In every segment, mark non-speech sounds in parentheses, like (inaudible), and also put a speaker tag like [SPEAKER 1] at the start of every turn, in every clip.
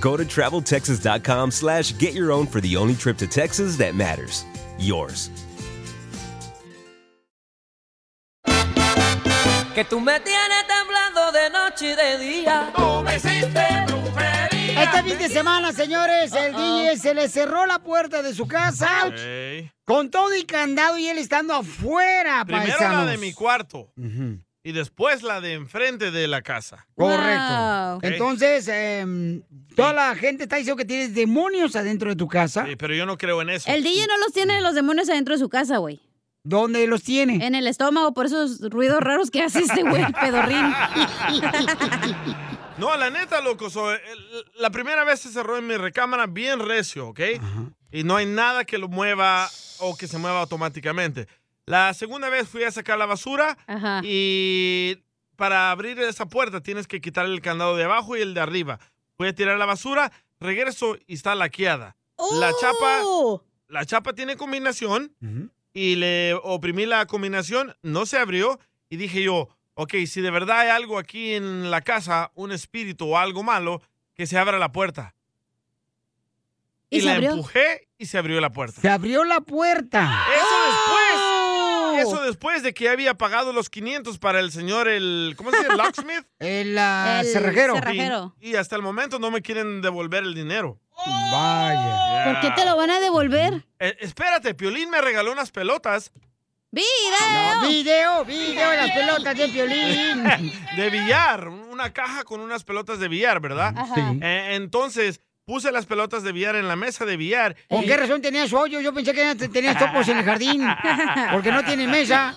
[SPEAKER 1] Go to traveltexas.com slash get your own for the only trip to Texas that matters. Yours.
[SPEAKER 2] Que tú me tienes temblando de noche y de día.
[SPEAKER 3] Este fin de semana, señores, el DJ se le cerró la puerta de su casa con todo y candado y él estando afuera,
[SPEAKER 4] Primero
[SPEAKER 3] Ah, paisanos.
[SPEAKER 4] la de mi cuarto y después la de enfrente de la casa.
[SPEAKER 3] Correcto.
[SPEAKER 4] Ok.
[SPEAKER 3] Entonces, em, toda la gente está diciendo que tienes demonios adentro de tu casa.
[SPEAKER 4] Sí, pero yo no creo en eso.
[SPEAKER 5] El DJ no los tiene los demonios adentro de su casa, güey.
[SPEAKER 3] ¿Dónde los tiene?
[SPEAKER 5] En el estómago, por esos ruidos raros que hace este güey, pedorrín.
[SPEAKER 4] (laughs) No, la neta, loco. so, el- la primera vez se cerró en mi recámara bien recio, ¿ok? Y no hay nada que lo mueva o que se mueva automáticamente. La segunda vez fui a sacar la basura y para abrir esa puerta tienes que quitar el candado de abajo y el de arriba. Voy a tirar la basura, regreso y está laqueada. La
[SPEAKER 5] ¡Oh!
[SPEAKER 4] chapa, la chapa tiene combinación y le oprimí la combinación, no se abrió y dije yo, ok, si de verdad hay algo aquí en la casa, un espíritu o algo malo, que se abra la puerta.
[SPEAKER 3] ¿Y
[SPEAKER 4] Y,
[SPEAKER 3] se
[SPEAKER 4] la
[SPEAKER 3] abrió?
[SPEAKER 4] empujé y se abrió la puerta.
[SPEAKER 3] Se abrió la puerta. ¡Oh!
[SPEAKER 4] Eso después, eso después de que había pagado los 500 para el señor, el, ¿cómo se dice? ¿El locksmith?
[SPEAKER 3] (laughs) El, ah, El cerrajero. cerrajero.
[SPEAKER 4] Y, y hasta el momento no me quieren devolver el dinero.
[SPEAKER 3] Vaya.
[SPEAKER 5] ¿Por qué te lo van a devolver?
[SPEAKER 4] Eh, espérate, Piolín me regaló unas pelotas
[SPEAKER 5] ¡Video!
[SPEAKER 3] video, video de las pelotas de Piolín.
[SPEAKER 4] (laughs) de billar, un- una caja con unas pelotas de billar, ¿verdad?
[SPEAKER 3] Ajá. Sí.
[SPEAKER 4] Eh, entonces puse las pelotas de billar en la mesa de billar.
[SPEAKER 3] ¿Con
[SPEAKER 4] y-
[SPEAKER 3] qué razón tenías hoyo? Yo pensé que tenías topos en
[SPEAKER 4] (laughs)
[SPEAKER 3] el jardín. Porque no tiene mesa.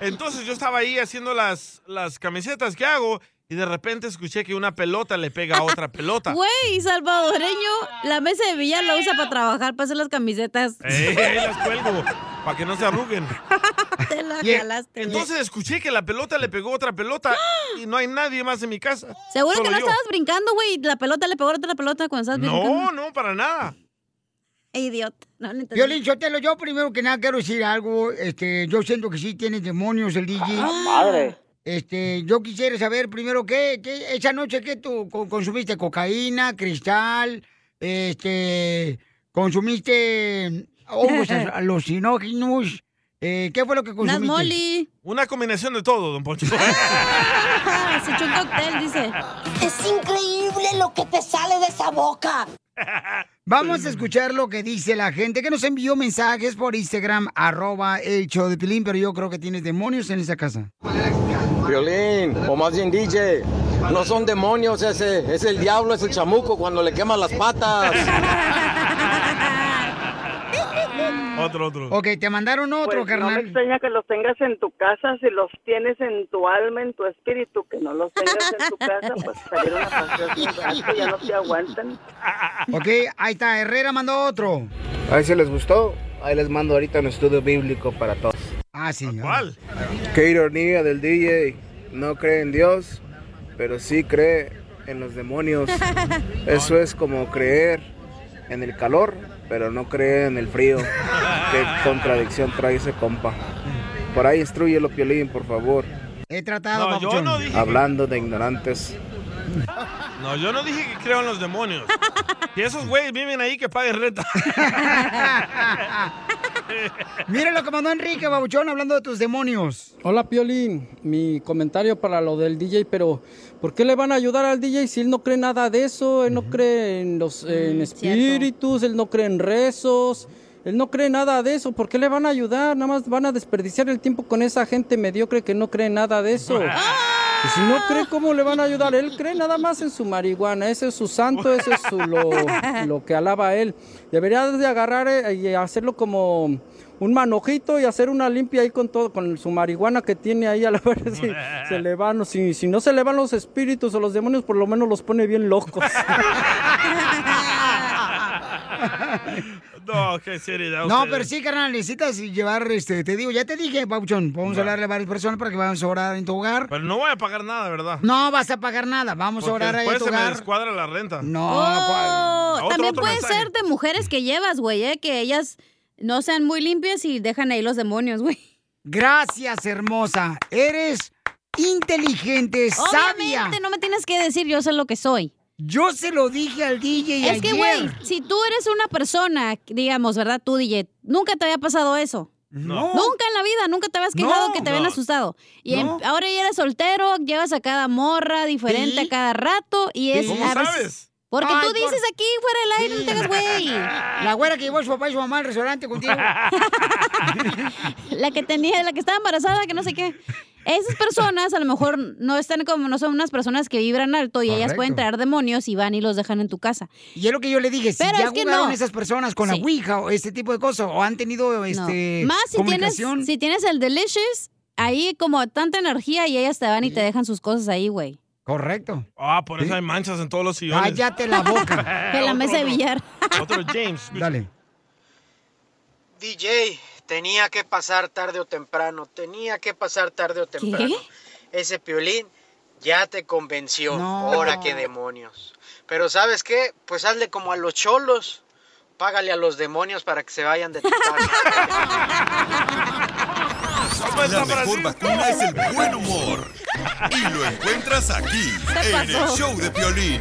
[SPEAKER 4] Entonces yo estaba ahí haciendo las, las camisetas que hago y de repente escuché que una pelota le pega a otra pelota.
[SPEAKER 5] Güey, salvadoreño, la mesa de billar la usa para trabajar, para hacer las camisetas.
[SPEAKER 4] (laughs) Ey, Eh, ahí las cuelgo para que no se arruguen.
[SPEAKER 5] (laughs) Te la
[SPEAKER 3] e
[SPEAKER 4] Y-
[SPEAKER 5] jalaste, güey.
[SPEAKER 4] entonces escuché que la pelota le pegó a otra pelota y no hay nadie más en mi casa.
[SPEAKER 5] Seguro
[SPEAKER 4] Solo
[SPEAKER 5] que no
[SPEAKER 4] yo.
[SPEAKER 5] estabas brincando, güey. La pelota le pegó a otra pelota cuando estabas
[SPEAKER 4] No,
[SPEAKER 5] brincando.
[SPEAKER 4] no, para nada.
[SPEAKER 5] Idiota. No, le entendí.
[SPEAKER 3] Violín Sotelo, yo primero que nada quiero decir algo. Este, yo siento que sí tienes demonios el DJ.
[SPEAKER 6] Ah, madre.
[SPEAKER 3] Este, yo quisiera saber primero qué, qué- esa noche que tú co- consumiste cocaína, cristal, este, consumiste eh, hongos al- alucinógenos. Eh, ¿Qué fue lo que consumiste?
[SPEAKER 4] Una combinación de todo, don
[SPEAKER 5] (laughs)
[SPEAKER 4] Poncho.
[SPEAKER 5] Se echó un cóctel, dice.
[SPEAKER 6] Es increíble lo que te sale de esa boca.
[SPEAKER 3] (laughs) Vamos a escuchar lo que dice la gente que nos envió mensajes por Instagram, arroba el show de Pilín, pero yo creo que tienes demonios en esa casa.
[SPEAKER 7] Violín, o más bien DJ. No son demonios ese, es el diablo, es el chamuco cuando le queman las patas.
[SPEAKER 4] otro, otro.
[SPEAKER 3] Ok, te mandaron otro,
[SPEAKER 8] Pues, No me
[SPEAKER 3] carnal.
[SPEAKER 8] extraña que los tengas en tu casa, si los tienes en tu alma, en tu espíritu, que no los tengas en tu casa, pues salieron a pasear un rato, ya no te aguantan.
[SPEAKER 3] Ok, ahí está, Herrera mandó otro.
[SPEAKER 9] A ver si les gustó. Ahí les mando ahorita un estudio bíblico para todos.
[SPEAKER 3] Ah, sí.
[SPEAKER 4] ¿Cuál?
[SPEAKER 9] Qué ironía del DJ. No cree en Dios, pero sí cree en
[SPEAKER 3] (laughs)
[SPEAKER 9] los demonios. Eso es como creer en el calor, pero no cree en el frío. Qué contradicción trae ese compa. Por ahí instruyelo, Piolín, por favor.
[SPEAKER 3] He tratado,
[SPEAKER 4] No, yo
[SPEAKER 3] papuchón.
[SPEAKER 4] no dije-
[SPEAKER 9] Hablando de ignorantes.
[SPEAKER 4] No, yo no dije que creo en los
[SPEAKER 3] (laughs)
[SPEAKER 4] demonios. Y esos güeyes viven ahí que paguen renta. (laughs)
[SPEAKER 3] Mira lo que mandó Enrique Babuchón hablando de tus demonios.
[SPEAKER 10] Hola Piolín, mi comentario para lo del DJ, pero ¿por qué le van a ayudar al DJ si él no cree nada de eso? Él no cree en los en espíritus, él no cree en rezos,
[SPEAKER 11] Él no cree nada de eso. ¿Por qué le van a ayudar? Nada más van a desperdiciar el tiempo con esa gente mediocre que no cree nada de eso. Y si no cree, ¿cómo le van a ayudar? Él cree nada más en su marihuana. Ese es su santo, ese es su, lo, lo que alaba a él. Debería de agarrar eh, y hacerlo como un manojito y hacer una limpia ahí con todo, con su marihuana que tiene ahí a la ver si se le van, si, si no se le van los espíritus o los demonios, por lo menos los pone bien locos.
[SPEAKER 4] No, qué seriedad.
[SPEAKER 3] No,
[SPEAKER 4] ustedes.
[SPEAKER 3] pero sí, carnal, necesitas llevar, este, te digo, ya te dije, Pauchón, vamos a hablarle a varias personas para que vamos a orar en tu hogar.
[SPEAKER 4] Pero no voy a pagar nada, ¿verdad?
[SPEAKER 3] No vas a pagar nada, vamos
[SPEAKER 4] Porque
[SPEAKER 3] a orar ahí en
[SPEAKER 4] después
[SPEAKER 3] tu
[SPEAKER 4] se me
[SPEAKER 3] hogar.
[SPEAKER 4] descuadra la renta.
[SPEAKER 3] No, pues,
[SPEAKER 5] Oh,
[SPEAKER 4] Otro,
[SPEAKER 5] también
[SPEAKER 4] otro
[SPEAKER 5] puede
[SPEAKER 4] mensaje.
[SPEAKER 5] ser de mujeres que llevas, güey, eh, que ellas no sean muy limpias y dejan ahí los demonios, güey.
[SPEAKER 3] Gracias, hermosa. Eres inteligente, sabia.
[SPEAKER 5] Obviamente, no me tienes que decir, yo sé lo que soy.
[SPEAKER 3] Yo se lo dije al DJ
[SPEAKER 5] Es que, güey,
[SPEAKER 3] ayer.
[SPEAKER 5] si tú eres una persona, digamos, ¿verdad? Tú, DJ, nunca te había pasado eso.
[SPEAKER 3] No.
[SPEAKER 5] Nunca en la vida, nunca te habías quejado
[SPEAKER 3] No.
[SPEAKER 5] que te habían
[SPEAKER 3] No.
[SPEAKER 5] asustado. Y
[SPEAKER 3] No.
[SPEAKER 5] en- ahora ya eres soltero, llevas a cada morra diferente a cada rato y es...
[SPEAKER 3] ¿Cómo
[SPEAKER 5] a veces-
[SPEAKER 3] sabes?
[SPEAKER 5] Porque
[SPEAKER 3] Ay,
[SPEAKER 5] tú
[SPEAKER 3] por-
[SPEAKER 5] dices aquí, fuera del aire, no te hagas güey.
[SPEAKER 3] (laughs) La güera que llevó a su papá y su mamá al restaurante contigo.
[SPEAKER 5] (laughs) La que tenía, la que estaba embarazada, que no sé qué. Esas personas a lo mejor no están como, no son unas personas que vibran alto y ellas
[SPEAKER 3] Correcto.
[SPEAKER 5] pueden traer demonios y van y los dejan en tu casa.
[SPEAKER 3] Y es lo que yo le dije, si
[SPEAKER 5] Pero
[SPEAKER 3] ya
[SPEAKER 5] es que
[SPEAKER 3] jugaron
[SPEAKER 5] no.
[SPEAKER 3] esas personas con
[SPEAKER 5] Sí.
[SPEAKER 3] la Ouija o este tipo de cosas, o han tenido
[SPEAKER 5] No.
[SPEAKER 3] este
[SPEAKER 5] Más si tienes,
[SPEAKER 3] comunicación.
[SPEAKER 5] si tienes el Delicious, ahí como tanta energía y ellas te van y te dejan sus cosas ahí, güey.
[SPEAKER 3] Correcto.
[SPEAKER 4] Ah, por eso hay manchas en todos los sillones.
[SPEAKER 3] Cállate la
[SPEAKER 4] (laughs)
[SPEAKER 3] boca.
[SPEAKER 5] Que la
[SPEAKER 4] Otro,
[SPEAKER 5] mesa de
[SPEAKER 4] otro.
[SPEAKER 5] billar.
[SPEAKER 4] Otro James.
[SPEAKER 3] Dale.
[SPEAKER 7] DJ, tenía que pasar tarde o temprano, tenía que pasar tarde o temprano. Ese piolín ya te convenció. Ahora qué demonios. Pero ¿sabes qué? Pues hazle como a los cholos. Págale a los demonios para que se vayan
[SPEAKER 3] (laughs)
[SPEAKER 7] de tu
[SPEAKER 12] La mejor vacuna es el buen humor. Y lo encuentras aquí,
[SPEAKER 7] ¿Qué
[SPEAKER 12] en el
[SPEAKER 7] pasó?
[SPEAKER 12] show de Piolín.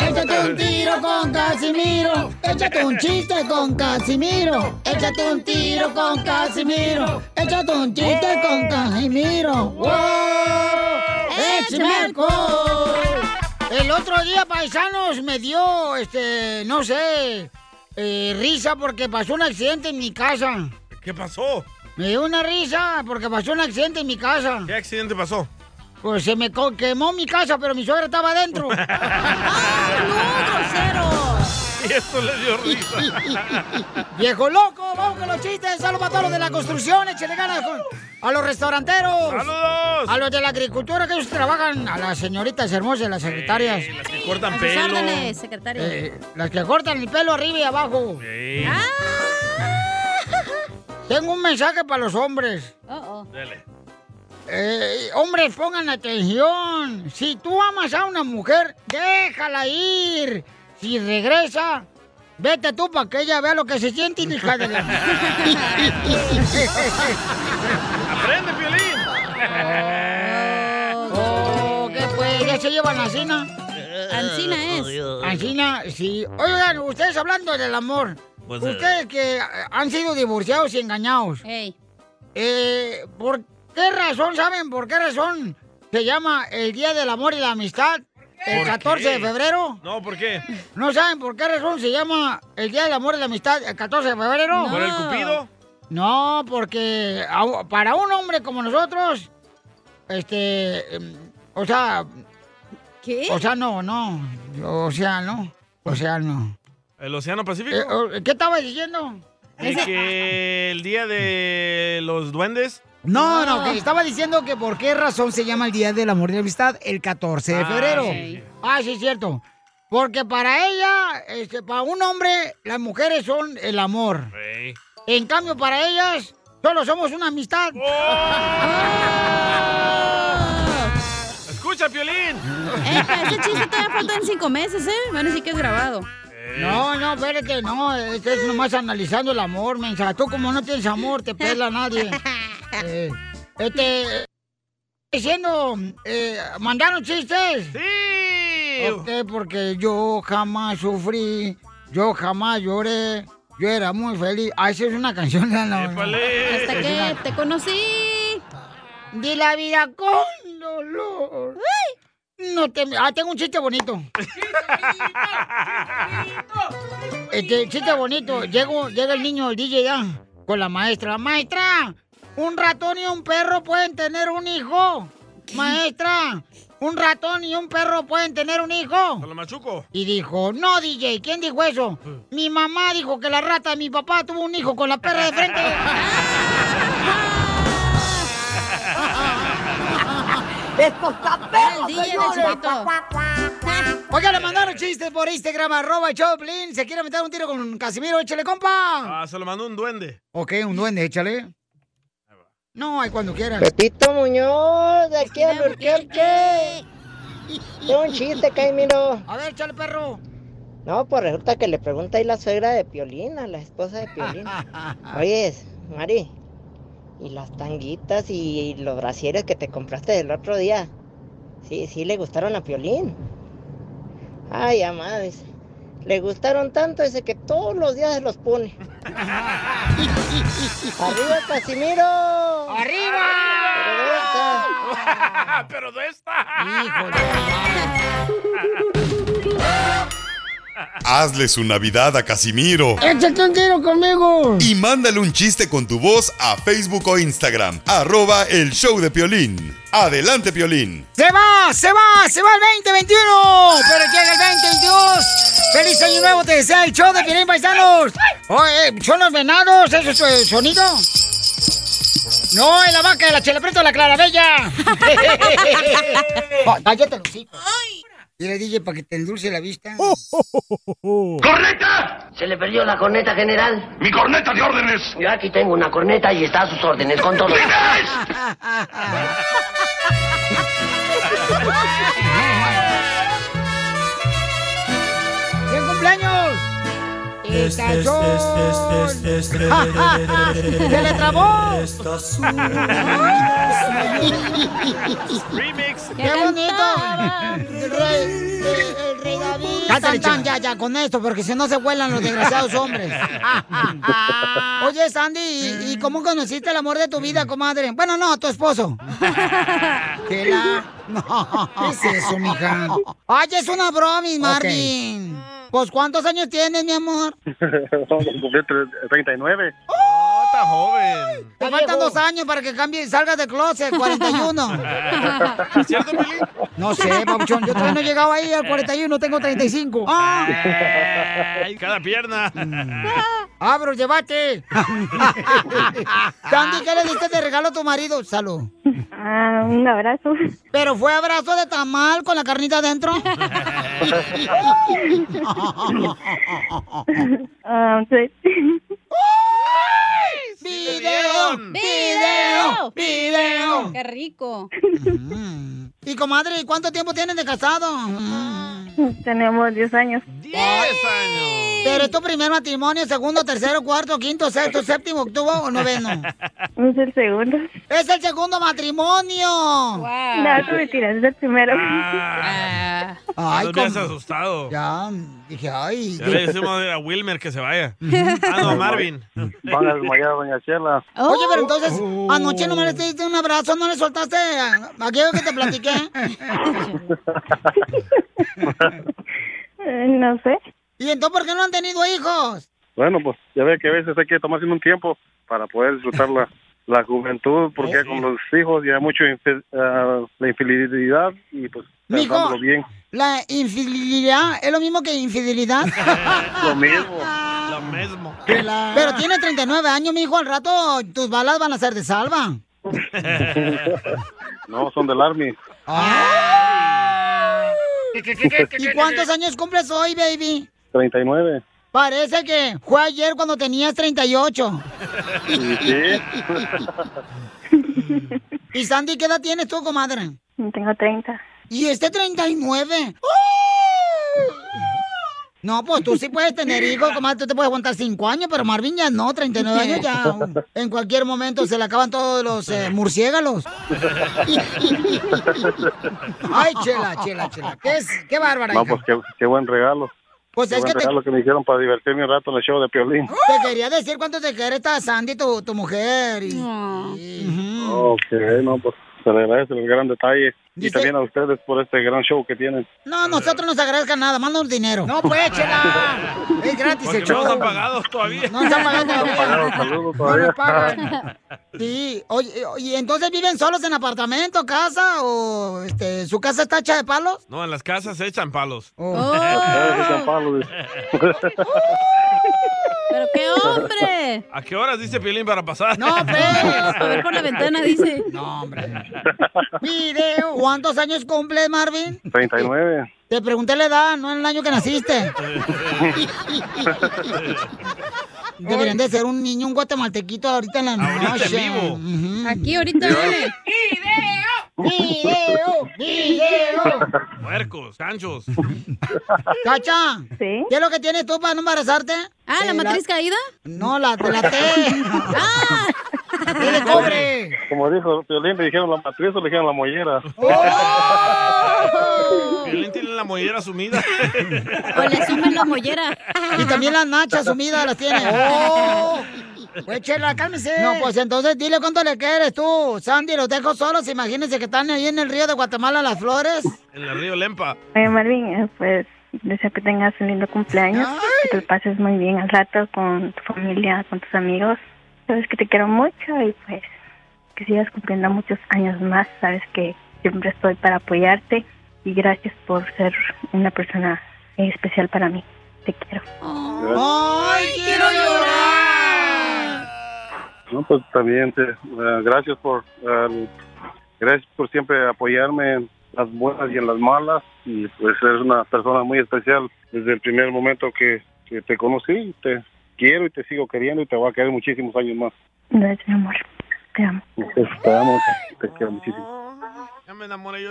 [SPEAKER 3] Échate un tiro con Casimiro. Échate un chiste con Casimiro. Échate un tiro con Casimiro. Échate un chiste con Casimiro. ¡Wow! ¡Échame alcohol! El otro día, paisanos, me dio, este, no sé, eh, risa porque pasó un accidente en mi casa.
[SPEAKER 4] ¿Qué pasó?
[SPEAKER 3] Me dio una risa porque pasó un accidente en mi casa.
[SPEAKER 4] ¿Qué accidente pasó?
[SPEAKER 3] Pues se me co- quemó mi casa, pero mi suegra estaba
[SPEAKER 4] (laughs)
[SPEAKER 3] adentro.
[SPEAKER 4] Y esto le dio risa.
[SPEAKER 3] (laughs) ¡Viejo loco! ¡Vamos con los chistes! ¡Saludos para todos los de la construcción! ¡Échale ganas con- a los restauranteros!
[SPEAKER 4] ¡Saludos!
[SPEAKER 3] A los de la agricultura que ellos trabajan, a las señoritas hermosas, las secretarias.
[SPEAKER 4] Sí, las que cortan
[SPEAKER 3] A sus
[SPEAKER 4] pelo.
[SPEAKER 3] órdenes,
[SPEAKER 5] secretaria.
[SPEAKER 3] Eh, las que cortan el pelo arriba y abajo.
[SPEAKER 4] Sí.
[SPEAKER 3] Ah. Tengo un mensaje para los hombres.
[SPEAKER 4] Dale.
[SPEAKER 3] Eh, hombres, pongan atención. Si tú amas a una mujer, déjala ir. Si regresa, vete tú para que ella vea lo que se siente y hija (laughs) de
[SPEAKER 4] ¡Aprende, Piolín!
[SPEAKER 3] Oh, ¿qué pues? ¿Ya se llevan la cena?
[SPEAKER 5] Ancina
[SPEAKER 4] Eh,
[SPEAKER 5] es.
[SPEAKER 3] Ancina, sí. Oigan, ustedes hablando del amor,
[SPEAKER 5] Pues, eh.
[SPEAKER 3] ustedes que eh, han sido divorciados y engañados, eh, ¿por qué razón, saben por qué razón se llama el Día del Amor y la Amistad el
[SPEAKER 4] ¿Por
[SPEAKER 3] 14
[SPEAKER 4] qué?
[SPEAKER 3] de febrero?
[SPEAKER 4] No, ¿por qué?
[SPEAKER 3] ¿No saben por qué razón se llama el Día del Amor y la Amistad el 14 de febrero?
[SPEAKER 4] ¿Por el cupido?
[SPEAKER 3] No, porque a- para un hombre como nosotros, este, em, o sea...
[SPEAKER 5] ¿Qué?
[SPEAKER 3] O sea, no, no. O sea, no. O sea, no.
[SPEAKER 4] ¿El Océano Pacífico?
[SPEAKER 3] Eh, o- ¿Qué estaba diciendo?
[SPEAKER 4] ¿Y que el día de los duendes?
[SPEAKER 3] No, no, que estaba diciendo que por qué razón se llama el Día del Amor y la Amistad el 14 de
[SPEAKER 4] Ah,
[SPEAKER 3] febrero.
[SPEAKER 4] sí, sí.
[SPEAKER 3] Ah, sí, es cierto. Porque para ella, este, para un hombre, las mujeres son el amor.
[SPEAKER 4] Ey.
[SPEAKER 3] En cambio, para ellas, solo somos una amistad.
[SPEAKER 4] ¡Escucha, Piolín!
[SPEAKER 5] Eh, para este chiste todavía faltan cinco meses, ¿eh? Van a decir que es grabado.
[SPEAKER 3] No, no, espérate, no, este es nomás analizando el amor, mensa. Tú como no tienes amor, te pela (laughs) nadie. Eh, este, eh, diciendo, eh, ¿mandaron chistes?
[SPEAKER 4] ¡Sí!
[SPEAKER 3] porque yo jamás sufrí, yo jamás lloré, yo era muy feliz. Ah, esa es una canción, no, no.
[SPEAKER 5] Hasta que te conocí.
[SPEAKER 3] de la vida con dolor. No te... Ah, tengo un
[SPEAKER 4] (laughs)
[SPEAKER 3] chiste bonito. Este chiste bonito. Llego, llega el niño, el DJ ya, con la maestra. Maestra, un ratón y un perro pueden tener un hijo. Maestra, un ratón y un perro pueden tener un hijo.
[SPEAKER 4] ¿Lo machuco? Ah.
[SPEAKER 3] Y dijo, no, DJ, ¿quién dijo eso? Mi mamá dijo que la rata de mi papá tuvo un hijo con la perra
[SPEAKER 4] (laughs)
[SPEAKER 3] de frente. ¡Esto está perro, señores! Oiga, le mandaron chistes por Instagram, arroba Choplin. ¿Se quiere meter un tiro con Casimiro? ¡Échale, compa!
[SPEAKER 4] Ah, se lo mandó un duende.
[SPEAKER 3] Ok, un duende, échale. No, ahí cuando quieras.
[SPEAKER 13] Pepito Muñoz, de aquí a Burquerque. Tengo un chiste, Caimiro.
[SPEAKER 3] A ver, échale, perro.
[SPEAKER 13] No, pues resulta que le pregunta ahí la suegra de Piolina, la esposa de
[SPEAKER 3] Ah,
[SPEAKER 13] Piolina.
[SPEAKER 2] ah.
[SPEAKER 13] Oye, Mari, ¿y las tanguitas y los brasieres que te compraste el otro día? Sí, sí, le gustaron a Piolín. Ay, amados. Le gustaron tanto ese que todos los días se los pone. ¡Arriba, Casimiro!
[SPEAKER 3] ¡Arriba!
[SPEAKER 4] (laughs) ¡Pero de esta!
[SPEAKER 12] Hazle su Navidad a Casimiro.
[SPEAKER 3] ¡Échate un tiro conmigo!
[SPEAKER 12] Y mándale un chiste con tu voz a Facebook o Instagram. Arroba el show de Piolín. Adelante, Piolín.
[SPEAKER 3] ¡Se va! ¡Se va! ¡Se va el 2021! ¡Pero llega el 2022! ¡Feliz año nuevo! ¡Te desea el show de Piolín Paisanos! Oye, ¿Son los venados? ¿Eso es eh, sonido? No, es la vaca de la chelapreto de la clarabella. Oh, Cállate los hijos. Mira, DJ, para que te endulce la vista.
[SPEAKER 2] ¡Corneta! Se le perdió la corneta, general.
[SPEAKER 14] ¡Mi corneta de órdenes!
[SPEAKER 2] Yo aquí tengo una corneta y está a sus órdenes con todo.
[SPEAKER 3] ¡Bien cumpleaños! Este,
[SPEAKER 8] Este,
[SPEAKER 3] ¡Estación! (laughs) ¡Se le trabó!
[SPEAKER 4] Remix.
[SPEAKER 3] ¡Qué bonito! El rey, el rey David. Cántale, Chela. ya, ya, con esto, porque si no se vuelan los
[SPEAKER 2] (laughs)
[SPEAKER 3] desgraciados hombres. Oye, Sandy, ¿y, y cómo conociste el amor de tu vida, comadre? Bueno, no, tu esposo. Chela. (laughs) No. ¿Qué es eso, (laughs) mija? Ay, es una bromis, Marvin. Pues, ¿cuántos años tienes, mi amor?
[SPEAKER 15] (laughs) Vamos a cumplir tre- 39.
[SPEAKER 4] ¡Oh, está joven!
[SPEAKER 3] Te faltan dos años para que cambie, salgas de closet, 41.
[SPEAKER 2] (laughs)
[SPEAKER 3] No sé, papuchón, yo todavía no he llegado ahí al 41, tengo 35. ¡Ah!
[SPEAKER 4] Ay, cada pierna.
[SPEAKER 3] Mm. ¡Abro, llévate! Sandy, ¿qué le diste de regalo a tu marido? Salud.
[SPEAKER 16] Ah,
[SPEAKER 3] un abrazo. ¿Pero fue abrazo de tamal con la carnita
[SPEAKER 16] (laughs)
[SPEAKER 3] adentro?
[SPEAKER 16] Ah,
[SPEAKER 3] ¡Video! ¡Video! ¡Video!
[SPEAKER 5] ¡Qué
[SPEAKER 3] (laughs)
[SPEAKER 5] rico!
[SPEAKER 3] Y comadre, ¿y ¿cuánto tiempo tienen de casado?
[SPEAKER 16] Tenemos 10 años.
[SPEAKER 3] ¿Pero es tu primer matrimonio, segundo, tercero, cuarto, quinto, sexto, séptimo, octavo o noveno?
[SPEAKER 16] Es el segundo.
[SPEAKER 3] ¡Es el segundo matrimonio!
[SPEAKER 16] No, tú me tiras, es el primero.
[SPEAKER 17] Ah.
[SPEAKER 3] Ay,
[SPEAKER 4] Ay, me has
[SPEAKER 3] cómo-
[SPEAKER 4] asustado.
[SPEAKER 3] Ya, dije, ay.
[SPEAKER 4] Ya le decimos a Wilmer que se
[SPEAKER 3] (laughs)
[SPEAKER 4] vaya. Ah, no, Marvin.
[SPEAKER 15] Van a desmayar a Doña Chela.
[SPEAKER 3] Oye, pero entonces, anoche no me le diste un abrazo, no le soltaste a- a aquello que te platiqué.
[SPEAKER 16] Eh, No sé.
[SPEAKER 3] ¿Y entonces por qué no han tenido hijos?
[SPEAKER 15] Bueno, pues ya ve que a veces hay que tomarse un tiempo para poder disfrutar la, la juventud, porque con los hijos ya mucho infi- ah, la infidelidad y pues
[SPEAKER 3] Mijo. (laughs)
[SPEAKER 15] tratándolo bien.
[SPEAKER 3] ¿La infidelidad es lo mismo que infidelidad?
[SPEAKER 15] Lo mismo.
[SPEAKER 4] Lo mismo.
[SPEAKER 3] Pero tiene 39 años, mijo, al rato tus balas van a ser de salva.
[SPEAKER 15] no, son del Army.
[SPEAKER 3] Ah. ¿Y cuántos años cumples hoy, baby? (laughs)
[SPEAKER 15] 39.
[SPEAKER 3] Parece que fue ayer cuando tenías 38.
[SPEAKER 15] ¿Y sí?
[SPEAKER 3] ¿Y Sandy, qué edad tienes tú, comadre?
[SPEAKER 16] Tengo 30.
[SPEAKER 3] ¿Y este 39? No, pues tú sí puedes tener hijos, comadre, tú te puedes aguantar 5 años, pero Marvin ya no, 39 años ya. En cualquier momento se le acaban todos los eh, murciélagos. Ay, chela, chela, chela. Qué, es, qué bárbara,
[SPEAKER 15] No,
[SPEAKER 3] hija.
[SPEAKER 15] pues qué, qué buen regalo.
[SPEAKER 3] Pues
[SPEAKER 15] qué
[SPEAKER 3] es
[SPEAKER 15] buen
[SPEAKER 3] que te-
[SPEAKER 15] regalo que me hicieron para divertirme un rato en el show de Piolín.
[SPEAKER 3] Te quería decir cuánto te quiere esta Sandy, tu, tu mujer. y-
[SPEAKER 15] Ok, no, pues
[SPEAKER 17] se le agradece el gran detalle y
[SPEAKER 3] Dice-
[SPEAKER 17] también a ustedes por este gran show que tienen.
[SPEAKER 3] No, nosotros nos agradezcan nada, mándanos dinero. No, pues, chela. Es gratis el
[SPEAKER 4] Porque no
[SPEAKER 3] show.
[SPEAKER 4] nos han pagado todavía.
[SPEAKER 3] No nos han pagado todavía.
[SPEAKER 17] Saludos
[SPEAKER 3] No
[SPEAKER 17] todavía.
[SPEAKER 3] nos pagan.
[SPEAKER 15] (laughs)
[SPEAKER 3] Sí, oye, oye, entonces viven solos en apartamento, casa o este, su casa está hecha de palos.
[SPEAKER 4] No, en las casas se echan palos.
[SPEAKER 3] Oh.
[SPEAKER 5] Oh.
[SPEAKER 4] (laughs)
[SPEAKER 5] ¡Pero qué hombre!
[SPEAKER 3] (laughs)
[SPEAKER 4] ¿A qué horas dice Piolín para pasar?
[SPEAKER 3] No, pues.
[SPEAKER 5] A ver por la ventana, dice.
[SPEAKER 3] No, hombre. Video, ¿cuántos años cumple Marvin?
[SPEAKER 17] 39.
[SPEAKER 3] Te pregunté la edad, no en el año que naciste. Deberían de ser un niño, un guatemaltequito ahorita en la noche.
[SPEAKER 5] Aquí ahorita
[SPEAKER 3] Yo-
[SPEAKER 5] viene.
[SPEAKER 3] ¡Video! ¡Video!
[SPEAKER 4] (laughs) Puercos, canchos.
[SPEAKER 3] (laughs) Cacha, ¿qué es lo que tienes tú para no embarazarte?
[SPEAKER 5] Ah, ¿la
[SPEAKER 3] Eh,
[SPEAKER 5] matriz caída?
[SPEAKER 3] No, la, la T. ¡Ah! ¡T de cobre!
[SPEAKER 17] Como dijo Piolín, le dijeron la matriz o le dijeron la mollera.
[SPEAKER 4] ¡Oh!
[SPEAKER 3] Oh.
[SPEAKER 4] Piolín tiene la mollera sumida. (laughs)
[SPEAKER 5] O le sumen la mollera.
[SPEAKER 3] Y también las nachas sumidas las tiene. ¡Oh! Pues chela, cálmese. No, pues entonces dile cuánto le quieres tú. Sandy, los dejo solos. Imagínense que están ahí en el río de Guatemala las flores.
[SPEAKER 4] En el río Lempa.
[SPEAKER 16] Oye, Marvin, eh, pues deseo que tengas un lindo cumpleaños, que te lo pases muy bien al rato con tu familia, con tus amigos. Sabes que te quiero mucho y pues que sigas cumpliendo muchos años más. Sabes que siempre estoy para apoyarte y gracias por ser una persona eh, especial para mí. Te quiero.
[SPEAKER 3] ¡Ay, quiero llorar!
[SPEAKER 17] No, pues también te- eh, gracias por eh, gracias por siempre apoyarme en las buenas y en las malas y pues eres una persona muy especial desde el primer momento que, que te conocí te quiero y te sigo queriendo y te voy a querer muchísimos años más
[SPEAKER 16] Gracias, mi amor. Te amo.
[SPEAKER 17] Entonces, Pues, te amo te quiero muchísimo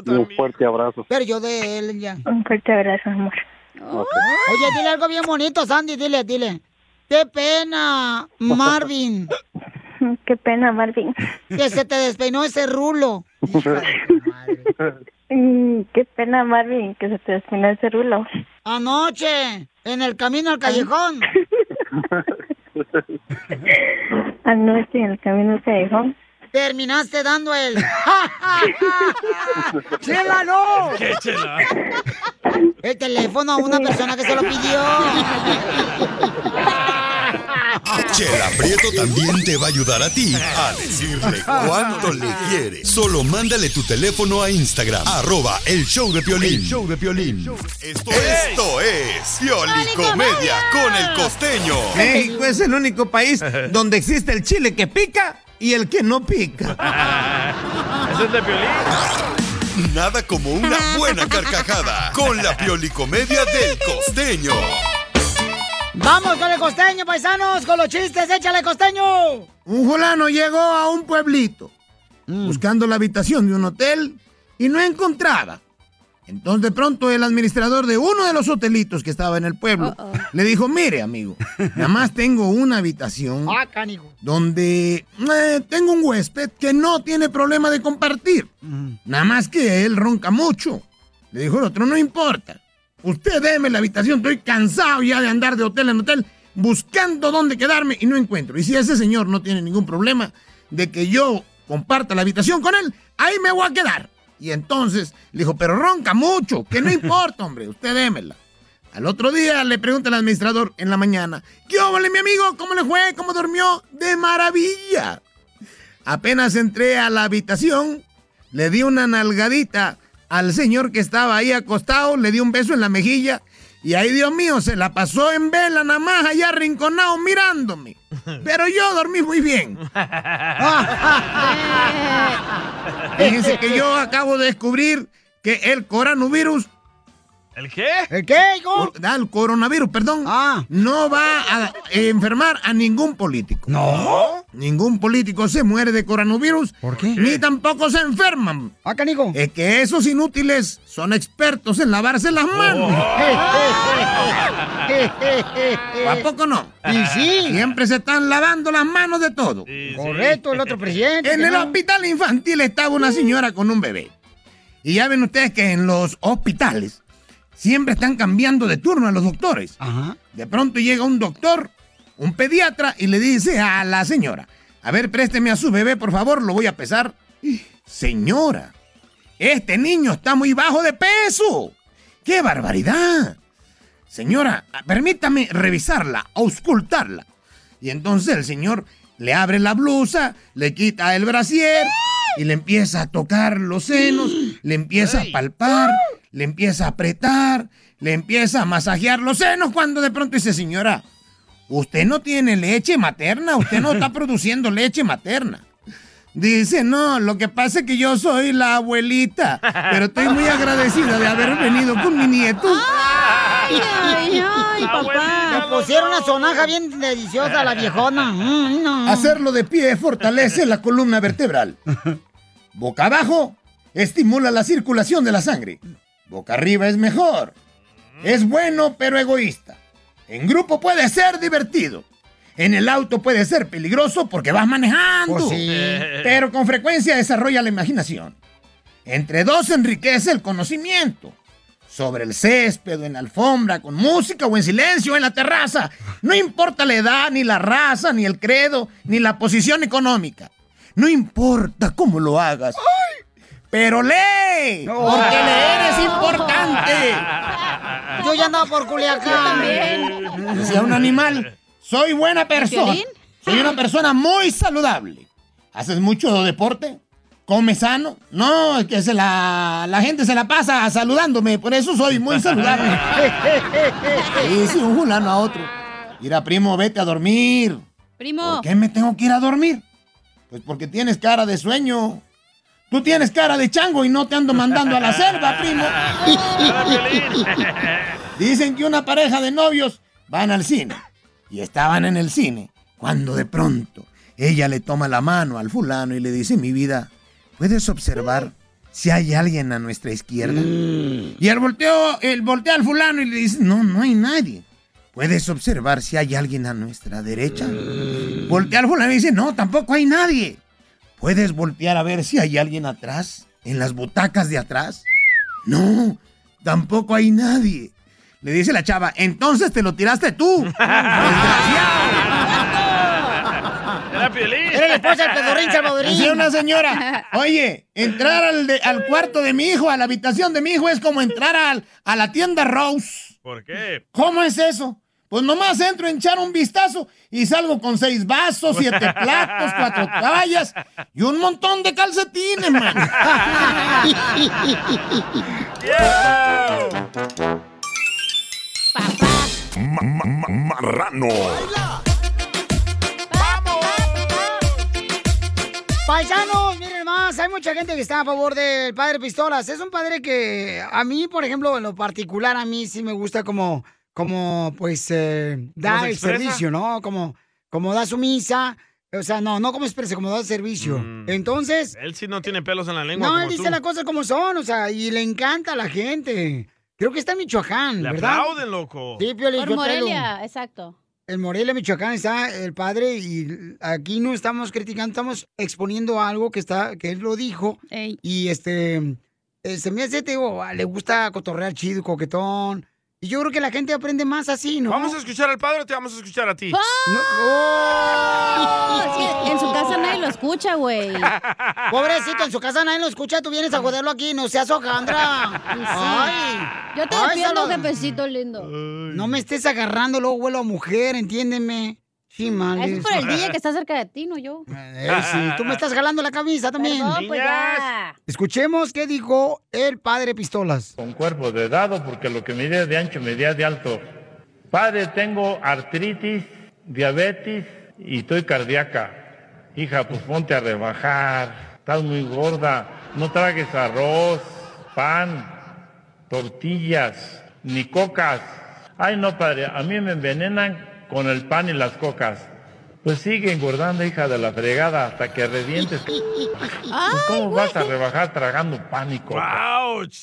[SPEAKER 17] un fuerte abrazo
[SPEAKER 3] Pero yo de él ya.
[SPEAKER 16] Un fuerte abrazo, amor. (laughs)
[SPEAKER 3] Oye, dile algo bien bonito, Sandy. Dile, dile. ¡Qué pena, Marvin!
[SPEAKER 16] Qué pena, Marvin.
[SPEAKER 3] Que se te despeinó ese rulo.
[SPEAKER 16] Mm, Qué pena, Marvin, que se te despinó ese rulo.
[SPEAKER 3] Anoche, en el camino al callejón.
[SPEAKER 16] Anoche en el camino se dejó.
[SPEAKER 3] Terminaste dando (laughs) el. ¡Chela, no!
[SPEAKER 4] ¿Qué, chela?
[SPEAKER 3] (laughs) El teléfono a una persona que se lo pidió.
[SPEAKER 12] Chela Prieto también te va a ayudar a ti a decirle cuánto le quieres. Solo mándale tu teléfono a Instagram, arroba el show de Piolín.
[SPEAKER 18] El
[SPEAKER 12] show de Piolín. Esto, esto es Piolicomedia con el costeño.
[SPEAKER 18] México es el único país donde existe el chile que pica y el que no pica.
[SPEAKER 4] (laughs) es de
[SPEAKER 12] Nada como una
[SPEAKER 3] (laughs)
[SPEAKER 12] buena carcajada con la Piolicomedia del costeño.
[SPEAKER 3] Vamos con el costeño, paisanos, con los chistes, échale costeño.
[SPEAKER 18] Un fulano llegó a un pueblito
[SPEAKER 3] Mm.
[SPEAKER 18] buscando la habitación de un hotel y no encontraba. Entonces de pronto el administrador de uno de los hotelitos que estaba en el pueblo le dijo, mire amigo, nada
[SPEAKER 3] (laughs)
[SPEAKER 18] más tengo una habitación
[SPEAKER 3] Ah, canijo.
[SPEAKER 18] donde eh, tengo un huésped que no tiene problema de compartir. Nada más que él ronca mucho. Le dijo el otro, no importa. Usted déme la habitación, estoy cansado ya de andar de hotel en hotel buscando dónde quedarme y no encuentro. Y si ese señor no tiene ningún problema de que yo comparta la habitación con él, ahí me voy a quedar. Y entonces le dijo, pero ronca mucho, que no importa, hombre, usted démela. Al otro día le pregunta el administrador en la mañana, ¿qué óvole, mi amigo? ¿Cómo le fue? ¿Cómo durmió? De maravilla. Apenas entré a la habitación, le di una nalgadita al señor que estaba ahí acostado, le di un beso en la mejilla y ahí, Dios mío, se la pasó en vela nada más allá arrinconado mirándome. Pero yo dormí muy bien. (laughs) Fíjense que yo acabo de descubrir que el coronavirus
[SPEAKER 4] ¿El qué?
[SPEAKER 3] ¿El qué, hijo?
[SPEAKER 18] Ah, el coronavirus, perdón. No va a enfermar a ningún político. No. Ningún político se muere de coronavirus. ¿Por qué? Ni tampoco se enferman.
[SPEAKER 3] Acá, Nico.
[SPEAKER 18] Es que esos inútiles son expertos en lavarse las manos.
[SPEAKER 2] Oh.
[SPEAKER 18] (laughs) ¿A poco no?
[SPEAKER 3] Y sí.
[SPEAKER 18] Siempre se están lavando las manos de todo.
[SPEAKER 3] Correcto, el otro presidente.
[SPEAKER 18] En
[SPEAKER 3] que
[SPEAKER 18] el
[SPEAKER 3] no.
[SPEAKER 18] hospital infantil estaba una señora con un bebé. Y ya ven ustedes que en los hospitales siempre están cambiando de turno a los doctores. De pronto llega un doctor, un pediatra, y le dice a la señora, a ver, présteme a su bebé, por favor, lo voy a pesar. Señora, este niño está muy bajo de peso. ¡Qué barbaridad! Señora, permítame revisarla, auscultarla. Y entonces el señor le abre la blusa, le quita el brasier y le empieza a tocar los senos, le empieza a palpar, le empieza a apretar, le empieza a masajear los senos cuando de pronto dice, señora, usted no tiene leche materna, usted no está produciendo leche materna. Dice, no, lo que pasa es que yo soy la abuelita, pero estoy muy agradecida de haber venido con mi nieto.
[SPEAKER 3] Ay, ay, ay, papá. Le pusieron una sonaja bien deliciosa a la viejona. Mm, no.
[SPEAKER 18] Hacerlo de pie fortalece la columna vertebral. Boca abajo estimula la circulación de la sangre. Boca arriba es mejor. Es bueno pero egoísta. En grupo puede ser divertido. En el auto puede ser peligroso porque vas manejando.
[SPEAKER 3] Pues sí.
[SPEAKER 18] Pero con frecuencia desarrolla la imaginación. Entre dos enriquece el conocimiento. Sobre el césped, o en la alfombra, con música o en silencio, en la terraza. No importa la edad, ni la raza, ni el credo, ni la posición económica. No importa cómo lo hagas. Pero lee, porque leer es importante.
[SPEAKER 3] Yo ya andaba por Culiacán.
[SPEAKER 18] Decía un animal, soy buena persona.
[SPEAKER 3] ¿Piolín?
[SPEAKER 18] Soy una persona muy saludable. ¿Haces mucho deporte? ¿Comes sano? No, es que se la, la gente se la pasa saludándome, por eso soy muy saludable. Y Dice un fulano a otro. Mira, primo, vete a dormir.
[SPEAKER 5] Primo.
[SPEAKER 18] ¿Por qué me tengo que ir a dormir? Pues porque tienes cara de sueño. Tú tienes cara de chango y no te ando mandando a la selva, primo. (laughs) Dicen que una pareja de novios van al cine. Y estaban en el cine cuando de pronto ella le toma la mano al fulano y le dice, mi vida, ¿puedes observar si hay alguien a nuestra izquierda? Y él, volteó, él voltea al fulano y le dice, no, no hay nadie. ¿Puedes observar si hay alguien a nuestra derecha? Voltea al fulano y dice, no, tampoco hay nadie. ¿Puedes voltear a ver si hay alguien atrás? ¿En las butacas de atrás? No, tampoco hay nadie. Le dice la chava, entonces te lo tiraste tú.
[SPEAKER 3] (laughs)
[SPEAKER 4] Era Piolín.
[SPEAKER 3] Era la esposa del pedorrín salvadoreño.
[SPEAKER 18] Decía una señora, oye, entrar al, de- al cuarto de mi hijo, a la habitación de mi hijo, es como entrar al- a la tienda Rose.
[SPEAKER 4] ¿Por qué?
[SPEAKER 18] ¿Cómo es eso? Pues nomás entro a echar un vistazo y salgo con seis vasos, siete platos, cuatro toallas y un montón de calcetines, man.
[SPEAKER 12] Ma- ma- ma- Marrano.
[SPEAKER 3] Paisanos, miren más, hay mucha gente que está a favor del padre Pistolas. Es un padre que a mí, por ejemplo, en lo particular, a mí sí me gusta como, como pues, eh,
[SPEAKER 19] ¿Cómo
[SPEAKER 3] da
[SPEAKER 19] se
[SPEAKER 3] el
[SPEAKER 19] expresa?
[SPEAKER 3] servicio, ¿no? Como, como da su misa. O sea, no, no como expresa, como da el servicio. Entonces,
[SPEAKER 4] Él sí no tiene pelos en la lengua. Mm.
[SPEAKER 3] no,
[SPEAKER 4] como
[SPEAKER 3] él dice
[SPEAKER 4] tú.
[SPEAKER 3] las cosas como son, o sea, y le encanta a la gente. Creo que está en Michoacán,
[SPEAKER 4] Le
[SPEAKER 3] ¿verdad?
[SPEAKER 4] aplauden, loco.
[SPEAKER 3] Sí, Piolín,
[SPEAKER 5] Por
[SPEAKER 3] yo
[SPEAKER 5] Morelia, exacto.
[SPEAKER 3] en Morelia, Michoacán está el padre y aquí no estamos criticando, estamos exponiendo algo que está que él lo dijo
[SPEAKER 5] Ey.
[SPEAKER 3] y este eh, se me hace te digo, ah, le gusta cotorrear chido, coquetón. Y yo creo que la gente aprende más así, ¿no?
[SPEAKER 4] ¿Vamos a escuchar al padre o te vamos a escuchar a ti?
[SPEAKER 5] ¡Oh!
[SPEAKER 3] oh.
[SPEAKER 5] Sí, en su casa nadie lo escucha, güey.
[SPEAKER 3] (laughs) Pobrecito, en su casa nadie lo escucha, tú vienes a joderlo aquí, no seas hojandra. Ay.
[SPEAKER 5] Yo te
[SPEAKER 3] Ay,
[SPEAKER 5] defiendo,
[SPEAKER 3] Salvador.
[SPEAKER 5] jefecito lindo.
[SPEAKER 3] No me estés agarrando luego vuelo a mujer, entiéndeme. Sí, mal.
[SPEAKER 5] Eso es por el DJ que está cerca de ti, no yo.
[SPEAKER 3] Ey, sí, tú me estás jalando la camisa también.
[SPEAKER 5] Perdón, pues ya.
[SPEAKER 3] Escuchemos qué dijo el padre Pistolas.
[SPEAKER 20] Con cuerpo de dado, porque lo que mide de ancho medía de alto. Padre, tengo artritis, diabetes y estoy cardíaca. Hija, pues ponte a rebajar. Estás muy gorda. No tragues arroz, pan, tortillas, ni cocas. Ay, no, padre, a mí me envenenan con el pan y las cocas. Pues sigue engordando, hija de la fregada, hasta que revientes. Pues, ¿Cómo vas a rebajar tragando pan y cocas?
[SPEAKER 4] ¡Auch!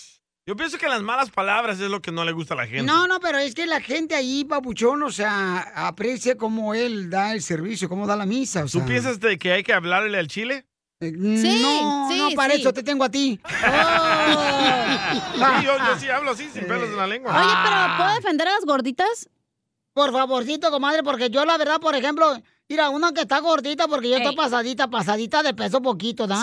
[SPEAKER 4] Yo pienso que las malas palabras es lo que no le gusta a la gente.
[SPEAKER 3] No, no, pero es que la gente ahí, papuchón, o sea, aprecia cómo él da el servicio, cómo da la misa, o sea.
[SPEAKER 4] ¿Tú piensas de que hay que hablarle al chile?
[SPEAKER 3] Sí, Eh, Oh. no, no, para eso te tengo a ti.
[SPEAKER 4] (laughs) Sí, yo, yo sí hablo así,
[SPEAKER 3] Eh,
[SPEAKER 4] sin pelos en la lengua.
[SPEAKER 3] (laughs) Oye, pero ¿puedo defender a las gorditas? Por favorcito, comadre, porque yo la verdad, por ejemplo, mira, una que está gordita porque yo estoy pasadita, pasadita de peso poquito, ¿da?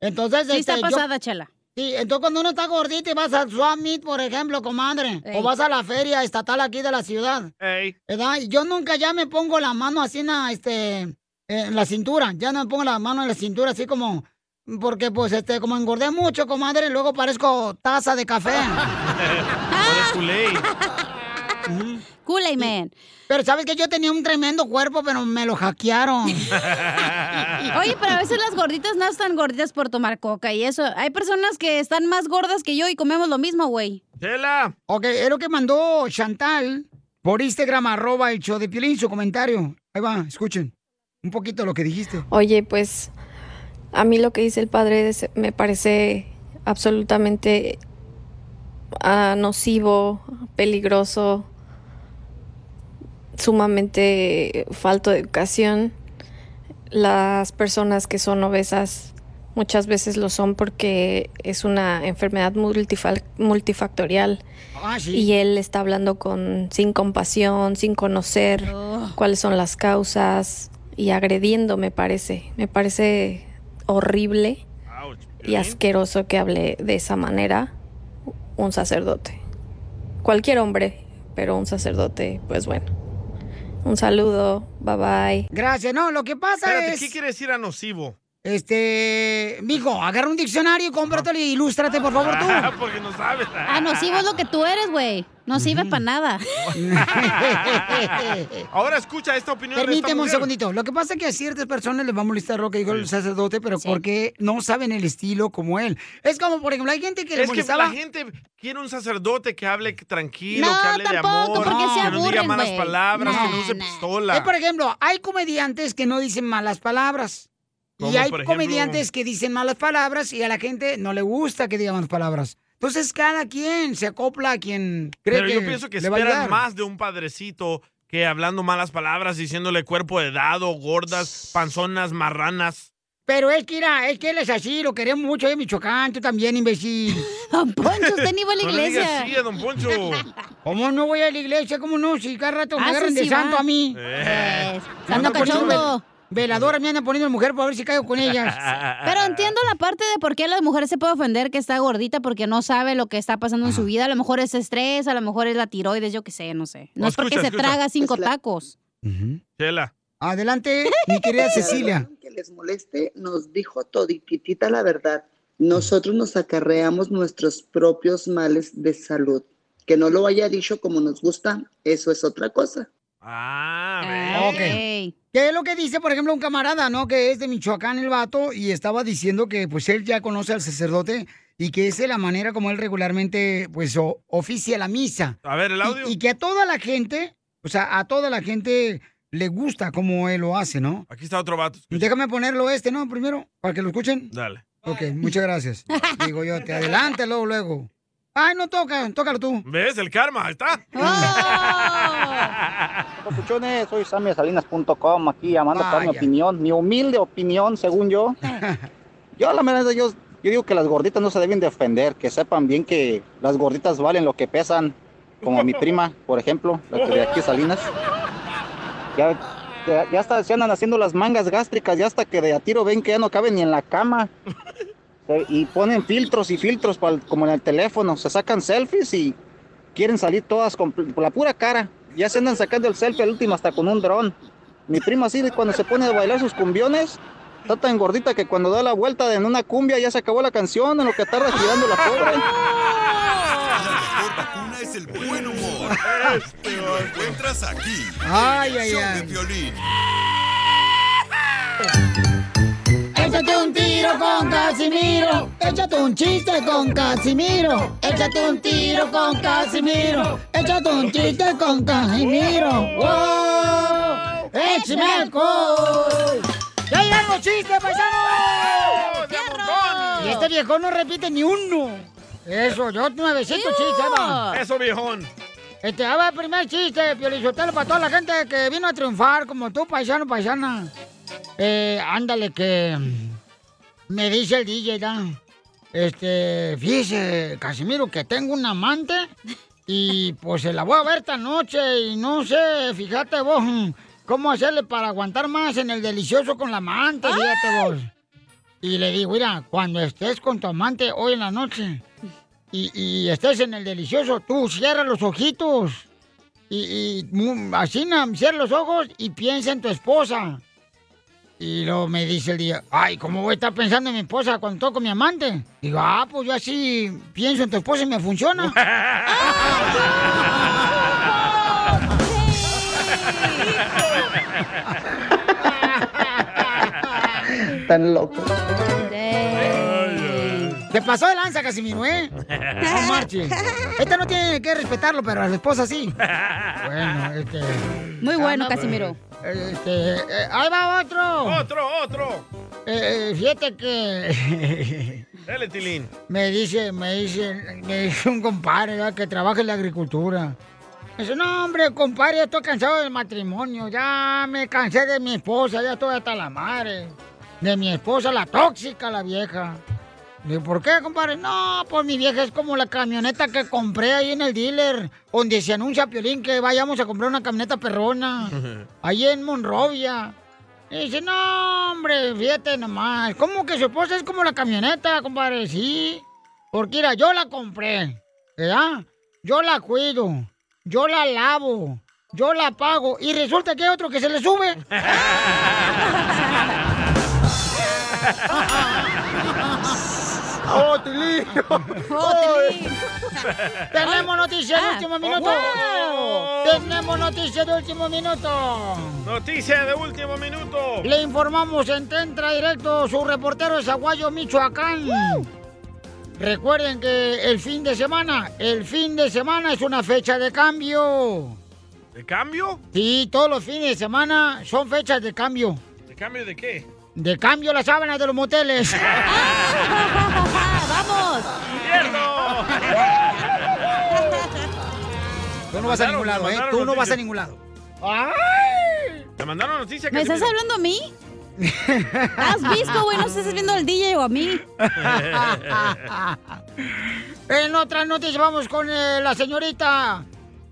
[SPEAKER 3] Entonces,
[SPEAKER 5] Sí está
[SPEAKER 3] este, yo-
[SPEAKER 5] pasada, Chela.
[SPEAKER 3] Sí, entonces cuando uno está gordito y vas al swap meet, por ejemplo, comadre,
[SPEAKER 5] Ey.
[SPEAKER 3] o vas a la feria estatal aquí de la ciudad, ¿verdad? Y Yo nunca ya me pongo la mano así en la, este, en la cintura, ya no me pongo la mano en la cintura así como, porque pues, este, como engordé mucho, comadre, luego parezco taza de café.
[SPEAKER 5] Kool-Aid Man.
[SPEAKER 3] Pero sabes que yo tenía un tremendo cuerpo, pero me lo
[SPEAKER 2] (laughs)
[SPEAKER 3] hackearon.
[SPEAKER 5] Oye, pero a veces las gorditas no están gorditas por tomar coca y eso. Hay personas que están más gordas que yo y comemos lo mismo, güey.
[SPEAKER 3] Chela. Ok, es lo que mandó Chantal por Instagram, arroba el show de Piolín, su comentario. Ahí va, escuchen. Un poquito de lo que dijiste.
[SPEAKER 21] Oye, pues a mí lo que dice el padre es- me parece absolutamente ah, nocivo, peligroso, sumamente falto de educación. Las personas que son obesas muchas veces lo son porque es una enfermedad multifac- multifactorial
[SPEAKER 3] Ah, sí.
[SPEAKER 21] y él está hablando con sin compasión, sin conocer
[SPEAKER 3] Oh.
[SPEAKER 21] cuáles son las causas y agrediendo, me parece. Me parece horrible y asqueroso que hable de esa manera un sacerdote. Cualquier hombre, pero un sacerdote, pues bueno. Un saludo, bye bye.
[SPEAKER 3] Gracias, no, lo que pasa
[SPEAKER 4] Espérate,
[SPEAKER 3] es...
[SPEAKER 4] ¿qué quiere decir a nocivo?
[SPEAKER 3] Este, mijo, agarra un diccionario y cómpratelo y ilústrate, por favor,
[SPEAKER 4] (laughs)
[SPEAKER 3] tú.
[SPEAKER 4] Ah, porque no sabes.
[SPEAKER 5] Ah, nocivo es lo que tú eres, güey. No sirve para nada.
[SPEAKER 4] (laughs) Ahora escucha esta opinión de esta
[SPEAKER 3] Permíteme un
[SPEAKER 4] mujer.
[SPEAKER 3] segundito. Lo que pasa es que a ciertas personas les va a molestar lo que dijo el sacerdote, pero porque no saben el estilo como él. Es como, por ejemplo, hay gente que le
[SPEAKER 4] es que
[SPEAKER 3] molestaba.
[SPEAKER 4] la gente quiere un sacerdote que hable tranquilo,
[SPEAKER 3] No,
[SPEAKER 4] que hable de
[SPEAKER 3] tampoco,
[SPEAKER 4] amor,
[SPEAKER 3] porque se
[SPEAKER 4] que no diga
[SPEAKER 3] aburren,
[SPEAKER 4] malas
[SPEAKER 3] güey.
[SPEAKER 4] palabras, que
[SPEAKER 3] No,
[SPEAKER 4] no use pistola.
[SPEAKER 3] Eh, por ejemplo, hay comediantes que no dicen malas palabras.
[SPEAKER 4] Como,
[SPEAKER 3] Y hay
[SPEAKER 4] por ejemplo-
[SPEAKER 3] comediantes que dicen malas palabras y a la gente no le gusta que digan malas palabras. Entonces, cada quien se acopla a quien cree
[SPEAKER 4] Pero
[SPEAKER 3] que
[SPEAKER 4] yo pienso que
[SPEAKER 3] le va a
[SPEAKER 4] esperan
[SPEAKER 3] ayudar.
[SPEAKER 4] más de un padrecito que hablando malas palabras, diciéndole cuerpo de dado, gordas, panzonas, marranas.
[SPEAKER 3] Pero es que, mira, es que él es así, lo queremos mucho de Michoacán, tú también, imbécil.
[SPEAKER 5] Don Poncho,
[SPEAKER 4] usted ni va a la (laughs) No le diga iglesia. así a don
[SPEAKER 5] (laughs)
[SPEAKER 4] Poncho.
[SPEAKER 3] ¿Cómo no voy a la iglesia? ¿Cómo no? Si cada rato me
[SPEAKER 5] Ah, sí,
[SPEAKER 3] agarran de
[SPEAKER 5] sí
[SPEAKER 3] santo
[SPEAKER 5] va.
[SPEAKER 3] a mí.
[SPEAKER 5] Eh.
[SPEAKER 3] Ando
[SPEAKER 5] Santo
[SPEAKER 3] con esos
[SPEAKER 5] cachondo.
[SPEAKER 3] vel- Veladoras me andan poniendo mujer para ver si caigo con ellas.
[SPEAKER 5] (laughs)
[SPEAKER 4] Ah,
[SPEAKER 5] Pero entiendo la parte de por qué la mujer se puede ofender que está gordita porque no sabe lo que está pasando en su vida. A lo mejor es estrés, a lo mejor es la tiroides, yo qué sé, no sé. No es
[SPEAKER 4] Escucha,
[SPEAKER 5] porque se
[SPEAKER 4] escucha.
[SPEAKER 5] traga cinco tacos.
[SPEAKER 4] Chela.
[SPEAKER 3] Adelante,
[SPEAKER 13] (laughs)
[SPEAKER 3] mi querida Cecilia.
[SPEAKER 13] Que les moleste, nos dijo todititita la verdad. Nosotros nos acarreamos nuestros propios males de salud. Que no lo haya dicho como nos gusta, eso es otra cosa.
[SPEAKER 3] Ah, Ok. ¿Qué es lo que dice, por ejemplo, un camarada, no? Que es de Michoacán el vato y estaba diciendo que pues él ya conoce al sacerdote y que esa es la manera como él regularmente pues o- oficia la misa.
[SPEAKER 4] A ver, el audio.
[SPEAKER 3] Y, y que a toda la gente, o sea, a toda la gente le gusta como él lo hace, ¿no?
[SPEAKER 4] Aquí está otro vato.
[SPEAKER 3] Déjame ponerlo este, ¿no? Primero, para que lo escuchen.
[SPEAKER 4] Dale.
[SPEAKER 3] Ok, muchas gracias. Digo yo, te adelante luego, luego. Ay, no toca, tócalo tú.
[SPEAKER 4] ¿Ves? El karma, ahí está.
[SPEAKER 6] Papuchones, soy samiasalinas.com aquí llamando para mi Vaya. opinión, mi humilde opinión, según yo. Yo la verdad, yo, yo digo que las gorditas no se deben defender, que sepan bien que las gorditas valen lo que pesan, como mi prima, por ejemplo, la que de aquí de Salinas. Ya, ya, ya hasta se andan haciendo las mangas gástricas, ya hasta que de a tiro ven que ya no caben ni en la cama. Se- Y ponen filtros y filtros pa'l- como en el teléfono, se sacan selfies y quieren salir todas con pl- la pura cara. Ya se andan sacando el selfie al último hasta con un dron. Mi prima así de cuando se pone a bailar sus cumbiones, está tan gordita que cuando da la vuelta en una cumbia ya se acabó la canción en lo que está respirando la pobre.
[SPEAKER 12] Una es el buen humor.
[SPEAKER 4] Este
[SPEAKER 12] Y lo encuentras aquí.
[SPEAKER 3] Ay,
[SPEAKER 12] en el
[SPEAKER 3] ay,
[SPEAKER 12] show
[SPEAKER 3] ay.
[SPEAKER 12] de Piolín.
[SPEAKER 3] Échate un tiro con Casimiro. Échate un chiste con Casimiro. Échate un tiro con Casimiro. Échate un chiste con Casimiro. ¡Wow! ¡Échame alcohol! ¡Ya llegan los chistes, paisanos! Y este viejo no repite ni uno. Eso, yo 900 chistes, ahí va.
[SPEAKER 4] Eso, viejón.
[SPEAKER 3] Este, a ver, primer chiste, Piolizotelo, para toda la gente que vino a triunfar, como tú, paisano, paisana. Eh, ándale, que mm, me dice el DJ, ¿da? Este, fíjese, Casimiro, que tengo un amante y pues se la voy a ver esta noche y no sé, fíjate vos, mm, cómo hacerle para aguantar más en el delicioso con la amante, fíjate vos. Y le digo, mira, cuando estés con tu amante hoy en la noche y, y estés en el delicioso, tú cierra los ojitos. Y, y mu- así, na, cierra los ojos y piensa en tu esposa. Y luego me dice el día, ay, ¿cómo voy a estar pensando en mi esposa cuando toco con mi amante? Digo, ah, pues yo así pienso en tu esposa y
[SPEAKER 5] (laughs)
[SPEAKER 3] me funciona.
[SPEAKER 13] Tan loco.
[SPEAKER 3] Te pasó de lanza, Casimiro,
[SPEAKER 5] (laughs)
[SPEAKER 3] ¿eh? (laughs) No marches. Esta no tiene que respetarlo, pero a la esposa sí. Bueno, este...
[SPEAKER 5] Muy bueno,
[SPEAKER 3] Ah, no,
[SPEAKER 5] Casimiro.
[SPEAKER 3] Este, eh, ahí va otro.
[SPEAKER 4] Otro, otro.
[SPEAKER 3] Eh, eh, fíjate que
[SPEAKER 4] Dale, Tilín.
[SPEAKER 3] me dice, me dice, me dice un compadre ¿verdad? que trabaja en la agricultura. Me dice, no, hombre, compadre, ya estoy cansado del matrimonio. Ya me cansé de mi esposa, ya estoy hasta la madre. De mi esposa, la tóxica, la vieja. Le digo, ¿por qué, compadre? No, pues mi vieja es como la camioneta que compré ahí en el dealer, donde se anuncia, Piolín, que vayamos a comprar una camioneta perrona. Ahí en Monrovia. Y dice, no, hombre, fíjate nomás. ¿Cómo que su esposa es como la camioneta, compadre? Sí. Porque mira, yo la compré, ¿verdad? Yo la cuido, yo la lavo, yo la pago. Y resulta que hay otro que se le sube. ¡Oh, Tilín! (laughs) Tenemos noticias de último minuto. Tenemos noticias de último minuto.
[SPEAKER 4] Noticia de último minuto.
[SPEAKER 3] Le informamos en Tentra Directo, su reportero es Aguayo, Michoacán. Recuerden que el fin de semana, el fin de semana es una fecha de cambio.
[SPEAKER 4] ¿De cambio?
[SPEAKER 3] Sí, todos los fines de semana son fechas de cambio.
[SPEAKER 4] ¿De cambio de qué?
[SPEAKER 3] De cambio las sábanas de
[SPEAKER 4] (laughs)
[SPEAKER 3] los moteles. ¡Vamos!
[SPEAKER 5] (laughs)
[SPEAKER 3] Tú no vas a
[SPEAKER 4] Mandaron,
[SPEAKER 3] ningún lado, ¿eh?
[SPEAKER 4] mandaron
[SPEAKER 3] Tú no vas
[SPEAKER 4] noticias.
[SPEAKER 3] a ningún lado.
[SPEAKER 4] ¿Me mandaron noticia?
[SPEAKER 5] ¿Me estás
[SPEAKER 4] Casimiro?
[SPEAKER 5] hablando
[SPEAKER 4] (laughs)
[SPEAKER 5] a mí? ¿Has visto, güey? No sé si estás viendo al DJ o a mí.
[SPEAKER 3] (laughs) En otras noticias vamos con eh, la señorita.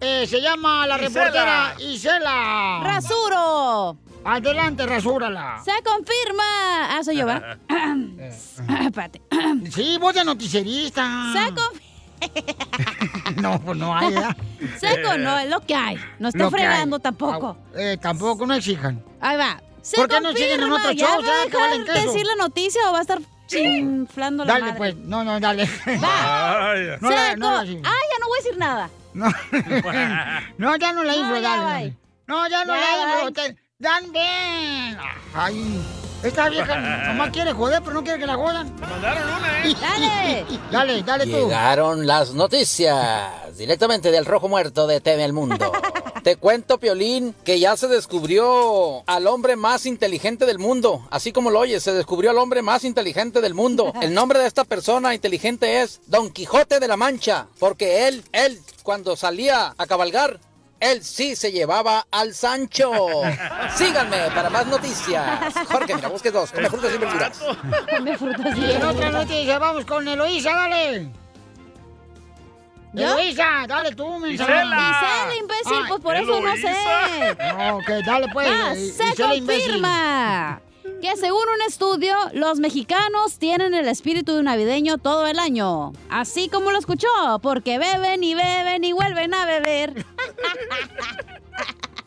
[SPEAKER 3] eh, se llama la
[SPEAKER 5] Isela.
[SPEAKER 3] reportera Isela.
[SPEAKER 5] ¡Rasuro!
[SPEAKER 3] Adelante, rasúrala.
[SPEAKER 5] ¡Se confirma! Ah, soy yo,
[SPEAKER 3] (laughs)
[SPEAKER 5] ¿verdad? (coughs) Espérate.
[SPEAKER 3] (coughs) Sí, voz de noticierista.
[SPEAKER 5] Se confirma.
[SPEAKER 3] No, pues no hay, ¿verdad?
[SPEAKER 5] (laughs)
[SPEAKER 4] Eh,
[SPEAKER 5] Seco, no, es lo que hay. No está
[SPEAKER 3] Eh, Lo que hay.
[SPEAKER 5] fregando tampoco.
[SPEAKER 3] Ah, eh, tampoco, no exijan.
[SPEAKER 5] Ahí va. Se
[SPEAKER 3] ¿Por qué no
[SPEAKER 5] confirma.
[SPEAKER 3] siguen en otro
[SPEAKER 5] ¿Ya
[SPEAKER 3] show?
[SPEAKER 5] va
[SPEAKER 3] Ya,
[SPEAKER 5] a
[SPEAKER 3] que valen
[SPEAKER 5] dejar
[SPEAKER 3] queso.
[SPEAKER 5] decir la noticia o va a estar chinflando la
[SPEAKER 3] Dale,
[SPEAKER 5] madre?
[SPEAKER 3] pues. No, no, dale.
[SPEAKER 4] Vaya.
[SPEAKER 3] (laughs) No la-
[SPEAKER 5] Seco.
[SPEAKER 3] no la
[SPEAKER 5] ah,
[SPEAKER 3] sigas.
[SPEAKER 5] ya no voy a decir nada.
[SPEAKER 3] No, ya no la
[SPEAKER 5] No,
[SPEAKER 3] inflo,
[SPEAKER 5] ya
[SPEAKER 3] dale,
[SPEAKER 5] va.
[SPEAKER 3] dale. No, ya no
[SPEAKER 5] Ya
[SPEAKER 3] la
[SPEAKER 5] va.
[SPEAKER 3] inflo. te- Dan ven. Ay, esta vieja nomás quiere joder, pero no quiere que la jodan.
[SPEAKER 4] mandaron una,
[SPEAKER 3] ¿eh? Dale. (laughs) Dale, dale
[SPEAKER 5] (laughs)
[SPEAKER 3] tú.
[SPEAKER 22] Llegaron las noticias directamente del Rojo Muerto de TV
[SPEAKER 3] (laughs)
[SPEAKER 22] El Mundo. Te cuento, Piolín, que ya se descubrió al hombre más inteligente del mundo. Así como lo oyes, se descubrió al hombre más inteligente del mundo. El nombre de esta persona inteligente es Don Quijote de la Mancha. Porque él, él, cuando salía a cabalgar, él sí se llevaba
[SPEAKER 3] (laughs)
[SPEAKER 22] al Sancho. Síganme para más noticias. Jorge, mira, busques dos. Come frutas y verduras.
[SPEAKER 5] Me frutas
[SPEAKER 3] Y en otra noticia vamos con Eloísa, dale.
[SPEAKER 5] ¿Yo?
[SPEAKER 3] Eloísa, dale tú, mensaje.
[SPEAKER 5] Gisela, imbécil, pues por eso no sé.
[SPEAKER 3] No, (laughs) ok, dale pues.
[SPEAKER 5] Va,
[SPEAKER 3] eh,
[SPEAKER 5] se
[SPEAKER 3] Gisela, imbécil.
[SPEAKER 5] confirma que según un estudio, los mexicanos tienen el espíritu navideño todo el año. Así como lo escuchó, porque beben y beben y vuelven a beber.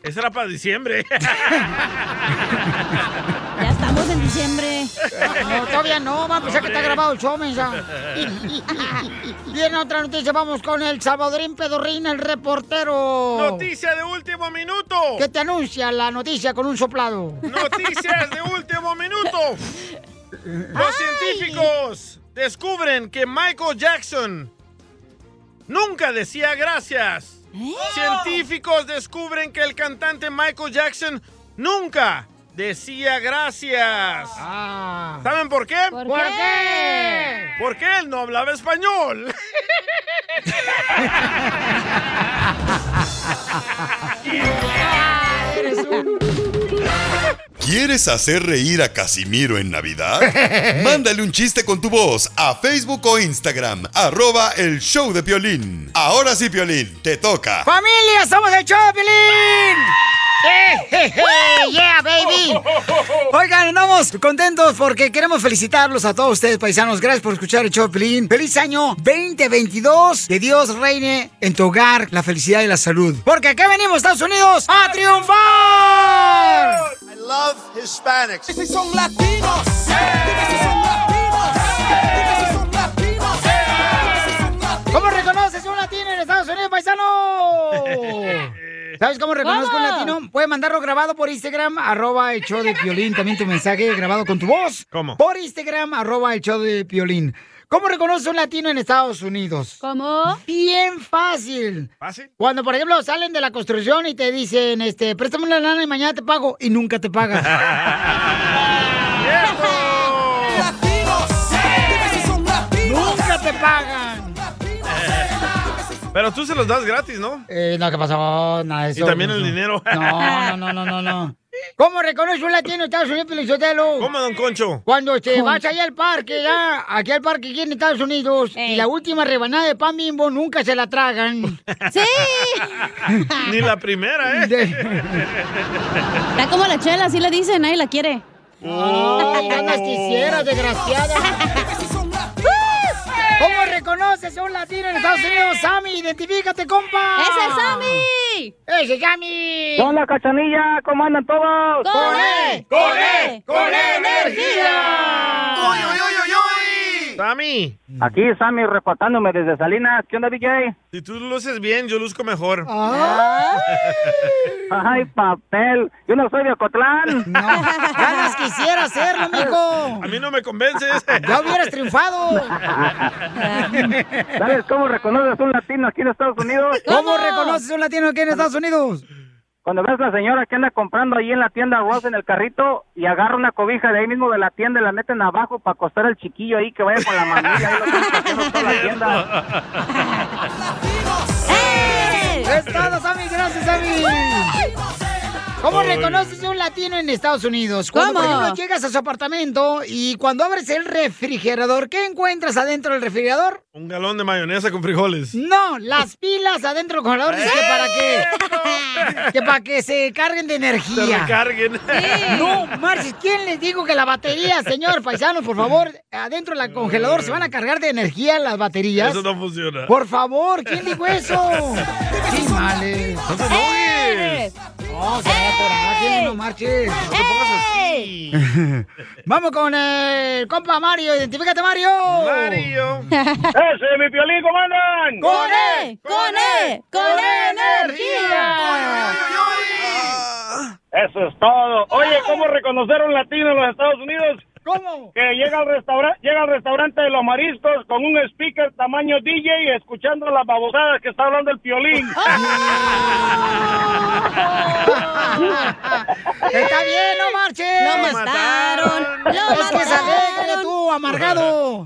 [SPEAKER 4] Esa era para diciembre. (laughs)
[SPEAKER 5] Ya estamos en diciembre.
[SPEAKER 3] (laughs) No, todavía no, va a pensar que está grabado el show, (laughs) mensaje.
[SPEAKER 2] (laughs)
[SPEAKER 3] Y en otra noticia vamos con el Salvadorín Pedorrín, el reportero.
[SPEAKER 4] Noticia de último minuto.
[SPEAKER 3] Que te anuncia la noticia con un soplado.
[SPEAKER 4] Noticias
[SPEAKER 3] (laughs)
[SPEAKER 4] de último minuto. Los científicos descubren que Michael Jackson nunca decía gracias. Científicos descubren que el cantante Michael Jackson nunca decía gracias. ¿Saben por qué? ¿Por,
[SPEAKER 3] qué?
[SPEAKER 4] Porque él no hablaba (laughs) español.
[SPEAKER 12] ¿Quieres hacer reír a Casimiro
[SPEAKER 3] (laughs)
[SPEAKER 12] en Navidad? Mándale un chiste con tu voz a Facebook o Instagram, arroba el show de Piolín. Ahora sí, Piolín, te toca.
[SPEAKER 4] ¡Ah!
[SPEAKER 3] ¡Familia, somos el show de Piolín! ¡Eh, eh, yeah,
[SPEAKER 4] (laughs) Oh,
[SPEAKER 3] baby! Oigan, andamos contentos porque queremos felicitarlos a todos ustedes, paisanos. Gracias por escuchar el Choplin. ¡Feliz año 2022! Que Dios reine en tu hogar la felicidad y la salud. Porque acá venimos, Estados Unidos, a triunfar.
[SPEAKER 1] I love Hispanics.
[SPEAKER 23] Si son latinos. Dime si son latinos. Dime si son latinos. Dime si son latinos.
[SPEAKER 3] ¿Cómo reconoces un latino en Estados
[SPEAKER 4] (laughs)
[SPEAKER 3] Unidos, paisano? ¿Sabes cómo reconozco un
[SPEAKER 5] ¿Cómo?
[SPEAKER 3] latino? Puedes mandarlo grabado por Instagram, arroba el show de Piolín. También tu mensaje grabado con tu voz.
[SPEAKER 4] ¿Cómo?
[SPEAKER 3] Por Instagram, arroba el show de Piolín. ¿Cómo reconoces un latino en Estados Unidos?
[SPEAKER 5] ¿Cómo?
[SPEAKER 3] Bien fácil. ¿Fácil? Cuando, por ejemplo, salen de la construcción y te dicen, este, préstame una lana y mañana te pago, y nunca te pagan.
[SPEAKER 23] Latinos. Dime si son latinos.
[SPEAKER 3] Nunca te pagan.
[SPEAKER 4] (laughs) Pero tú se los das gratis, ¿no?
[SPEAKER 3] Eh, no, ¿qué pasó? Nada,
[SPEAKER 4] y
[SPEAKER 3] eso,
[SPEAKER 4] también
[SPEAKER 3] no,
[SPEAKER 4] el
[SPEAKER 3] no.
[SPEAKER 4] dinero.
[SPEAKER 3] No, no, no, no,
[SPEAKER 4] (laughs)
[SPEAKER 3] no, no. ¿Cómo reconoces un latino en Estados Unidos, Pelizotelo?
[SPEAKER 4] ¿Cómo, don Concho?
[SPEAKER 3] Cuando te
[SPEAKER 4] Concho.
[SPEAKER 3] vas allá al parque, ya, aquí al parque aquí en Estados Unidos, y la última rebanada de pan bimbo nunca se la tragan. (laughs) ¡Sí!
[SPEAKER 4] Ni la primera, ¿eh? (laughs)
[SPEAKER 5] Está como la chela, así le dicen, nadie la quiere.
[SPEAKER 3] ¡Ay, ganas (laughs) quisieras, Oh, desgraciada! ¿Cómo reconoces a un latino en Estados Unidos? ¡Sammy, identifícate, compa!
[SPEAKER 23] ¡Ese es
[SPEAKER 3] Sammy! ¡Ese es Sammy!
[SPEAKER 23] Son la cachanilla, ¿cómo andan todos?
[SPEAKER 3] ¡Con E! ¡Con E! ¡Con E energía!
[SPEAKER 23] ¡Uy,
[SPEAKER 4] Sammy.
[SPEAKER 23] Aquí Sammy reportándome desde Salinas. ¿Qué onda, DJ?
[SPEAKER 4] Si tú luces bien, yo luzco mejor.
[SPEAKER 23] Ay, papel. Yo no soy
[SPEAKER 3] (laughs)
[SPEAKER 23] de Ocotlán.
[SPEAKER 3] ¡Ganas quisiera hacerlo, mijo!
[SPEAKER 4] A mí no me convences.
[SPEAKER 3] ¡Ya hubieras triunfado!
[SPEAKER 23] (laughs) ¿Sabes cómo reconoces un latino aquí en Estados Unidos?
[SPEAKER 3] ¿Cómo reconoces un latino aquí en Estados Unidos?
[SPEAKER 23] Cuando ves a la señora que anda comprando ahí en la tienda Ross en el carrito y agarra una cobija de ahí mismo de la tienda y la meten abajo para acostar al chiquillo ahí que vaya con la mamilla. ahí lo están haciendo toda la tienda.
[SPEAKER 3] ¡Es todo, Sammy! ¡Gracias, Sammy! ¿Cómo
[SPEAKER 23] Ay.
[SPEAKER 3] reconoces un latino en Estados Unidos? Cuando,
[SPEAKER 23] ¿Cómo?
[SPEAKER 3] por ejemplo, llegas a su apartamento y cuando abres el refrigerador, ¿qué encuentras adentro del refrigerador?
[SPEAKER 4] (laughs) Un galón de mayonesa con frijoles.
[SPEAKER 3] No, las pilas adentro del congelador dice que para qué. Que para que se carguen de energía.
[SPEAKER 4] ¡Eh! Se recarguen.
[SPEAKER 3] No, Marcis, ¿quién les digo que la batería, señor paisano, por favor, adentro del congelador se van a cargar de energía las baterías?
[SPEAKER 4] Eso no funciona.
[SPEAKER 3] Por favor, ¿quién dijo eso? ¡Qué males!
[SPEAKER 4] No te enojes.
[SPEAKER 3] No, se va a coraje, no marches.
[SPEAKER 4] Sí.
[SPEAKER 3] (laughs) Vamos con el compa Mario. Identifícate, Mario.
[SPEAKER 4] Mario.
[SPEAKER 23] ¡Ese es mi piolín, ¿cómo andan?
[SPEAKER 3] ¡Con E! ¡Con E! ¡Con E
[SPEAKER 23] (laughs) Eso es todo. Oye, ¿cómo reconocer un latino en los Estados Unidos?
[SPEAKER 4] (laughs)
[SPEAKER 3] ¿Cómo?
[SPEAKER 23] Que llega al, restaurante, llega al restaurante de los mariscos con un speaker tamaño DJ escuchando las babosadas que está hablando el piolín.
[SPEAKER 3] ¡Está bien, no marches!
[SPEAKER 23] Lo
[SPEAKER 3] mataron! ¡Es que se alegre tú, amargado!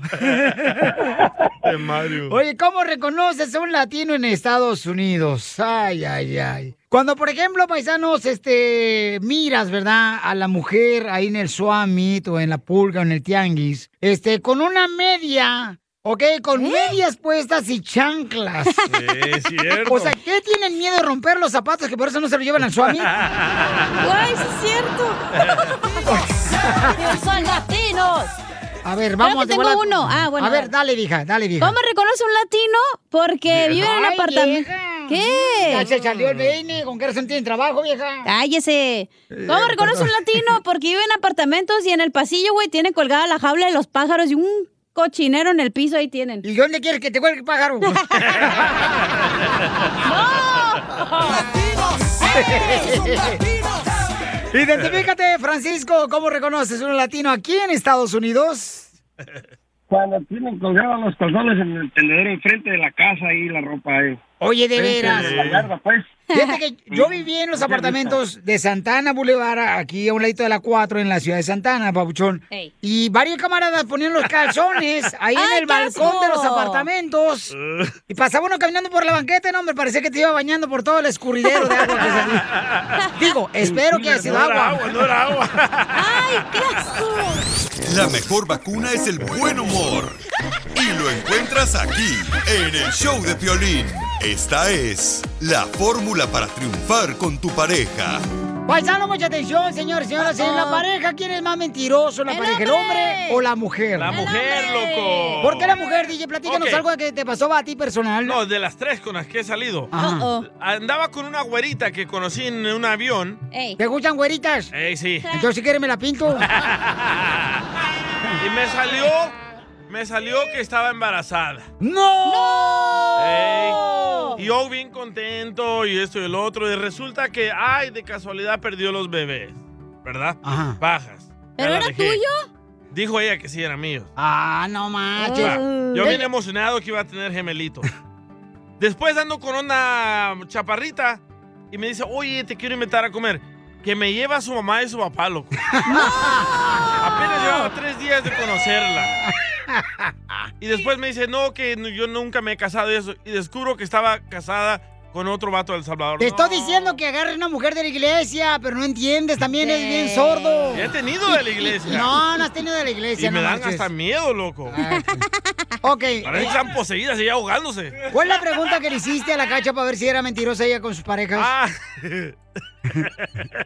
[SPEAKER 4] De Mario.
[SPEAKER 3] Oye, ¿cómo reconoces a un latino en Estados Unidos? Ay, ay, ay. Cuando, por ejemplo, paisanos, este, miras, ¿verdad? A la mujer ahí en el Suamit o en la Pulga o en el Tianguis, este, con una media, ¿ok? Con medias puestas y
[SPEAKER 2] (laughs)
[SPEAKER 3] chanclas.
[SPEAKER 4] Es cierto. (laughs)
[SPEAKER 3] O sea, ¿qué tienen miedo de romper los zapatos que por eso no se lo llevan al Suamit?
[SPEAKER 5] ¡Ay, sí es
[SPEAKER 2] (laughs)
[SPEAKER 5] cierto! ¡Son latinos!
[SPEAKER 3] A ver, vamos.
[SPEAKER 5] Creo que tengo
[SPEAKER 3] de volada.
[SPEAKER 5] uno. Ah, bueno,
[SPEAKER 3] A
[SPEAKER 5] a
[SPEAKER 3] ver,
[SPEAKER 5] ver.
[SPEAKER 3] dale, vieja, dale, vieja.
[SPEAKER 5] ¿Cómo reconoce un latino? Porque vive en un
[SPEAKER 3] Ay,
[SPEAKER 5] apartamento.
[SPEAKER 3] vieja.
[SPEAKER 5] ¿Qué?
[SPEAKER 3] Ya se salió el veine, con que razón tienen
[SPEAKER 5] (laughs)
[SPEAKER 3] trabajo, vieja.
[SPEAKER 5] Cállese. ¿Cómo
[SPEAKER 3] Eh,
[SPEAKER 5] reconoce un
[SPEAKER 3] perdón. (laughs)
[SPEAKER 5] latino? Porque vive en apartamentos y en el pasillo, güey, tiene colgada la jaula de los pájaros y un cochinero en el piso ahí tienen.
[SPEAKER 3] ¿Y dónde quieres que te cuelgue el pájaro? Identifícate, Francisco, ¿cómo reconoces un latino aquí en Estados Unidos?
[SPEAKER 23] (laughs) Cuando tienen colgados los calzones en el tendedero enfrente de la casa y la ropa eh. ahí.
[SPEAKER 3] Oye, de
[SPEAKER 23] Frente
[SPEAKER 3] veras.
[SPEAKER 23] de la yarda, pues.
[SPEAKER 3] Fíjate que yo viví en los apartamentos de Santana Boulevard, aquí a un ladito de la 4, en la ciudad de Santana, Papuchón.
[SPEAKER 5] Ey.
[SPEAKER 3] Y varios camaradas ponían los calzones ahí en
[SPEAKER 5] (laughs) ¡Ay, qué
[SPEAKER 3] el balcón de los
[SPEAKER 5] asco!
[SPEAKER 3] apartamentos. Y pasaba uno caminando por la banqueta, no, me parecía que te iba bañando por todo el escurridero de agua
[SPEAKER 5] (laughs)
[SPEAKER 3] que salía. Digo, espero que haya sido
[SPEAKER 23] No era
[SPEAKER 3] agua.
[SPEAKER 23] agua,
[SPEAKER 4] no era agua.
[SPEAKER 23] ¡Ay, qué
[SPEAKER 12] La mejor vacuna es el buen humor. Y lo encuentras aquí, en el show de Piolín. Esta es la fórmula para triunfar con tu pareja.
[SPEAKER 3] Paisano, mucha atención, señor, señora. Si en la pareja, ¿quién es más mentiroso? ¿La pareja, el hombre o la mujer?
[SPEAKER 4] La mujer, loco.
[SPEAKER 3] ¿Por qué la mujer, DJ? Platícanos
[SPEAKER 4] Ok.
[SPEAKER 3] algo que te pasó a ti personal.
[SPEAKER 4] No, de las tres con las que he salido.
[SPEAKER 3] Ajá. Uh-oh.
[SPEAKER 4] Andaba con una güerita que conocí en un avión.
[SPEAKER 3] ¿Te gustan güeritas?
[SPEAKER 4] Ey, sí.
[SPEAKER 3] Entonces, si quieres, me la
[SPEAKER 4] (laughs)
[SPEAKER 3] pinto.
[SPEAKER 4] Y me salió, me salió que estaba embarazada.
[SPEAKER 3] ¡No!
[SPEAKER 4] Ey, y yo bien contento y esto y el otro. Y resulta que, ay, de casualidad perdió los bebés. ¿Verdad? Bajas. Ya
[SPEAKER 5] ¿Pero
[SPEAKER 4] la
[SPEAKER 5] era
[SPEAKER 4] dejé.
[SPEAKER 5] tuyo?
[SPEAKER 4] Dijo ella que sí eran míos.
[SPEAKER 3] Ah, no manches.
[SPEAKER 4] Va, Yo
[SPEAKER 3] Te-
[SPEAKER 4] bien emocionado que iba a tener gemelito. Después ando con una chaparrita y me dice, oye, te quiero invitar a comer. Que me lleva su mamá y su papá, loco.
[SPEAKER 3] Ah.
[SPEAKER 4] Apenas llevaba tres días de
[SPEAKER 3] (laughs)
[SPEAKER 4] conocerla. Y después me dice, no, que no- yo nunca me he casado y eso. Y descubro que estaba casada con otro vato del Salvador. No,
[SPEAKER 3] Te estoy diciendo que agarres una mujer de la iglesia, pero no entiendes, también eres bien sordo.
[SPEAKER 4] Ya he tenido de la iglesia.
[SPEAKER 3] No, no has tenido de la
[SPEAKER 4] y
[SPEAKER 3] iglesia.
[SPEAKER 4] me
[SPEAKER 3] no Ah.
[SPEAKER 4] dan
[SPEAKER 3] marches.
[SPEAKER 4] hasta miedo, loco. (laughs)
[SPEAKER 3] Ok.
[SPEAKER 4] Parece que están poseídas y ahogándose.
[SPEAKER 3] ¿Cuál es la pregunta que le hiciste a la cacha para ver si era mentirosa ella con sus parejas?
[SPEAKER 4] (laughs) Ah.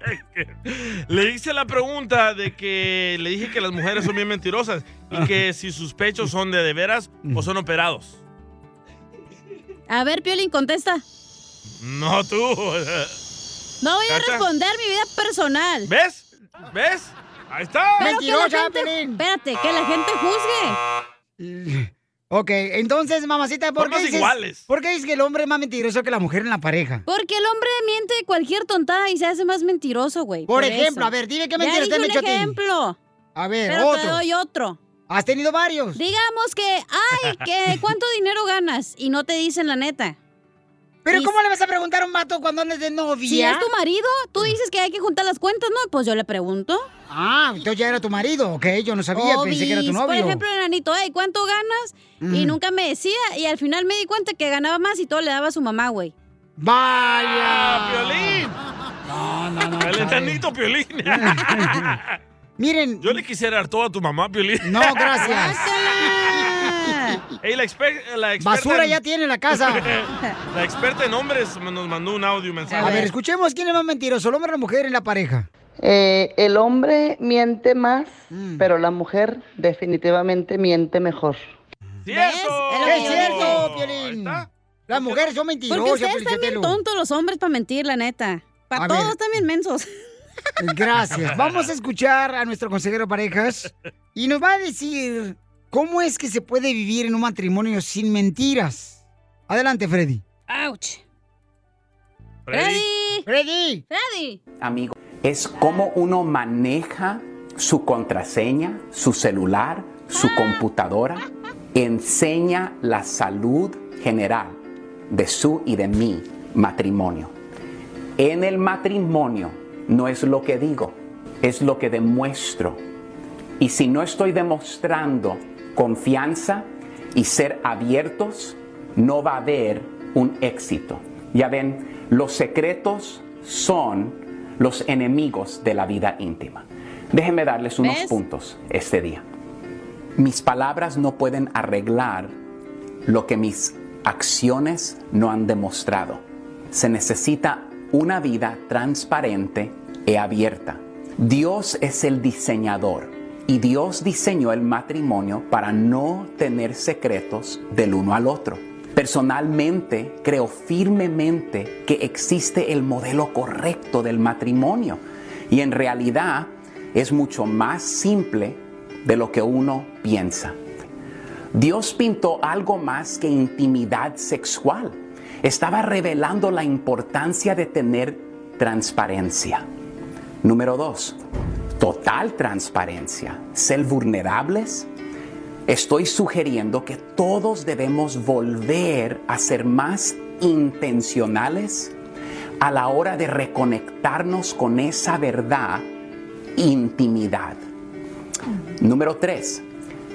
[SPEAKER 4] Le hice la pregunta de que le dije que las mujeres son bien mentirosas y que si sus pechos son de de veras o son operados.
[SPEAKER 5] (laughs) A ver, Piolín, contesta.
[SPEAKER 4] No tú. (laughs)
[SPEAKER 5] No voy a
[SPEAKER 4] ¿Cacha?
[SPEAKER 5] responder mi vida personal.
[SPEAKER 4] ¿Ves? ¿Ves? Ahí está.
[SPEAKER 5] Pero que la gente- Espérate, que la gente juzgue.
[SPEAKER 3] Ok, entonces, mamacita, ¿por
[SPEAKER 5] Somos
[SPEAKER 3] qué, dices,
[SPEAKER 5] iguales.
[SPEAKER 3] ¿por qué dices que el hombre es más mentiroso que la mujer en la pareja?
[SPEAKER 5] Porque el hombre miente cualquier tontada y se hace más mentiroso, güey.
[SPEAKER 3] Por,
[SPEAKER 5] por
[SPEAKER 3] ejemplo,
[SPEAKER 5] eso.
[SPEAKER 3] a ver, dime qué
[SPEAKER 5] Ya
[SPEAKER 3] mentiras te
[SPEAKER 5] dije
[SPEAKER 3] han
[SPEAKER 5] un
[SPEAKER 3] hecho a ti.
[SPEAKER 5] ejemplo.
[SPEAKER 3] A ver,
[SPEAKER 5] Pero te
[SPEAKER 3] otro.
[SPEAKER 5] doy otro.
[SPEAKER 3] ¿Has tenido varios?
[SPEAKER 5] Digamos que,
[SPEAKER 3] (laughs)
[SPEAKER 5] ay, que ¿cuánto dinero ganas? Y no te dicen la neta.
[SPEAKER 3] Pero
[SPEAKER 5] Y
[SPEAKER 3] ¿cómo le vas a preguntar a un vato cuando andes de novia?
[SPEAKER 5] Si es tu marido, tú dices que hay que juntar las cuentas, ¿no? Pues yo le pregunto.
[SPEAKER 3] Ah, entonces ya era tu marido, ok, yo no sabía, pensé que era tu
[SPEAKER 5] Obis,
[SPEAKER 3] novio.
[SPEAKER 5] Por ejemplo, el enanito, hey, ¿cuánto ganas? Y
[SPEAKER 3] Mm.
[SPEAKER 5] nunca me decía. Y al final me di cuenta que ganaba más y todo le daba a su mamá, güey.
[SPEAKER 3] ¡Vaya!
[SPEAKER 4] ¡Piolín!
[SPEAKER 3] No, no, no.
[SPEAKER 4] El enanito Piolín.
[SPEAKER 3] (laughs) Miren.
[SPEAKER 4] Yo le quisiera dar todo a tu mamá, Piolín.
[SPEAKER 3] No, gracias.
[SPEAKER 4] (laughs) Ey, la, exper- la experta
[SPEAKER 3] Basura
[SPEAKER 4] en-
[SPEAKER 3] ya tiene la casa.
[SPEAKER 4] (laughs) la experta en hombres nos mandó un audio un mensaje.
[SPEAKER 3] A ver, escuchemos quién es más mentiroso, el hombre o la mujer en la pareja.
[SPEAKER 24] Eh, el hombre miente más, pero la mujer definitivamente miente mejor.
[SPEAKER 4] ¡Cierto!
[SPEAKER 3] Es cierto, Piolín. Las mujeres son mentirosas,
[SPEAKER 5] Porque ustedes
[SPEAKER 3] Piolín
[SPEAKER 5] están bien
[SPEAKER 3] Sotelo.
[SPEAKER 5] tontos los hombres para mentir, la neta.
[SPEAKER 3] A
[SPEAKER 5] Para
[SPEAKER 3] ver.
[SPEAKER 5] todos están bien mensos.
[SPEAKER 3] Gracias. Vamos a escuchar a nuestro consejero parejas y nos va a decir cómo es que se puede vivir en un matrimonio sin mentiras. Adelante, Freddy.
[SPEAKER 5] ¡Auch!
[SPEAKER 3] Freddy.
[SPEAKER 5] Freddy.
[SPEAKER 25] amigo, es cómo uno maneja su contraseña, su celular, su computadora. Enseña la salud general de su y de mi matrimonio. En el matrimonio no es lo que digo, es lo que demuestro. Y si no estoy demostrando confianza y ser abiertos, no va a haber un éxito. Ya ven, los secretos son los enemigos de la vida íntima. Déjenme darles unos
[SPEAKER 26] ¿Ves?
[SPEAKER 25] puntos este día. Mis palabras no pueden arreglar lo que mis acciones no han demostrado. Se necesita una vida transparente y abierta. Dios es el diseñador y Dios diseñó el matrimonio para no tener secretos del uno al otro. Personalmente creo firmemente que existe el modelo correcto del matrimonio y en realidad es mucho más simple de lo que uno piensa. Dios pintó algo más que intimidad sexual. Estaba revelando la importancia de tener transparencia. Número dos, total transparencia. Ser vulnerables. Estoy sugiriendo que todos debemos volver a ser más intencionales a la hora de reconectarnos con esa verdad, intimidad. Número tres,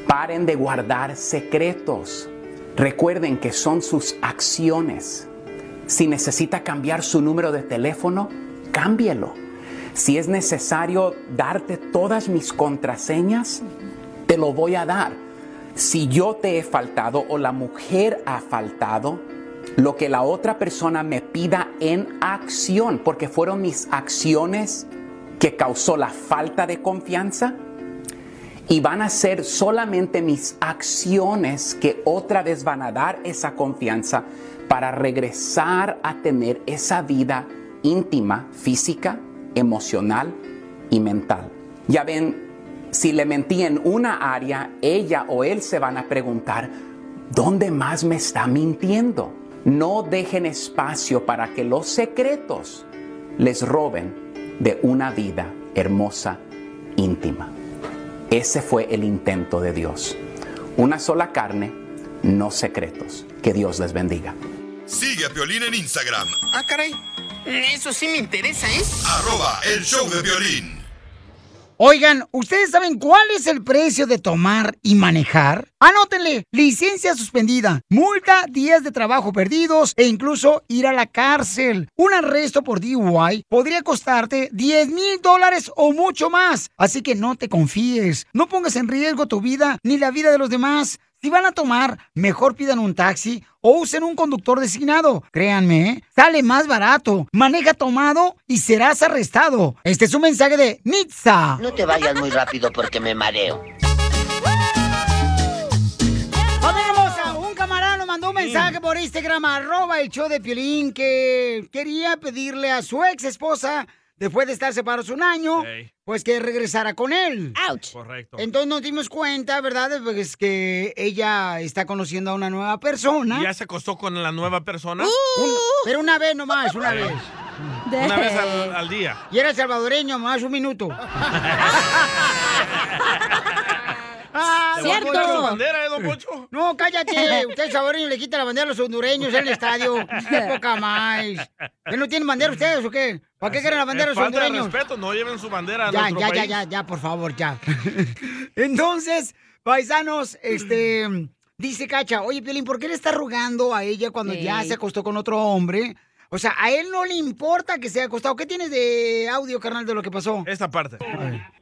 [SPEAKER 25] paren de guardar secretos. Recuerden que son sus acciones. Si necesita cambiar su número de teléfono, cámbielo. Si es necesario darte todas mis contraseñas, te lo voy a dar. Si yo te he faltado o la mujer ha faltado, lo que la otra persona me pida en acción, porque fueron mis acciones que causó la falta de confianza y van a ser solamente mis acciones que otra vez van a dar esa confianza para regresar a tener esa vida íntima, física, emocional y mental. Ya ven, si le mentí en una área, ella o él se van a preguntar, ¿dónde más me está mintiendo? No dejen espacio para que los secretos les roben de una vida hermosa, íntima. Ese fue el intento de Dios. Una sola carne, no secretos. Que Dios les bendiga.
[SPEAKER 12] Sigue a Piolín en Instagram.
[SPEAKER 26] Ah, caray. Eso sí me interesa, ¿eh?
[SPEAKER 12] Arroba el show de violín.
[SPEAKER 3] Oigan, ¿ustedes saben cuál es el precio de tomar y manejar? Anótenle, licencia suspendida, multa, días de trabajo perdidos e incluso ir a la cárcel. Un arresto por DUI podría costarte 10 mil dólares o mucho más. Así que no te confíes, no pongas en riesgo tu vida ni la vida de los demás. Si van a tomar, mejor pidan un taxi o usen un conductor designado. Créanme, ¿eh? sale más barato. Maneja tomado y serás arrestado. Este es un mensaje de Nitza.
[SPEAKER 26] Ah. No te vayas muy rápido porque me mareo.
[SPEAKER 3] ¡Familia hermosa! Un camarada nos mandó un mensaje por Instagram, arroba el show de Piolín, que quería pedirle a su ex esposa, después de estar separados un año,
[SPEAKER 4] Ey.
[SPEAKER 3] pues que regresara con él. ¡Auch!
[SPEAKER 4] Correcto.
[SPEAKER 3] Entonces nos dimos cuenta, ¿verdad? De, Pues que ella está conociendo a una Uh, nueva persona.
[SPEAKER 4] ¿Y ya se acostó con la nueva persona?
[SPEAKER 3] Un- pero una vez nomás, una vez.
[SPEAKER 4] Una vez al, al día.
[SPEAKER 3] Y era salvadoreño, más un minuto. Ah,
[SPEAKER 4] ¿Le va a colgar su bandera, eh, don Poncho?
[SPEAKER 3] (laughs) No, cállate. Usted es salvadoreño le quita la bandera a los hondureños en el
[SPEAKER 4] (laughs)
[SPEAKER 3] estadio. Qué poca más. ¿Que no tienen bandera ustedes o qué? ¿Para qué quieren la bandera a
[SPEAKER 4] Es
[SPEAKER 3] los
[SPEAKER 4] falta de
[SPEAKER 3] hondureños?
[SPEAKER 4] respeto, no lleven su bandera a
[SPEAKER 3] Ya,
[SPEAKER 4] nuestro
[SPEAKER 3] ya, ya,
[SPEAKER 4] país.
[SPEAKER 3] ya, ya, por favor, ya. (laughs) Entonces, paisanos, este. Dice Cacha, oye, Piolín, ¿por qué le está rogando a ella cuando ya
[SPEAKER 2] Ey.
[SPEAKER 3] se acostó con otro hombre? O sea, a él no le importa que se haya acostado. ¿Qué tienes de audio, carnal, de lo que pasó?
[SPEAKER 4] Esta parte.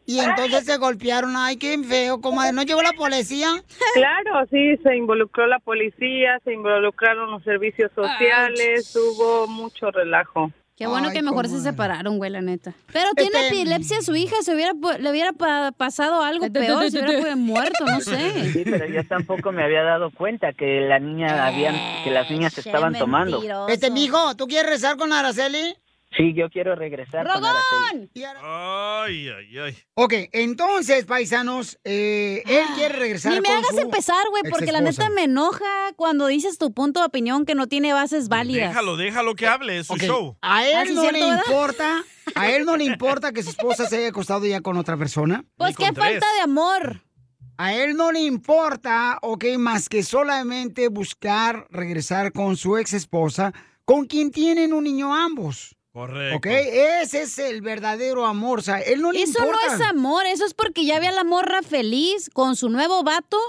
[SPEAKER 3] Y entonces se golpearon. Ay, qué feo, comadre. ¿No llegó la policía?
[SPEAKER 8] Claro, sí, se (laughs) involucró la policía, se involucraron los servicios sociales, hubo mucho relajo.
[SPEAKER 5] Qué bueno
[SPEAKER 8] Ay,
[SPEAKER 5] que mejor se separaron, güey, la neta. Pero tiene
[SPEAKER 3] Este,
[SPEAKER 5] epilepsia su hija, se hubiera, pu- le hubiera pa- pasado algo peor, se hubiera pu- muerto, no sé.
[SPEAKER 27] Sí, pero yo tampoco me había dado cuenta que la niña habían, que las
[SPEAKER 5] Eh,
[SPEAKER 27] niñas estaban tomando.
[SPEAKER 3] Este, mijo, ¿tú quieres rezar con Araceli?
[SPEAKER 27] Sí, yo quiero regresar con Araceli.
[SPEAKER 3] Y ahora-
[SPEAKER 4] Ay, ay, ay.
[SPEAKER 3] Ok, entonces, paisanos, eh, él quiere regresar
[SPEAKER 5] Ah, Ni me
[SPEAKER 3] con
[SPEAKER 5] hagas
[SPEAKER 3] su
[SPEAKER 5] empezar, güey, porque la neta
[SPEAKER 3] exesposa.
[SPEAKER 5] me enoja cuando dices tu punto de opinión que no tiene
[SPEAKER 3] Pues
[SPEAKER 5] bases válidas.
[SPEAKER 4] Déjalo, déjalo que hable, es su
[SPEAKER 3] Ok,
[SPEAKER 4] show.
[SPEAKER 3] A él
[SPEAKER 5] Ah, sí,
[SPEAKER 3] no
[SPEAKER 5] cierto,
[SPEAKER 3] le
[SPEAKER 5] ¿verdad?
[SPEAKER 3] importa, a él no le importa que su esposa se haya acostado ya con otra persona.
[SPEAKER 5] (laughs) Pues qué falta de amor.
[SPEAKER 3] A él no le importa, ok, más que solamente buscar regresar con su ex esposa, con quien tienen un niño ambos.
[SPEAKER 4] Correcto.
[SPEAKER 3] Ok, ese es el verdadero amor. O sea, él no le
[SPEAKER 5] Eso
[SPEAKER 3] importa.
[SPEAKER 5] no es amor, eso es porque ya ve a la morra feliz con su nuevo vato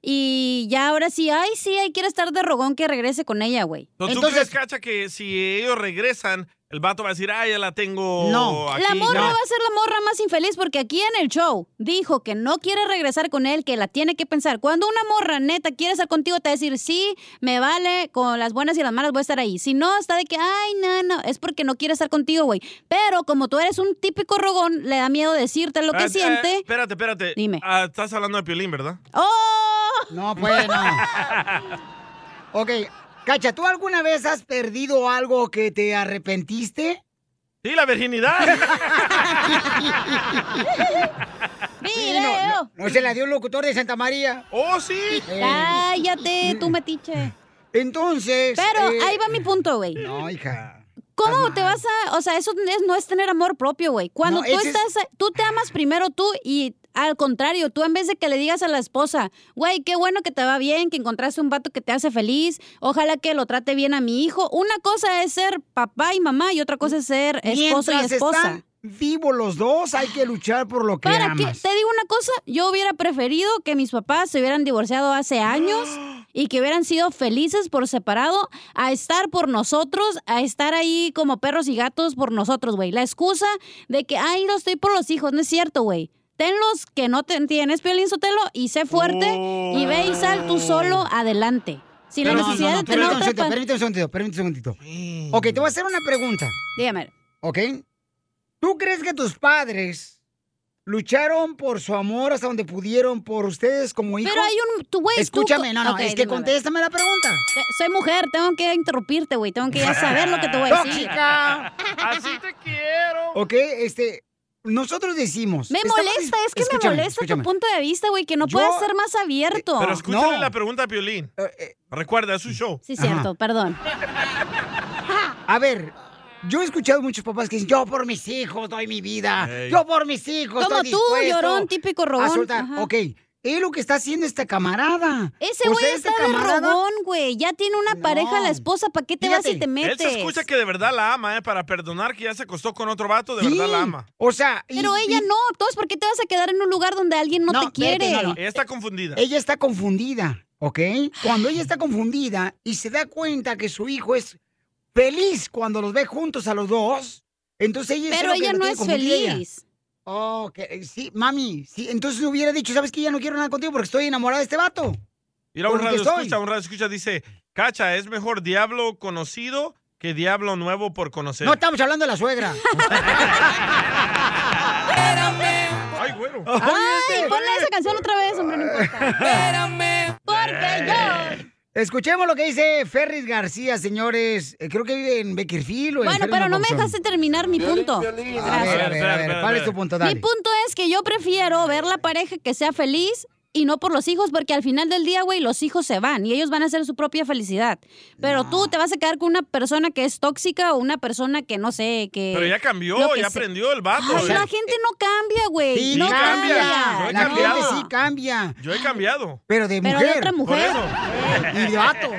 [SPEAKER 5] y ya ahora sí, ay, sí, ahí quiere estar de rogón que regrese con ella, güey.
[SPEAKER 4] ¿No ¿Tú crees, Cacha, que si ellos regresan, el vato va a decir, ah, ya la tengo aquí?
[SPEAKER 5] la morra
[SPEAKER 4] ya"?
[SPEAKER 5] va a ser la morra más infeliz porque aquí en el show dijo que no quiere regresar con él, que la tiene que pensar. Cuando una morra neta quiere estar contigo, te va a decir, sí, me vale, con las buenas y las malas voy a estar ahí. Si no, está de que, ay, no, no, es porque no quiere estar contigo, güey. Pero como tú eres un típico rogón, le da miedo decirte lo que
[SPEAKER 4] Ah, eh,
[SPEAKER 5] siente.
[SPEAKER 4] espérate, espérate. Dime. estás hablando de Piolín, ¿verdad?
[SPEAKER 5] ¡Oh!
[SPEAKER 3] No, pues
[SPEAKER 5] (laughs)
[SPEAKER 3] no. Ok, Cacha, ¿tú alguna vez has perdido algo que te arrepentiste?
[SPEAKER 4] Sí, la
[SPEAKER 3] (laughs)
[SPEAKER 4] virginidad.
[SPEAKER 3] Sí, no, no, no se la dio el locutor de Santa María. Eh,
[SPEAKER 4] ¡Oh, sí!
[SPEAKER 5] Cállate, tú metiche.
[SPEAKER 3] Entonces.
[SPEAKER 5] Pero
[SPEAKER 3] eh,
[SPEAKER 5] ahí va mi punto, güey.
[SPEAKER 3] No, hija.
[SPEAKER 5] ¿Cómo te vas a.? O sea, eso es- no es tener amor propio, güey. Cuando
[SPEAKER 3] No,
[SPEAKER 5] tú
[SPEAKER 3] ese es-
[SPEAKER 5] estás. Tú te amas primero tú y. Al contrario, tú en vez de que le digas a la esposa, güey, qué bueno que te va bien, que encontraste un vato que te hace feliz, ojalá que lo trate bien a mi hijo. Una cosa es ser papá y mamá y otra cosa es ser esposo
[SPEAKER 3] Mientras
[SPEAKER 5] y esposa.
[SPEAKER 3] están vivos los dos, hay que luchar por lo que
[SPEAKER 5] ¿Para qué?
[SPEAKER 3] amas.
[SPEAKER 5] Te digo una cosa, yo hubiera preferido que mis papás se hubieran divorciado hace años y que hubieran sido felices por separado a estar por nosotros, a estar ahí como perros y gatos por nosotros, güey. La excusa de que, ay, no estoy por los hijos, no es cierto, güey. Tenlos
[SPEAKER 3] Oh.
[SPEAKER 5] que no te tienes, Piolín Sotelo, y sé fuerte y ve y sal tú solo adelante. Sin la necesidad de tener
[SPEAKER 3] permítame, un
[SPEAKER 5] otra pues.
[SPEAKER 3] segundito,
[SPEAKER 5] pa-
[SPEAKER 3] permítame un segundito, permítame un segundito. Ok, te voy a hacer una pregunta.
[SPEAKER 5] Dígame.
[SPEAKER 3] ¿Ok? ¿Tú crees que tus padres lucharon por su amor hasta donde pudieron por ustedes como hijos?
[SPEAKER 5] Pero hay un... Tú, güey, tú-
[SPEAKER 3] Escúchame, no, no,
[SPEAKER 5] Ok,
[SPEAKER 3] es
[SPEAKER 5] dime,
[SPEAKER 3] que
[SPEAKER 5] a ver.
[SPEAKER 3] contéstame la pregunta.
[SPEAKER 5] Te- Soy mujer, tengo que interrumpirte, güey. Tengo que ya saber lo que te
[SPEAKER 3] (laughs)
[SPEAKER 5] voy a decir.
[SPEAKER 3] ¡Tóxica!
[SPEAKER 4] Así te quiero.
[SPEAKER 3] Ok, este, nosotros decimos...
[SPEAKER 5] Me
[SPEAKER 3] estamos-
[SPEAKER 5] molesta, es que
[SPEAKER 3] escúchame,
[SPEAKER 5] me molesta
[SPEAKER 3] escúchame.
[SPEAKER 5] tu punto de vista, güey, que no
[SPEAKER 3] Yo-
[SPEAKER 5] puedes ser más abierto.
[SPEAKER 4] Pero escúchale la pregunta a Piolín.
[SPEAKER 3] Eh,
[SPEAKER 4] Recuerda, es su show.
[SPEAKER 5] Sí, cierto, perdón.
[SPEAKER 3] A ver, yo he escuchado muchos papás que dicen, yo por mis hijos doy mi vida,
[SPEAKER 4] Ey.
[SPEAKER 3] yo por mis hijos
[SPEAKER 5] Como
[SPEAKER 3] estoy
[SPEAKER 5] tú,
[SPEAKER 3] dispuesto
[SPEAKER 5] llorón, típico rogón,
[SPEAKER 3] A soltar.
[SPEAKER 5] ajá.
[SPEAKER 3] Ok, es lo que está haciendo este camarada.
[SPEAKER 5] Ese
[SPEAKER 4] Pues
[SPEAKER 3] O
[SPEAKER 5] güey
[SPEAKER 3] sea,
[SPEAKER 4] este
[SPEAKER 5] está de rogón, güey. Ya tiene una pareja la esposa. ¿Para qué te vas y te
[SPEAKER 4] Él
[SPEAKER 5] metes?
[SPEAKER 4] se escucha que de verdad la ama, ¿eh? Para perdonar que ya se acostó con otro vato, de verdad la ama.
[SPEAKER 3] O sea...
[SPEAKER 5] Pero ella no. Entonces, ¿por qué te vas a quedar en un lugar donde alguien no, te quiere?
[SPEAKER 4] Ella está confundida.
[SPEAKER 3] Ella está confundida, ¿ok? Cuando ella está confundida y se da cuenta que su hijo es feliz cuando los ve juntos a los dos, entonces ella
[SPEAKER 5] Pero ella no es feliz.
[SPEAKER 3] Oh, que- sí, mami, sí, entonces hubiera dicho, ¿sabes qué? Ya no quiero nada contigo porque estoy enamorada de este vato.
[SPEAKER 4] Mira, un
[SPEAKER 3] Porque
[SPEAKER 4] radio
[SPEAKER 3] soy.
[SPEAKER 4] escucha, un radio escucha dice, Cacha, es mejor diablo conocido que diablo nuevo por conocer.
[SPEAKER 5] eh,
[SPEAKER 3] No estamos hablando de la suegra.
[SPEAKER 4] Ay, güero.
[SPEAKER 5] Ay,
[SPEAKER 3] este.
[SPEAKER 5] ponle esa canción otra vez, hombre, no importa. Porque yo...
[SPEAKER 3] (laughs) Escuchemos lo que dice Ferris García, señores. Eh, Creo que vive en Beckerfield.
[SPEAKER 5] Bueno, pero no me dejaste terminar mi punto.
[SPEAKER 3] A ver, a ver, a ver,
[SPEAKER 5] Gracias.
[SPEAKER 3] ¿cuál es tu punto? Dale.
[SPEAKER 5] Mi punto es que yo prefiero ver la pareja que sea feliz y no por los hijos, porque al final del día, güey, los hijos se van y ellos van a hacer su propia felicidad. Pero tú te vas a quedar con una persona que es tóxica o una persona que no sé, que...
[SPEAKER 4] Pero ya cambió,
[SPEAKER 5] lo que
[SPEAKER 4] ya
[SPEAKER 5] se-
[SPEAKER 4] aprendió el vato.
[SPEAKER 5] Ay,
[SPEAKER 4] eh.
[SPEAKER 5] la gente no cambia, güey.
[SPEAKER 4] Sí,
[SPEAKER 5] no
[SPEAKER 4] cambia.
[SPEAKER 5] cambia.
[SPEAKER 4] Yo he
[SPEAKER 3] La gente
[SPEAKER 4] cambiado.
[SPEAKER 3] sí cambia.
[SPEAKER 4] Yo he cambiado.
[SPEAKER 3] Pero de
[SPEAKER 5] Pero de
[SPEAKER 3] mujer.
[SPEAKER 5] otra mujer.
[SPEAKER 3] Por eso. Y de vatos.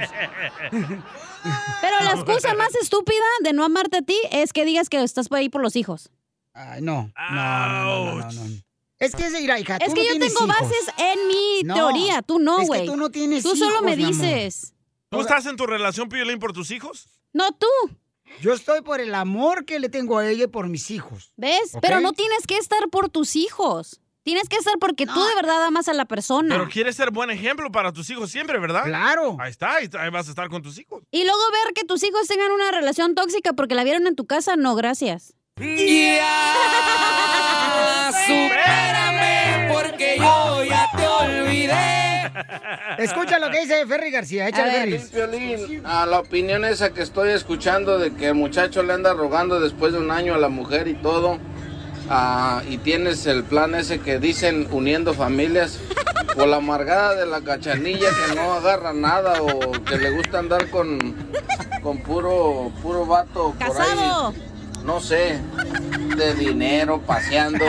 [SPEAKER 5] (laughs) Pero la excusa más estúpida de no amarte a ti es que digas que estás por ahí por los hijos.
[SPEAKER 3] Ay, no. No, no, no, no, no, no. Es que, mira, hija,
[SPEAKER 5] Es
[SPEAKER 3] tú
[SPEAKER 5] que
[SPEAKER 3] no
[SPEAKER 5] yo
[SPEAKER 3] tienes
[SPEAKER 5] tengo
[SPEAKER 3] hijos.
[SPEAKER 5] bases en mi
[SPEAKER 3] No,
[SPEAKER 5] teoría, tú no,
[SPEAKER 3] es que
[SPEAKER 5] güey.
[SPEAKER 3] tú no tienes
[SPEAKER 5] Tú solo
[SPEAKER 3] hijos,
[SPEAKER 5] me
[SPEAKER 3] mi amor.
[SPEAKER 5] dices.
[SPEAKER 4] ¿Tú estás en tu relación, Piolín, por tus hijos?
[SPEAKER 5] No tú.
[SPEAKER 3] Yo estoy por el amor que le tengo a ella y por mis hijos.
[SPEAKER 5] ¿Ves?
[SPEAKER 3] ¿Ok?
[SPEAKER 5] Pero no tienes que estar por tus hijos. Tienes que estar porque tú de verdad amas a la persona.
[SPEAKER 4] Pero quieres ser buen ejemplo para tus hijos siempre, ¿verdad?
[SPEAKER 3] Claro.
[SPEAKER 4] Ahí está, ahí está, ahí vas a estar con tus hijos.
[SPEAKER 5] Y luego ver que tus hijos tengan una relación tóxica porque la vieron en tu casa, no, gracias.
[SPEAKER 2] supérame (laughs) porque yo ya te olvidé.
[SPEAKER 3] Escucha lo que dice Ferry García. Échale, Ferris.
[SPEAKER 11] A la opinión esa que estoy escuchando de que el muchacho le anda rogando después de un año a la mujer y todo, ah, y tienes el plan ese que dicen uniendo familias, o la amargada de la cachanilla que no agarra nada, o que le gusta andar con, con puro, puro vato por ahí, no sé, de dinero, paseando.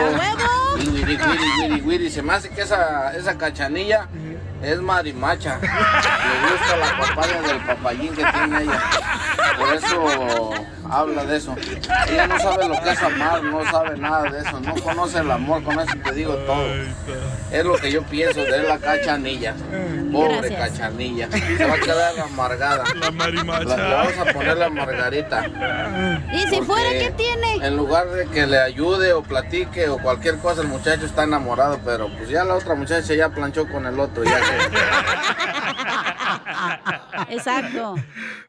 [SPEAKER 11] Wiri, wiri, wiri, wiri. Se me hace que esa, esa cachanilla es marimacha. Le gusta la papaya del papayín que tiene ella. Por eso habla de eso. Ella no sabe lo que es amar, no sabe nada de eso. No conoce el amor, con eso te digo todo. Es lo que yo pienso de la cachanilla. Pobre
[SPEAKER 2] Gracias.
[SPEAKER 11] cachanilla. Se va a quedar amargada. La marimacha. Le vamos a poner la margarita.
[SPEAKER 5] Y si
[SPEAKER 11] Porque
[SPEAKER 5] fuera, ¿qué tiene?
[SPEAKER 11] En lugar de que le ayude o platique o cualquier cosa, el muchacho está enamorado, pero pues ya la otra muchacha ya planchó con el otro. Ya
[SPEAKER 5] Exacto.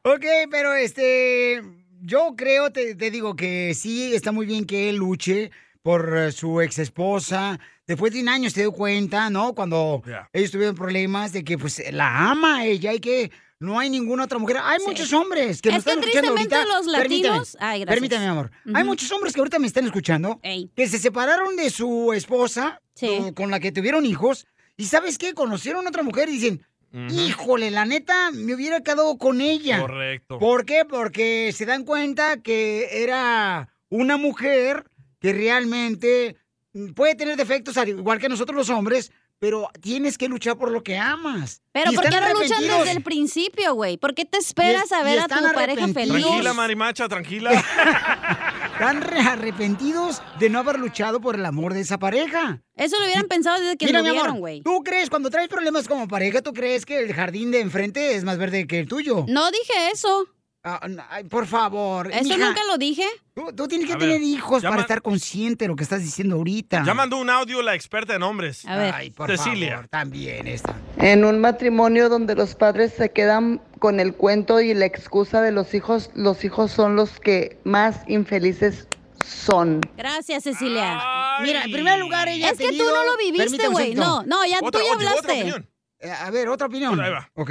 [SPEAKER 3] Ok, pero este, yo creo, te, te digo que sí, está muy bien que él luche por eh, su ex esposa. Después de un año se dio cuenta, ¿no? Cuando
[SPEAKER 2] Ya.
[SPEAKER 3] ellos tuvieron problemas de que pues la ama ella y que no hay ninguna otra mujer. Hay muchos hombres que me
[SPEAKER 5] Es que
[SPEAKER 3] están escuchando
[SPEAKER 5] tristemente
[SPEAKER 3] ahorita.
[SPEAKER 5] los
[SPEAKER 3] Permítame,
[SPEAKER 5] latinos- Ay, gracias.
[SPEAKER 3] Permítame, mi amor. Hay
[SPEAKER 5] Ujú.
[SPEAKER 3] muchos hombres que ahorita me están escuchando que se separaron de su esposa con- con la que tuvieron hijos. Y ¿sabes qué? Conocieron a otra mujer y dicen, híjole, la neta, me hubiera quedado con ella.
[SPEAKER 4] Correcto.
[SPEAKER 3] ¿Por qué? Porque se dan cuenta que era una mujer que realmente mm, puede tener defectos, al igual que nosotros los hombres, pero tienes que luchar por lo que amas.
[SPEAKER 5] Pero
[SPEAKER 3] Y
[SPEAKER 5] ¿por qué
[SPEAKER 3] están
[SPEAKER 5] no luchan
[SPEAKER 3] arrepentidos.
[SPEAKER 5] desde el principio, güey? ¿Por qué te esperas
[SPEAKER 3] Y-
[SPEAKER 5] a
[SPEAKER 3] y
[SPEAKER 5] ver a tu
[SPEAKER 3] están
[SPEAKER 5] pareja feliz?
[SPEAKER 4] Tranquila, marimacha, tranquila.
[SPEAKER 3] (laughs) Están re- arrepentidos de no haber luchado por el amor de esa pareja.
[SPEAKER 5] Eso lo hubieran pensado desde que
[SPEAKER 3] Mira,
[SPEAKER 5] lo
[SPEAKER 3] mi amor,
[SPEAKER 5] vieron, güey.
[SPEAKER 3] ¿Tú crees, cuando traes problemas como pareja, tú crees que el jardín de enfrente es más verde que el tuyo?
[SPEAKER 5] No dije eso.
[SPEAKER 3] Ah, no, ay, por favor.
[SPEAKER 5] ¿Eso
[SPEAKER 3] mija,
[SPEAKER 5] nunca lo dije?
[SPEAKER 3] Tú, tú tienes que
[SPEAKER 4] A ver,
[SPEAKER 3] tener hijos
[SPEAKER 4] ya
[SPEAKER 3] para
[SPEAKER 4] ma-
[SPEAKER 3] estar consciente de lo que estás diciendo ahorita.
[SPEAKER 4] Ya mandó un audio la experta en hombres.
[SPEAKER 3] A ver. Ay, por
[SPEAKER 4] Cecilia.
[SPEAKER 3] favor, también esta.
[SPEAKER 13] En un matrimonio donde los padres se quedan con el cuento y la excusa de los hijos, los hijos son los que más infelices son.
[SPEAKER 5] Gracias, Cecilia.
[SPEAKER 3] Mira, en primer lugar, ella
[SPEAKER 5] Es
[SPEAKER 3] ha
[SPEAKER 5] que tú
[SPEAKER 3] tenido-
[SPEAKER 5] no lo viviste,
[SPEAKER 3] Permítame un
[SPEAKER 5] güey. No,
[SPEAKER 3] segundo.
[SPEAKER 5] no, ya tú ya hablaste.
[SPEAKER 3] Eh, a ver, otra opinión.
[SPEAKER 7] Ahí
[SPEAKER 3] Ok.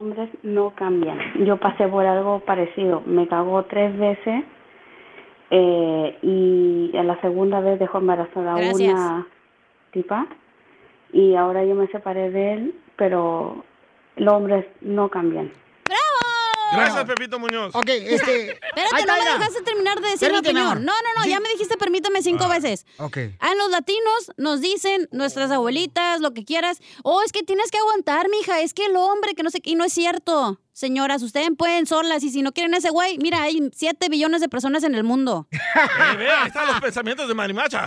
[SPEAKER 7] hombres no cambian. Yo pasé por algo parecido. Me cagó tres veces eh, y a la segunda vez dejó embarazada a
[SPEAKER 5] Gracias.
[SPEAKER 7] una tipa y ahora yo me separé de él, pero los hombres no cambian.
[SPEAKER 4] Gracias, Pepito Muñoz.
[SPEAKER 3] Ok, este.
[SPEAKER 5] (laughs) Espérate, no me dejaste terminar de decir mi
[SPEAKER 3] Permíteme,
[SPEAKER 5] opinión.
[SPEAKER 3] amor.
[SPEAKER 5] No, no, no,
[SPEAKER 3] Sí.
[SPEAKER 5] ya me dijiste permítame cinco veces.
[SPEAKER 3] Ok.
[SPEAKER 5] A los latinos nos dicen, nuestras abuelitas, lo que quieras, oh, es que tienes que aguantar, mija, es que el hombre, que no sé qué, y no es cierto. Señoras, ustedes pueden solas y si no quieren a ese güey, mira, hay siete billones de personas en el (laughs) mundo.
[SPEAKER 4] Eh, ve, ahí están los pensamientos de Marimacha.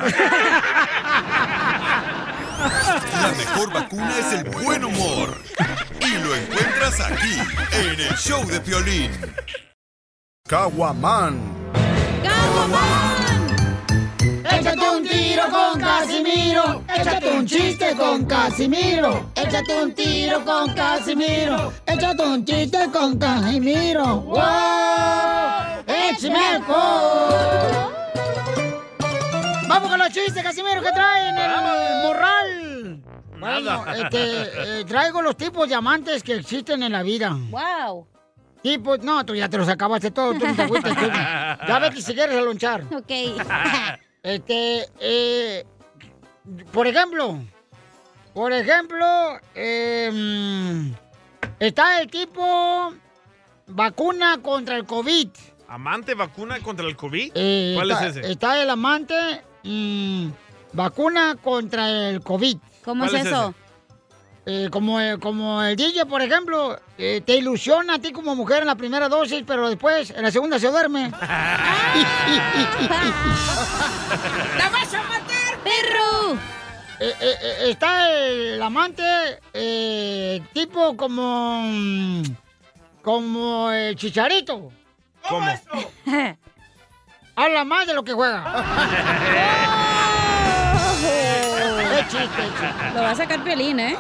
[SPEAKER 12] La mejor vacuna es el buen humor. Y lo encuentras aquí, en el show de Piolín.
[SPEAKER 1] Caguaman.
[SPEAKER 3] Échate un tiro con Casimiro. Échate un chiste con Casimiro. Échate un tiro con Casimiro. Échate un chiste con Casimiro. ¡Wow! ¡Échame alcohol! Vamos con los chistes, Casimiro, que traen el morral. Bueno,
[SPEAKER 2] Nada.
[SPEAKER 3] este, eh, traigo los tipos de amantes que existen en la vida.
[SPEAKER 5] ¡Wow!
[SPEAKER 3] Tipos, no, tú ya te los acabaste todos, tú no te agüites, tú. Ya vete si quieres a lonchar.
[SPEAKER 5] (laughs) Ok.
[SPEAKER 3] (laughs) Este, eh, por ejemplo, por ejemplo, eh, mm, está el tipo vacuna contra el COVID.
[SPEAKER 4] ¿Amante vacuna contra el COVID?
[SPEAKER 3] Eh,
[SPEAKER 4] ¿Cuál
[SPEAKER 3] está,
[SPEAKER 4] es ese?
[SPEAKER 3] Está el amante mm, vacuna contra el COVID.
[SPEAKER 5] ¿Cómo ¿Cuál es es eso?
[SPEAKER 3] Eh, como, el- como el DJ, por ejemplo, eh, te ilusiona a ti como mujer en la primera dosis, pero después en la segunda se
[SPEAKER 5] (laughs)
[SPEAKER 3] duerme. (laughs)
[SPEAKER 2] ¡La vas a matar,
[SPEAKER 5] perro!
[SPEAKER 3] Eh, eh, eh, está el amante eh, tipo como mm, como el chicharito.
[SPEAKER 4] ¿Cómo?
[SPEAKER 3] Habla más de lo que juega. (laughs) ¡Qué chiste, chiste!
[SPEAKER 5] Lo va a sacar Piolín, ¿eh?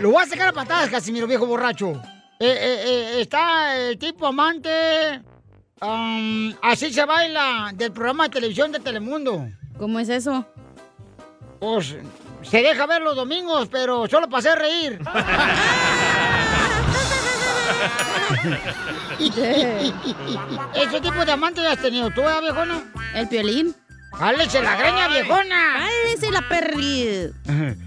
[SPEAKER 3] Lo voy a sacar a patadas, Casimiro, viejo borracho. Eh, eh, eh, está el tipo amante. am, así se baila del programa de televisión de Telemundo.
[SPEAKER 5] ¿Cómo es eso?
[SPEAKER 3] Pues se deja ver los domingos, pero solo para
[SPEAKER 5] (laughs)
[SPEAKER 3] hacer reír. (laughs) ¿Ese tipo de amante ya has tenido tú, eh, viejona?
[SPEAKER 5] ¿El piolín?
[SPEAKER 3] ¡Álese la greña, viejona!
[SPEAKER 5] ¡Álese la perri!
[SPEAKER 3] (laughs)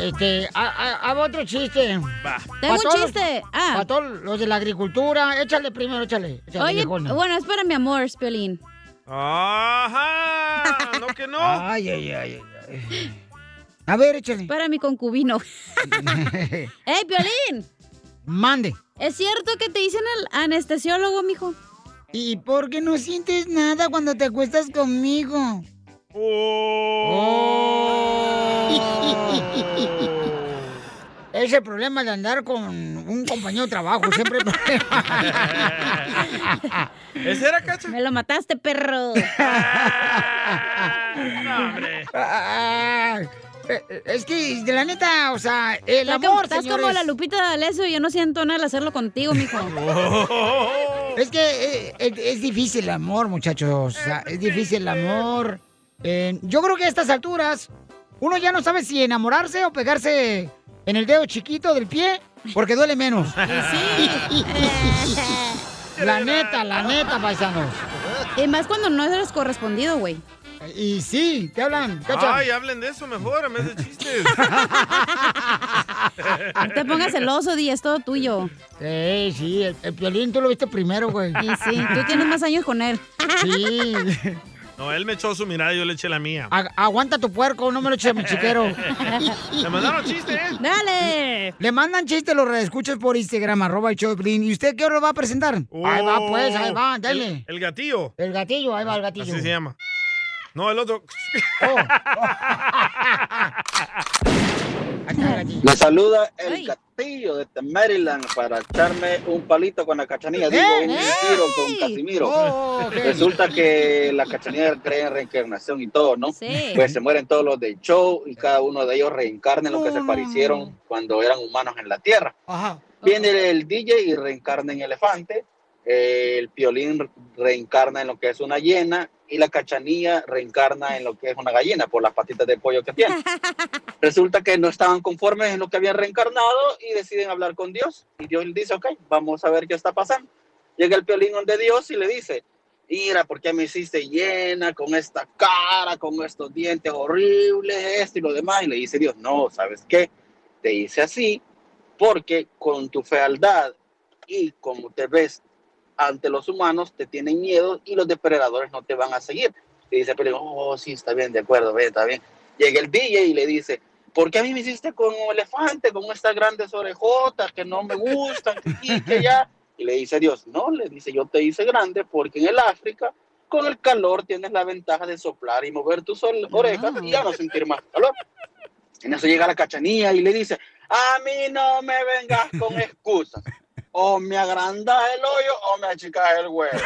[SPEAKER 3] Este, ha- ha- hago otro chiste.
[SPEAKER 5] Tengo
[SPEAKER 3] Pa'
[SPEAKER 5] un
[SPEAKER 3] todos los-
[SPEAKER 5] chiste. Ah.
[SPEAKER 3] pa' todos los de la agricultura, échale primero, échale. échale,
[SPEAKER 5] Oye,
[SPEAKER 3] viejona.
[SPEAKER 5] bueno, espera mi amor, Piolín.
[SPEAKER 4] Ajá, no que no.
[SPEAKER 3] Ay, ay, ay. A ver, échale.
[SPEAKER 5] Para mi concubino.
[SPEAKER 3] (laughs)
[SPEAKER 5] ¡Ey, Piolín!
[SPEAKER 3] Mande.
[SPEAKER 5] ¿Es cierto que te dicen el anestesiólogo, mijo?
[SPEAKER 3] ¿Y por qué no sientes nada cuando te acuestas conmigo? Oh. Es el problema de andar con un compañero de trabajo, siempre hay problema.
[SPEAKER 4] ¿Ese era cacha?
[SPEAKER 5] (laughs) Me lo mataste,
[SPEAKER 3] (laughs)
[SPEAKER 5] perro.
[SPEAKER 3] Ah, eh, eh, es que, de la neta, o sea, el
[SPEAKER 5] Estás como-
[SPEAKER 3] amor,
[SPEAKER 5] Estás
[SPEAKER 3] señores,
[SPEAKER 5] como la Lupita de D'Alessio y yo no siento nada al hacerlo contigo, mijo.
[SPEAKER 3] (laughs) Es que eh, es, es difícil el amor, muchachos. O sea, es difícil el amor. Eh, yo creo que a estas alturas uno ya no sabe si enamorarse o pegarse en el dedo chiquito del pie porque
[SPEAKER 5] (laughs)
[SPEAKER 3] duele menos. la neta, la neta, paisanos.
[SPEAKER 5] Y más cuando no eres correspondido, güey.
[SPEAKER 3] Y sí, te hablan.
[SPEAKER 5] cacha.
[SPEAKER 4] Ay, hablen de eso mejor, en vez de chistes.
[SPEAKER 5] No te pongas celoso, Di, es todo tuyo.
[SPEAKER 3] Sí, sí, el, el Piolín tú lo viste primero, güey.
[SPEAKER 5] Y sí, tú tienes más años con él.
[SPEAKER 3] Sí.
[SPEAKER 4] No, él me echó su mirada y yo le eché la mía.
[SPEAKER 3] Ag- aguanta tu puerco, no me lo eches a mi chiquero.
[SPEAKER 4] (laughs) Le mandaron chiste, ¿eh?
[SPEAKER 5] ¡Dale!
[SPEAKER 3] Le mandan chiste, lo reescuchas por Instagram, arroba el show de Piolín. ¿Y usted qué hora lo va a presentar? Ahí va, pues, ahí va, dale.
[SPEAKER 4] El, el gatillo.
[SPEAKER 3] El gatillo, ahí va el
[SPEAKER 4] Así
[SPEAKER 3] gatillo.
[SPEAKER 4] se llama. No, el otro.
[SPEAKER 6] Le saluda el castillo de Maryland para echarme un palito con la cachanilla. Digo, un tiro con Casimiro.
[SPEAKER 28] Eh, Oh, ok.
[SPEAKER 6] Resulta que la cachanilla cree en reencarnación y todo, ¿no?
[SPEAKER 28] Sí.
[SPEAKER 6] Pues se mueren todos los del show y cada uno de ellos reencarna en lo
[SPEAKER 28] Oh.
[SPEAKER 6] que se parecieron cuando eran humanos en la tierra. Viene el DJ y reencarna en elefante. eh, El piolín reencarna en lo que es una hiena y la cachanilla reencarna en lo que es una gallina por las patitas de pollo que tiene. Resulta que no estaban conformes en lo que habían reencarnado y deciden hablar con Dios. Y Dios le dice, ok, vamos a ver qué está pasando. Llega el piolín donde Dios y le dice, mira, ¿por qué me hiciste llena con esta cara, con estos dientes horribles, esto y lo demás? Y le dice Dios, no, ¿sabes qué? Te hice así porque con tu fealdad y como te ves ante los humanos, te tienen miedo y los depredadores no te van a seguir. Y dice, pero oh, sí, está bien, de acuerdo, ve, está bien. Llega el DJ y le dice, ¿por qué a mí me hiciste con un elefante, con estas grandes orejotas que no me gustan, que aquí, que ya? Y le dice Dios, no, le dice, yo te hice grande porque en el África, con el calor, tienes la ventaja de soplar y mover tus ol- orejas y ya no sentir más calor. En eso llega la cachanilla y le dice, a mí no me vengas con excusas. O me agrandas el hoyo o me achicas el huevo.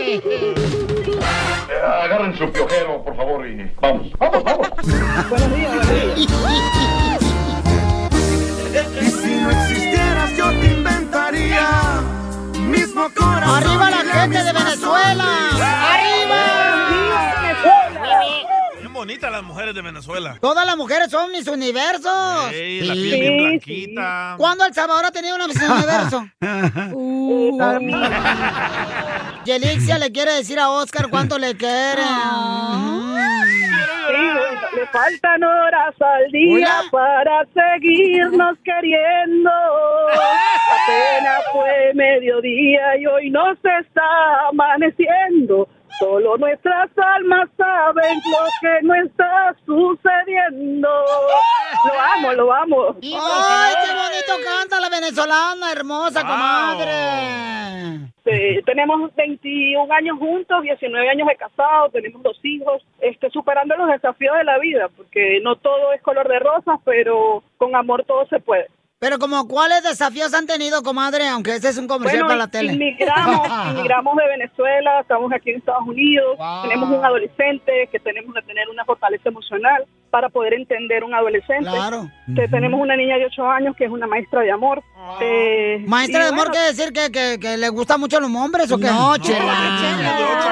[SPEAKER 20] Eh, agarren su piojero, por favor, y vamos. ¡Vamos, vamos!
[SPEAKER 2] Y si no existieras yo te inventaría mismo corazón.
[SPEAKER 3] ¡Arriba la gente de Venezuela! ¡Arriba!
[SPEAKER 4] Bien bonitas las mujeres de
[SPEAKER 3] (laughs)
[SPEAKER 4] Venezuela.
[SPEAKER 3] Todas las mujeres son mis universos.
[SPEAKER 4] Ey, la piel bien blanquita.
[SPEAKER 3] ¿Cuándo El Salvador ha
[SPEAKER 4] (laughs)
[SPEAKER 3] tenido una mis universo? Yelixia le quiere decir a Oscar cuánto le quiere.
[SPEAKER 8] Le faltan horas al día para
[SPEAKER 5] (laughs)
[SPEAKER 8] seguirnos queriendo. Apenas fue mediodía y hoy nos está amaneciendo. Solo nuestras almas saben lo que no está sucediendo. Lo amo, lo amo.
[SPEAKER 3] ¡Ay, qué bonito canta la venezolana, hermosa comadre!
[SPEAKER 8] Sí, Este, tenemos 21 años juntos, 19 años de casados, tenemos dos hijos, este, superando los desafíos de la vida, porque no todo es color de rosas, pero con amor todo se puede.
[SPEAKER 3] Pero como, ¿cuáles desafíos han tenido, comadre? Aunque este es un comercial para la tele. (laughs)
[SPEAKER 8] Inmigramos, inmigramos de Venezuela, estamos aquí en Estados Unidos, tenemos un adolescente que tenemos que tener una fortaleza emocional para poder entender un adolescente.
[SPEAKER 3] Claro.
[SPEAKER 8] Te- Tenemos una niña de 8 años que es una maestra de amor. Eh,
[SPEAKER 3] Maestra
[SPEAKER 8] y
[SPEAKER 3] de amor,
[SPEAKER 8] bueno,
[SPEAKER 3] ¿quiere decir que, que, que le gusta mucho a los hombres o qué?
[SPEAKER 8] No, chela.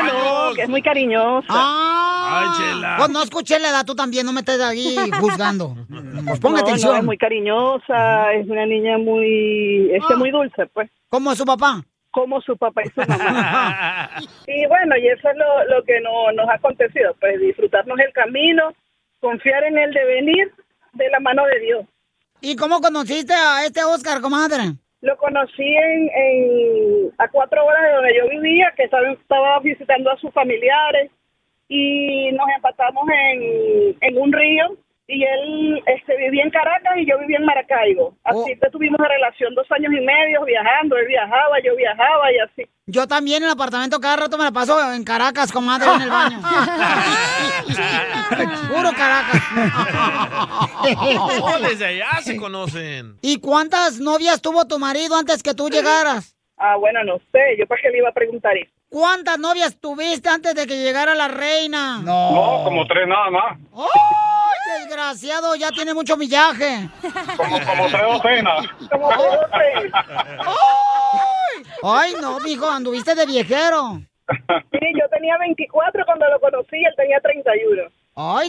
[SPEAKER 8] No, no, que es muy cariñosa.
[SPEAKER 3] Ah,
[SPEAKER 8] Ay, chela.
[SPEAKER 3] Pues no escuché la edad, tú también, no me estés ahí
[SPEAKER 8] (laughs)
[SPEAKER 3] juzgando. Pues ponga
[SPEAKER 8] No, no,
[SPEAKER 3] atención.
[SPEAKER 8] es muy cariñosa, es una niña muy, este, muy dulce, pues.
[SPEAKER 3] ¿Como Ah. su papá?
[SPEAKER 8] Como su papá y su
[SPEAKER 3] (laughs)
[SPEAKER 8] mamá. y bueno, y eso es lo, lo que no, nos ha acontecido, pues disfrutarnos el camino, confiar en el devenir de la mano de Dios.
[SPEAKER 3] ¿Y cómo conociste a este Oscar, comadre?
[SPEAKER 8] Lo conocí en, en- a cuatro horas de donde yo vivía, que estaba, estaba visitando a sus familiares y nos empatamos en, en un río y él este, vivía en Caracas y yo vivía en
[SPEAKER 3] Oh.
[SPEAKER 8] Maracaibo. Así que tuvimos una relación dos años y medio viajando, él viajaba, yo viajaba y así.
[SPEAKER 3] Yo también en el apartamento cada rato me la paso en Caracas, comadre, en
[SPEAKER 4] (laughs)
[SPEAKER 3] el baño. Puro
[SPEAKER 4] Oh,
[SPEAKER 3] Caracas.
[SPEAKER 4] desde allá se conocen.
[SPEAKER 3] ¿Y cuántas novias tuvo tu marido antes que tú llegaras?
[SPEAKER 8] Ah, bueno, no sé, yo para qué le iba a preguntar eso.
[SPEAKER 3] ¿Cuántas novias tuviste antes de que llegara la reina?
[SPEAKER 18] No, como tres nada más.
[SPEAKER 3] ¡Ay, desgraciado! Ya tiene mucho millaje.
[SPEAKER 18] Como, como tres docenas.
[SPEAKER 3] ¡Ay, no, mijo! Anduviste de viejero.
[SPEAKER 8] Sí, yo tenía 24 cuando lo conocí, él tenía 31.
[SPEAKER 3] ¡Ay,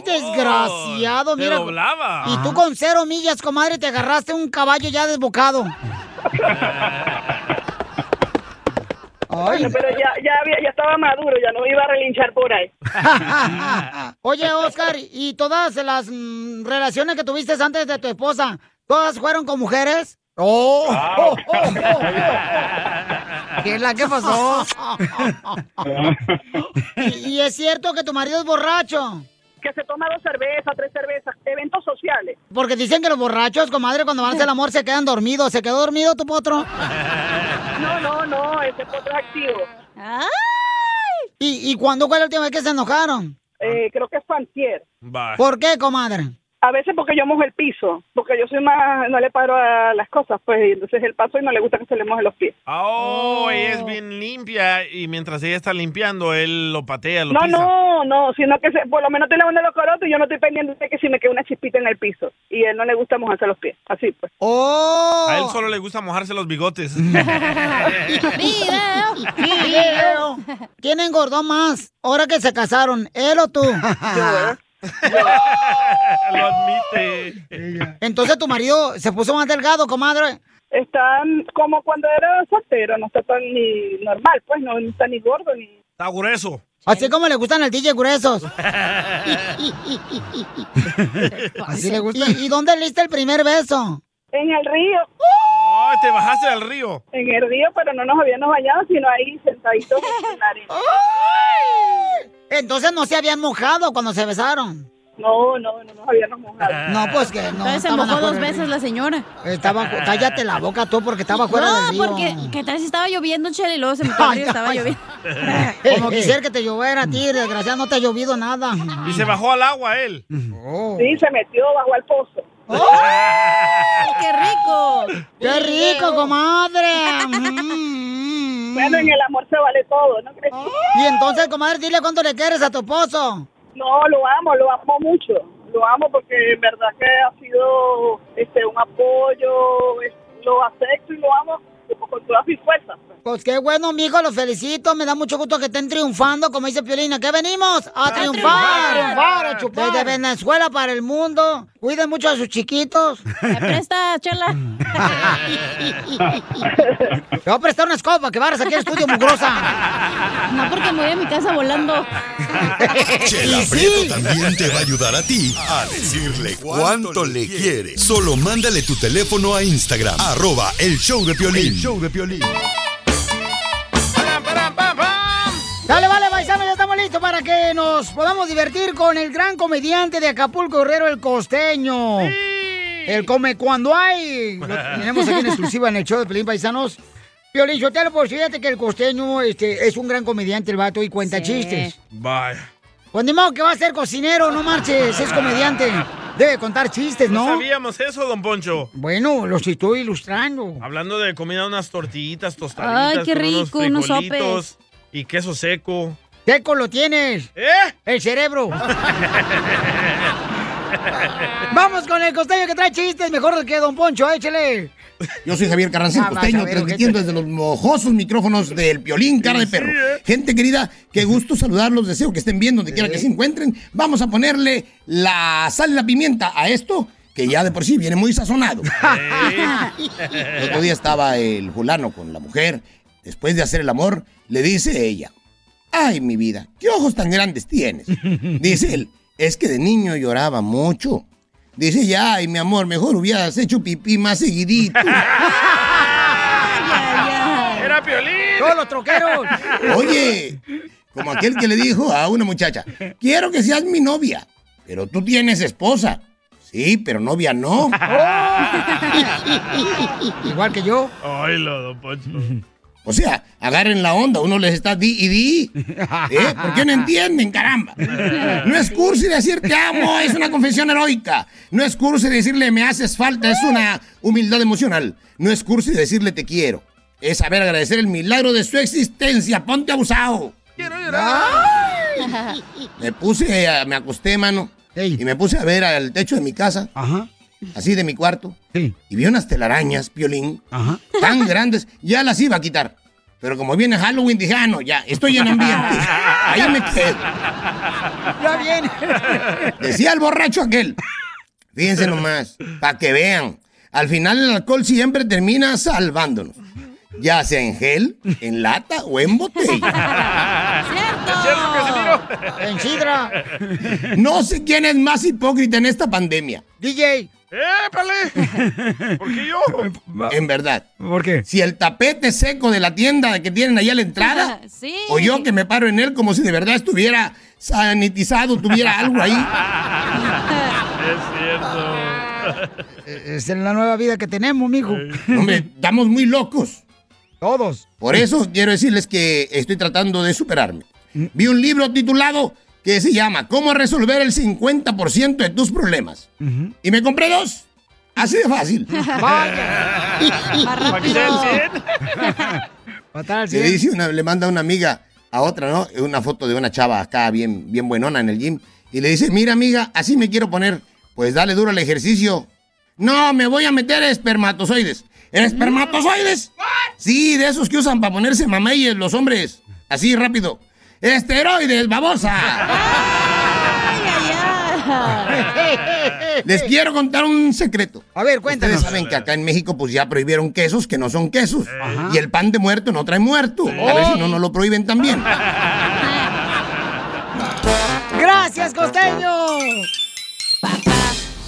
[SPEAKER 2] Oh,
[SPEAKER 3] desgraciado!
[SPEAKER 8] te
[SPEAKER 3] Mira.
[SPEAKER 8] doblaba.
[SPEAKER 3] Y tú con cero millas, comadre, te agarraste un caballo ya desbocado.
[SPEAKER 8] Bueno, pero ya, ya, había- ya estaba maduro, ya no iba a relinchar por ahí.
[SPEAKER 3] (laughs) Oye, Oscar, ¿y todas las mm, relaciones que tuviste antes de tu esposa, todas fueron con mujeres? ¡Oh! oh, oh, oh. (laughs) ¿Qué es la que pasó? ¿Y, y es cierto que tu marido es borracho?
[SPEAKER 8] Que se toma dos cervezas, tres cervezas, eventos sociales.
[SPEAKER 3] Porque dicen que los borrachos, comadre, cuando van a hacer el amor se quedan dormidos. ¿Se quedó dormido tu potro? ¿Ah?
[SPEAKER 8] No, no, no, ese potro es activo.
[SPEAKER 3] ¿Y, y cuándo fue la última vez que se enojaron?
[SPEAKER 8] Eh, creo que es Fantier.
[SPEAKER 3] ¿Por qué, comadre?
[SPEAKER 8] A veces porque yo mojo el piso, porque yo soy más, no le paro a las cosas, pues, y entonces él paso y no le gusta que se le mojen los pies.
[SPEAKER 4] Oh, ella es bien limpia y mientras ella está limpiando, él lo patea, lo
[SPEAKER 8] No,
[SPEAKER 4] pisa.
[SPEAKER 8] no, no, sino que se- por lo menos tiene uno de los corotos y yo no estoy pendiente de que si me queda una chispita en el piso. Y a él no le gusta mojarse los pies, así pues.
[SPEAKER 3] ¡Oh!
[SPEAKER 4] A él solo le gusta mojarse los bigotes.
[SPEAKER 3] (laughs) ¡Video! ¡Video! ¿Quién engordó más ahora que se casaron? ¿Él o tú?
[SPEAKER 8] ¿eh?
[SPEAKER 4] lo admite.
[SPEAKER 3] Entonces tu marido se puso más delgado, comadre.
[SPEAKER 8] Están como cuando era soltero, no está tan ni normal, pues, no, no está ni gordo ni...
[SPEAKER 4] Está grueso.
[SPEAKER 3] Así como le gustan al DJ
[SPEAKER 5] (laughs)
[SPEAKER 3] gruesos. Así le gusta. ¿Y, y dónde le diste el primer beso?
[SPEAKER 8] En el río.
[SPEAKER 4] Ay, te bajaste al río.
[SPEAKER 8] En el río, pero no nos habíamos bañado, sino ahí sentaditos en la arena.
[SPEAKER 3] (laughs) Entonces no se habían mojado cuando se besaron.
[SPEAKER 8] No, no, no nos habíamos mojado.
[SPEAKER 3] No, pues que no.
[SPEAKER 5] Entonces se
[SPEAKER 3] estaban
[SPEAKER 5] mojó
[SPEAKER 3] afuera
[SPEAKER 5] dos
[SPEAKER 3] del río.
[SPEAKER 5] veces la señora.
[SPEAKER 3] Estaba, cállate la boca tú porque estaba fuera
[SPEAKER 5] no,
[SPEAKER 3] del río. (laughs)
[SPEAKER 5] porque ¿qué tal si estaba lloviendo, Chela, y luego se metió al río y estaba lloviendo?
[SPEAKER 3] Como quisiera que te lloviera a ti, desgraciado, no te ha llovido nada.
[SPEAKER 4] Y se bajó al agua él. Oh,
[SPEAKER 8] Sí, se metió bajo al pozo.
[SPEAKER 3] ¡Oh!
[SPEAKER 5] ¡Qué rico!
[SPEAKER 3] ¡Qué rico,
[SPEAKER 8] (laughs)
[SPEAKER 3] comadre! Mm.
[SPEAKER 8] Bueno, en el amor se vale todo, ¿no crees?
[SPEAKER 3] Oh. Y entonces, comadre, dile cuánto le quieres a tu esposo.
[SPEAKER 8] No, lo amo, lo amo mucho. Lo amo porque en verdad que ha sido este un apoyo, es- lo acepto y lo amo como con todas mis fuerzas.
[SPEAKER 3] Pues qué bueno, mijo, los felicito. Me da mucho gusto que estén triunfando, como dice Piolina. ¿Qué venimos? ¡A triunfar!
[SPEAKER 2] triunfar, a triunfar, a chupar.
[SPEAKER 3] Desde Venezuela para el mundo. Cuiden mucho a sus chiquitos. ¿Me
[SPEAKER 5] prestas,
[SPEAKER 3] (laughs)
[SPEAKER 5] Chela?
[SPEAKER 3] Te voy a prestar una escoba que barras aquí al estudio, mugrosa.
[SPEAKER 5] No, porque me voy a mi casa
[SPEAKER 3] (laughs)
[SPEAKER 5] volando.
[SPEAKER 12] (laughs) Chela Prieto también te va a ayudar a ti a decirle cuánto le quiere. Solo mándale tu teléfono a Instagram, arroba el show de Piolín. show de Piolín.
[SPEAKER 3] Dale, vale, paisano, ya estamos listos para que nos podamos divertir con el gran comediante de Acapulco Guerrero, el costeño. El come
[SPEAKER 4] (laughs)
[SPEAKER 3] cuando hay. Lo tenemos aquí en exclusiva en el show de Pelín Paisanos. Piolín, yo te lo puedo fíjate que el costeño este, es un gran comediante, el vato, y cuenta chistes.
[SPEAKER 4] Vaya.
[SPEAKER 3] Pues ni modo que va a ser cocinero, no marches, es comediante. Debe contar chistes,
[SPEAKER 4] ¿No?
[SPEAKER 3] Pues, ¿no?
[SPEAKER 4] sabíamos eso, don Poncho.
[SPEAKER 3] Bueno, los estoy ilustrando.
[SPEAKER 4] Hablando de comida, unas tortillitas tostaditas.
[SPEAKER 3] Ay, qué
[SPEAKER 4] con
[SPEAKER 3] rico, unos
[SPEAKER 4] unos frijolitos
[SPEAKER 3] sopes.
[SPEAKER 4] Y queso seco.
[SPEAKER 3] Seco lo tienes.
[SPEAKER 4] ¿Eh?
[SPEAKER 3] El
[SPEAKER 4] (laughs)
[SPEAKER 3] cerebro. Vamos con el costeño que trae chistes, mejor que Don Poncho, échale.
[SPEAKER 18] Yo soy Javier Carranza,
[SPEAKER 3] Ah,
[SPEAKER 18] el costeño,
[SPEAKER 3] vas a ver,
[SPEAKER 18] transmitiendo desde los mojosos micrófonos del violín, cara de perro. Gente querida, qué gusto saludarlos, deseo que estén bien donde quiera que se encuentren. Vamos a ponerle la sal y la pimienta a esto, que ya de por sí viene muy sazonado. El otro día estaba el fulano con la mujer. Después de hacer el amor, le dice ella, ay mi vida, ¿qué ojos tan grandes tienes? Dice él, es que de niño lloraba mucho. Dice ella, ay mi amor, mejor hubieras hecho pipí más seguidito.
[SPEAKER 4] ¡Era Piolín!
[SPEAKER 3] ¡Todos los troqueros!
[SPEAKER 18] Oye, como aquel que le dijo a una muchacha, quiero que seas mi novia, pero tú tienes esposa. Sí, pero novia no.
[SPEAKER 3] (laughs) Igual que yo.
[SPEAKER 4] Ay, lo, don Poncho.
[SPEAKER 18] O sea, agarren la onda, uno les está di y di. ¿Eh? ¿Por qué no entienden, caramba? No es cursi decir te amo, es una confesión heroica. No es cursi decirle me haces falta, es una humildad emocional. No es cursi decirle te quiero, es saber agradecer el milagro de su existencia. Ponte abusado. Me puse, a- me acosté, mano. Y me puse a ver al techo de mi casa. Así de mi cuarto. Y vi unas telarañas, piolín. Tan grandes. Ya las iba a quitar. Pero como viene Halloween, dije, ah, no, ya, estoy en
[SPEAKER 3] (laughs)
[SPEAKER 18] ambiente. Ahí me quedé.
[SPEAKER 3] Ya viene.
[SPEAKER 18] Decía el borracho aquel. Fíjense nomás, para que vean. Al final el alcohol siempre termina salvándonos. Ya sea en gel, en lata o en botella.
[SPEAKER 5] ¡Cierto!
[SPEAKER 3] En sidra.
[SPEAKER 18] No sé quién es más hipócrita en esta pandemia.
[SPEAKER 3] DJ.
[SPEAKER 4] ¡Épale! ¿Por qué yo?
[SPEAKER 18] En verdad. ¿Por qué? Si el tapete seco de la tienda que tienen allá a la entrada,
[SPEAKER 5] Sí.
[SPEAKER 18] o yo que me paro en él como si de verdad estuviera sanitizado, tuviera algo ahí.
[SPEAKER 4] es cierto.
[SPEAKER 18] Esa (laughs) es la nueva vida que tenemos, mijo. Hombre, estamos muy locos. Todos. Por eso quiero decirles que estoy tratando de superarme.
[SPEAKER 19] vi un libro titulado que se llama Cómo resolver el 50% de tus problemas. Y me compré dos. Así de fácil.
[SPEAKER 2] Más rápido. (laughs)
[SPEAKER 19] Le dice una, le manda una amiga a otra, ¿no? Una foto de una chava acá bien, bien buenona en el gym. Y le dice, mira amiga, así me quiero poner. Pues dale duro al ejercicio. No, me voy a meter espermatozoides. ¿Espermatozoides? Sí, de esos que usan para ponerse mameyes los hombres. Así rápido. Esteroides, babosa.
[SPEAKER 2] (laughs)
[SPEAKER 19] Les quiero contar un secreto.
[SPEAKER 3] A ver, cuéntanos.
[SPEAKER 19] Ustedes saben que acá en México pues ya prohibieron quesos que no son quesos. Y el pan de muerto no trae muerto. A ver si no nos lo prohíben también.
[SPEAKER 3] ¡Gracias, costeño!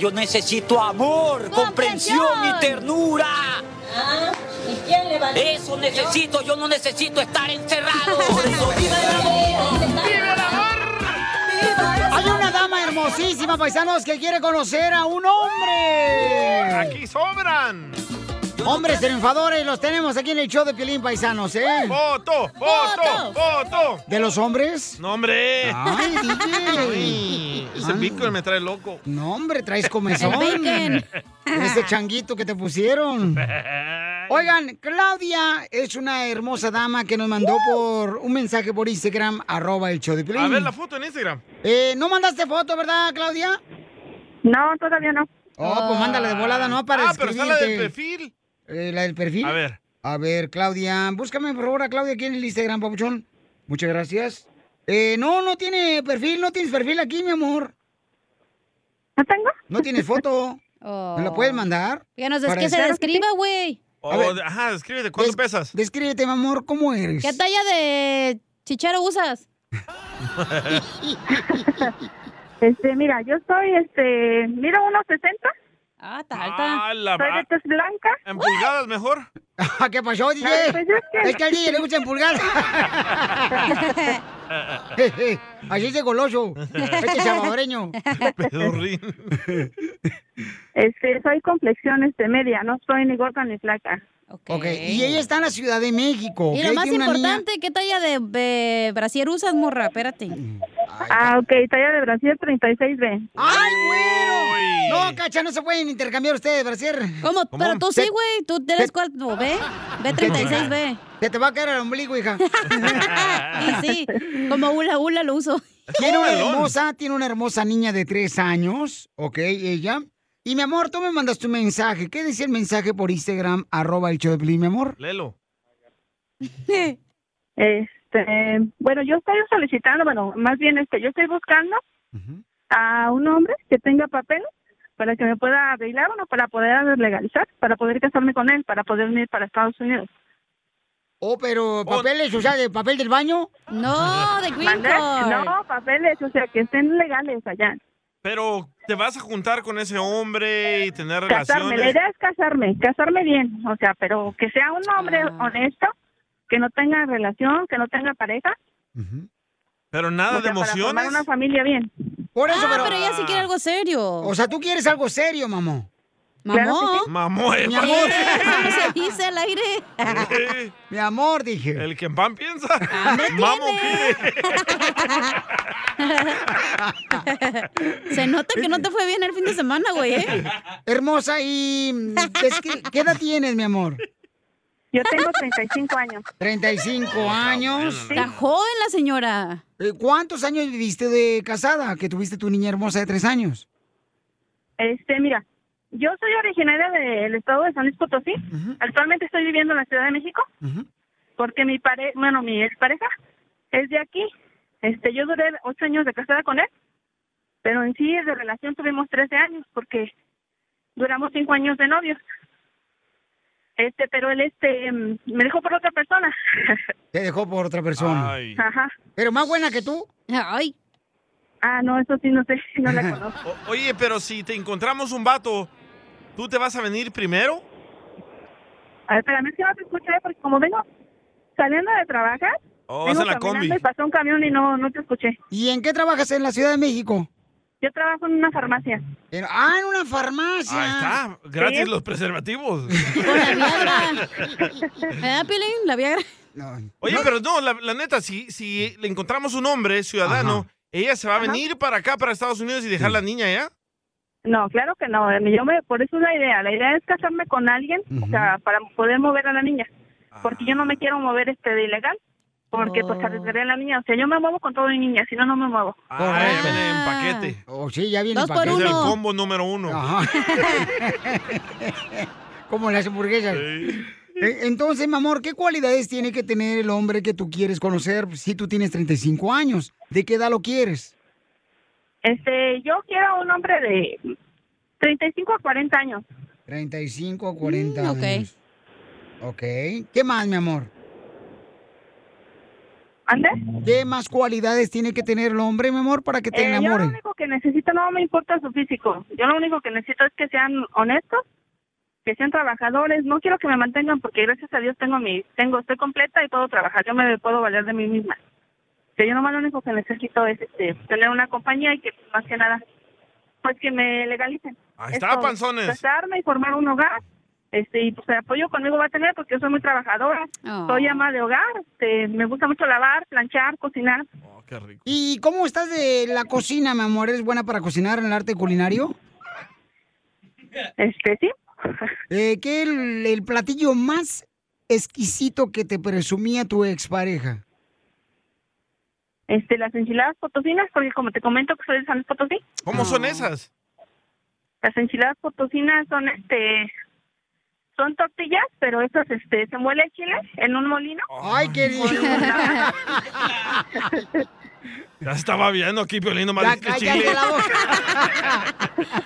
[SPEAKER 28] Yo necesito amor, comprensión y ternura.
[SPEAKER 17] ¿Y quién le va a decir?
[SPEAKER 28] Eso necesito, yo no necesito estar encerrado.
[SPEAKER 17] (laughs)
[SPEAKER 3] Hay una dama hermosísima, paisanos, que quiere conocer a un hombre.
[SPEAKER 4] Aquí sobran.
[SPEAKER 3] Hombres triunfadores los tenemos aquí en el show de Piolín, paisanos, ¿eh?
[SPEAKER 4] ¡Voto, voto, voto!
[SPEAKER 3] ¿De los hombres?
[SPEAKER 4] ¡No, hombre! (laughs)
[SPEAKER 3] Ay, DJ.
[SPEAKER 4] Ese pico me trae loco.
[SPEAKER 3] No, hombre, traes comezón.
[SPEAKER 4] El bacon.
[SPEAKER 3] Ese changuito que te pusieron. Oigan, Claudia es una hermosa dama que nos mandó por un mensaje por Instagram, arroba el show de Piolín.
[SPEAKER 4] A ver la foto en Instagram.
[SPEAKER 3] Eh, ¿No mandaste foto, verdad, Claudia?
[SPEAKER 17] No, todavía no.
[SPEAKER 3] Oh, pues mándala de volada, ¿no? Para
[SPEAKER 4] Ah, pero está la del
[SPEAKER 3] escribirte. (laughs)
[SPEAKER 4] perfil.
[SPEAKER 3] Eh, ¿La del perfil?
[SPEAKER 4] A ver.
[SPEAKER 3] A ver, Claudia. Búscame, por favor, a Claudia aquí en el Instagram, papuchón. Muchas gracias. Eh, no, no tiene perfil, no tienes perfil aquí, mi amor.
[SPEAKER 17] ¿No tengo? Oh.
[SPEAKER 3] No tienes
[SPEAKER 17] (laughs)
[SPEAKER 3] foto. ¿Me la
[SPEAKER 5] Oh.
[SPEAKER 3] puedes mandar?
[SPEAKER 5] Ya nos des
[SPEAKER 3] Para
[SPEAKER 5] que se
[SPEAKER 3] estar-
[SPEAKER 5] describa, güey.
[SPEAKER 4] O-
[SPEAKER 3] A ver.
[SPEAKER 4] ajá, escríbete, ¿cuánto
[SPEAKER 3] Des-
[SPEAKER 4] pesas?
[SPEAKER 3] Descríbete, mi amor, ¿cómo eres?
[SPEAKER 5] ¿Qué talla de chichero usas?
[SPEAKER 3] (laughs)
[SPEAKER 17] Este, mira, yo soy, este, miro unos 60.
[SPEAKER 5] Ah, está alta.
[SPEAKER 4] Ah, la
[SPEAKER 17] Soy de
[SPEAKER 4] va-
[SPEAKER 17] tez blanca.
[SPEAKER 4] En pulgadas mejor.
[SPEAKER 3] (laughs) ¿Qué pasó, DJ?
[SPEAKER 17] Ay, pues, es que-
[SPEAKER 3] Es que al DJ le gusta
[SPEAKER 17] (laughs)
[SPEAKER 3] empulgar. (laughs) Así
[SPEAKER 4] (laughs)
[SPEAKER 3] es goloso. Este salvadoreño.
[SPEAKER 17] (laughs) Este, soy complexión, este, media. No soy ni gorda ni flaca.
[SPEAKER 3] Ok, y ella está en la Ciudad de México.
[SPEAKER 5] Y
[SPEAKER 3] ¿ok?
[SPEAKER 5] lo más
[SPEAKER 3] Tiene una niña-
[SPEAKER 5] importante, ¿qué talla de, de brasier usas, morra? Espérate.
[SPEAKER 17] Ah, ok, talla de Brasil 36B.
[SPEAKER 3] ¡Ay, güero! No, cacha, no se pueden intercambiar ustedes, brasier.
[SPEAKER 5] ¿Cómo? Pero tú sí,
[SPEAKER 3] Te-
[SPEAKER 5] güey. Tú eres cuarto B. B36B.
[SPEAKER 3] Se te va a caer el ombligo, hija.
[SPEAKER 5] (laughs) Y sí, como hula hula lo uso. (laughs)
[SPEAKER 3] Tiene una hermosa, tiene una hermosa niña de tres años, ¿ok? Ella. Y mi amor, tú me mandas tu mensaje. ¿Qué decía el mensaje por Instagram, arroba el show de Piolín, mi
[SPEAKER 5] (laughs)
[SPEAKER 3] amor?
[SPEAKER 4] Lelo.
[SPEAKER 17] Este, bueno, yo estoy solicitando, bueno, más bien, este, yo estoy buscando a un hombre que tenga papel para que me pueda arreglar, bueno, para poder legalizar, para poder casarme con él, para poder venir para Estados Unidos.
[SPEAKER 3] Oh, pero papeles, o sea, de papel del baño.
[SPEAKER 5] No, de green
[SPEAKER 17] ¿Mande?
[SPEAKER 5] card.
[SPEAKER 17] No, papeles, o sea, que estén legales allá.
[SPEAKER 4] Pero te vas a juntar con ese hombre y tener
[SPEAKER 17] Casarme, la
[SPEAKER 4] relaciones.
[SPEAKER 17] idea es casarme, casarme bien, o sea, pero que sea un hombre
[SPEAKER 3] Ah.
[SPEAKER 17] honesto, que no tenga relación, que no tenga pareja,
[SPEAKER 4] Pero nada
[SPEAKER 17] o
[SPEAKER 4] de
[SPEAKER 17] sea, para formar
[SPEAKER 4] emociones.
[SPEAKER 17] una familia bien.
[SPEAKER 3] Por eso,
[SPEAKER 5] Ah,
[SPEAKER 3] pero...
[SPEAKER 5] pero ella sí quiere algo serio.
[SPEAKER 3] O sea, tú quieres algo serio, mamón.
[SPEAKER 5] Mamó.
[SPEAKER 4] Mamó, eh,
[SPEAKER 3] Mi amor. (laughs)
[SPEAKER 5] ¿Cómo se dice al aire?
[SPEAKER 3] Mi amor, dije.
[SPEAKER 4] El que en pan piensa.
[SPEAKER 5] Hambre
[SPEAKER 4] Mamo
[SPEAKER 5] Ah, tiene.
[SPEAKER 4] quiere.
[SPEAKER 5] (laughs) Se nota que no te fue bien el fin de semana, güey, ¿eh?
[SPEAKER 3] Hermosa, y... mm, descri- ¿Qué edad tienes, mi amor?
[SPEAKER 17] Yo tengo 35 años,
[SPEAKER 3] 35
[SPEAKER 4] Ah,
[SPEAKER 3] años.
[SPEAKER 5] Está joven la señora.
[SPEAKER 3] Eh, ¿Cuántos años viviste de casada que tuviste tu niña hermosa de tres años?
[SPEAKER 17] este, mira, yo soy originaria del estado de San Luis Potosí, actualmente estoy viviendo en la Ciudad de México, porque mi pare, bueno, mi expareja es de aquí, este, yo duré ocho años de casada con él, pero en sí de relación tuvimos 13 años, porque duramos cinco años de novios. Este, pero él este mm, me dejó por otra persona.
[SPEAKER 3] Te dejó por otra persona.
[SPEAKER 17] Ajá.
[SPEAKER 3] ¿Pero más buena que tú?
[SPEAKER 17] Ay. Ah, no, eso sí no sé, (laughs) no la
[SPEAKER 4] (laughs)
[SPEAKER 17] conozco.
[SPEAKER 4] O- oye, pero si te encontramos un vato, ¿tú te vas a venir primero?
[SPEAKER 17] A ver, espérame, es que no te escucho, ¿eh? porque como vengo saliendo de trabajar,
[SPEAKER 4] Oh,
[SPEAKER 17] vengo
[SPEAKER 4] vas en la
[SPEAKER 17] caminando
[SPEAKER 4] combi.
[SPEAKER 17] y pasó un camión y no, no te escuché.
[SPEAKER 3] ¿Y en qué trabajas en la Ciudad de México?
[SPEAKER 17] Yo trabajo en una farmacia.
[SPEAKER 3] ah, en una farmacia.
[SPEAKER 4] Ahí está, gratis
[SPEAKER 17] Sí.
[SPEAKER 4] los preservativos.
[SPEAKER 3] (laughs)
[SPEAKER 5] ¿Verdad, Pilín? Eh, La Viagra.
[SPEAKER 4] Oye, pero no, la, la neta, si, si le encontramos un hombre ciudadano, ¿ella se va a venir para acá, para Estados Unidos y dejar la niña allá?
[SPEAKER 17] No, claro que no. eh, Yo me, por eso es la idea. La idea es casarme con alguien o sea, para poder mover a la niña.
[SPEAKER 4] Ah.
[SPEAKER 17] Porque yo no me quiero mover este de ilegal. Porque
[SPEAKER 3] Oh.
[SPEAKER 17] pues arriesgaré a la niña. O sea, yo me muevo con todo mi niña. Si no, no me muevo.
[SPEAKER 4] Ah, ya viene en paquete.
[SPEAKER 3] Oh, sí, ya viene
[SPEAKER 17] Dos por
[SPEAKER 4] Es el
[SPEAKER 17] uno.
[SPEAKER 4] combo número uno.
[SPEAKER 3] Como las hamburguesas. Eh, Entonces, mi amor, ¿qué cualidades tiene que tener el hombre que tú quieres conocer si tú tienes 35 años? ¿De qué edad lo quieres?
[SPEAKER 17] Este, yo quiero un hombre de 35 a 40 años.
[SPEAKER 3] 35 a 40
[SPEAKER 17] Mm, ok.
[SPEAKER 3] años. Ok. ¿Qué más, mi amor?
[SPEAKER 17] ¿Ande?
[SPEAKER 3] ¿Qué más cualidades tiene que tener el hombre, mi amor, para que te
[SPEAKER 17] Eh, yo
[SPEAKER 3] enamore?
[SPEAKER 17] lo único que necesito no me importa su físico. Yo lo único que necesito es que sean honestos, que sean trabajadores. No quiero que me mantengan porque gracias a Dios tengo mi, tengo, estoy completa y puedo trabajar. Yo me puedo valer de mí misma. O sea, yo nomás lo único que necesito es este, tener una compañía y que más que nada, pues que me legalicen.
[SPEAKER 4] Ahí está, panzones.
[SPEAKER 17] Casarme y formar un hogar. Este, y pues el apoyo conmigo va a tener porque yo soy muy trabajadora,
[SPEAKER 4] Oh.
[SPEAKER 17] soy ama de hogar, este, me gusta mucho lavar, planchar, cocinar.
[SPEAKER 3] ¿Y cómo estás de la cocina, mi amor? ¿Eres buena para cocinar en el arte culinario?
[SPEAKER 17] Este, sí.
[SPEAKER 3] Eh, ¿Qué el, el platillo más exquisito que te presumía tu expareja?
[SPEAKER 17] Este, las enchiladas potosinas, porque como te comento que soy de San Luis Potosí.
[SPEAKER 4] ¿Cómo son esas?
[SPEAKER 17] Las enchiladas potosinas son este son tortillas, pero esas este se muele el chile en un molino.
[SPEAKER 3] Ay, qué
[SPEAKER 4] (laughs)
[SPEAKER 17] lindo. (laughs)
[SPEAKER 4] Ya estaba viendo aquí, Piolín, nomás dice que chile.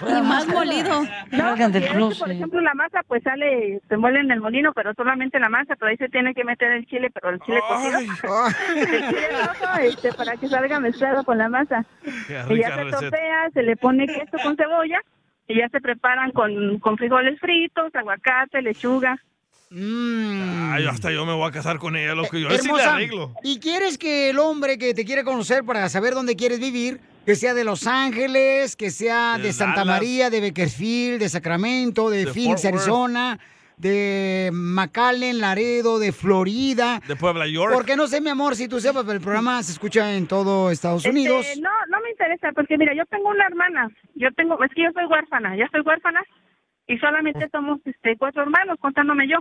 [SPEAKER 5] Y más molido.
[SPEAKER 17] No,
[SPEAKER 5] Salgan
[SPEAKER 17] y
[SPEAKER 5] del
[SPEAKER 17] es que,
[SPEAKER 5] closet.
[SPEAKER 17] por ejemplo, la masa pues sale, se muele en el molino, pero solamente la masa, pero ahí se tiene que meter el chile, pero el chile cocido. (laughs) El chile rojo, este, para que salga mezclado con la masa.
[SPEAKER 2] (laughs)
[SPEAKER 17] Y ya se tortea, se le pone queso con cebolla y ya se preparan con, con frijoles fritos, aguacate, lechuga.
[SPEAKER 4] Ay, hasta yo me voy a casar con ella, loco. Yo sí le
[SPEAKER 3] Hermosa,
[SPEAKER 4] arreglo.
[SPEAKER 3] ¿y quieres que el hombre que te quiere conocer para saber dónde quieres vivir, que sea de Los Ángeles, que sea de,
[SPEAKER 2] De
[SPEAKER 3] Santa
[SPEAKER 2] Dallas.
[SPEAKER 3] María, de Bakersfield, de Sacramento,
[SPEAKER 4] De
[SPEAKER 3] de, Phoenix,
[SPEAKER 4] Fort Worth.
[SPEAKER 3] Arizona, de McAllen, Laredo, de Florida?
[SPEAKER 4] De Puebla, York.
[SPEAKER 3] Porque no sé, mi amor, si tú sepas, pero el programa se escucha en todo Estados
[SPEAKER 17] Este,
[SPEAKER 3] Unidos.
[SPEAKER 17] no, no me interesa, porque mira, yo tengo una hermana. Yo tengo, es que yo soy huérfana, ya soy huérfana. Y solamente somos este, cuatro hermanos, contándome yo.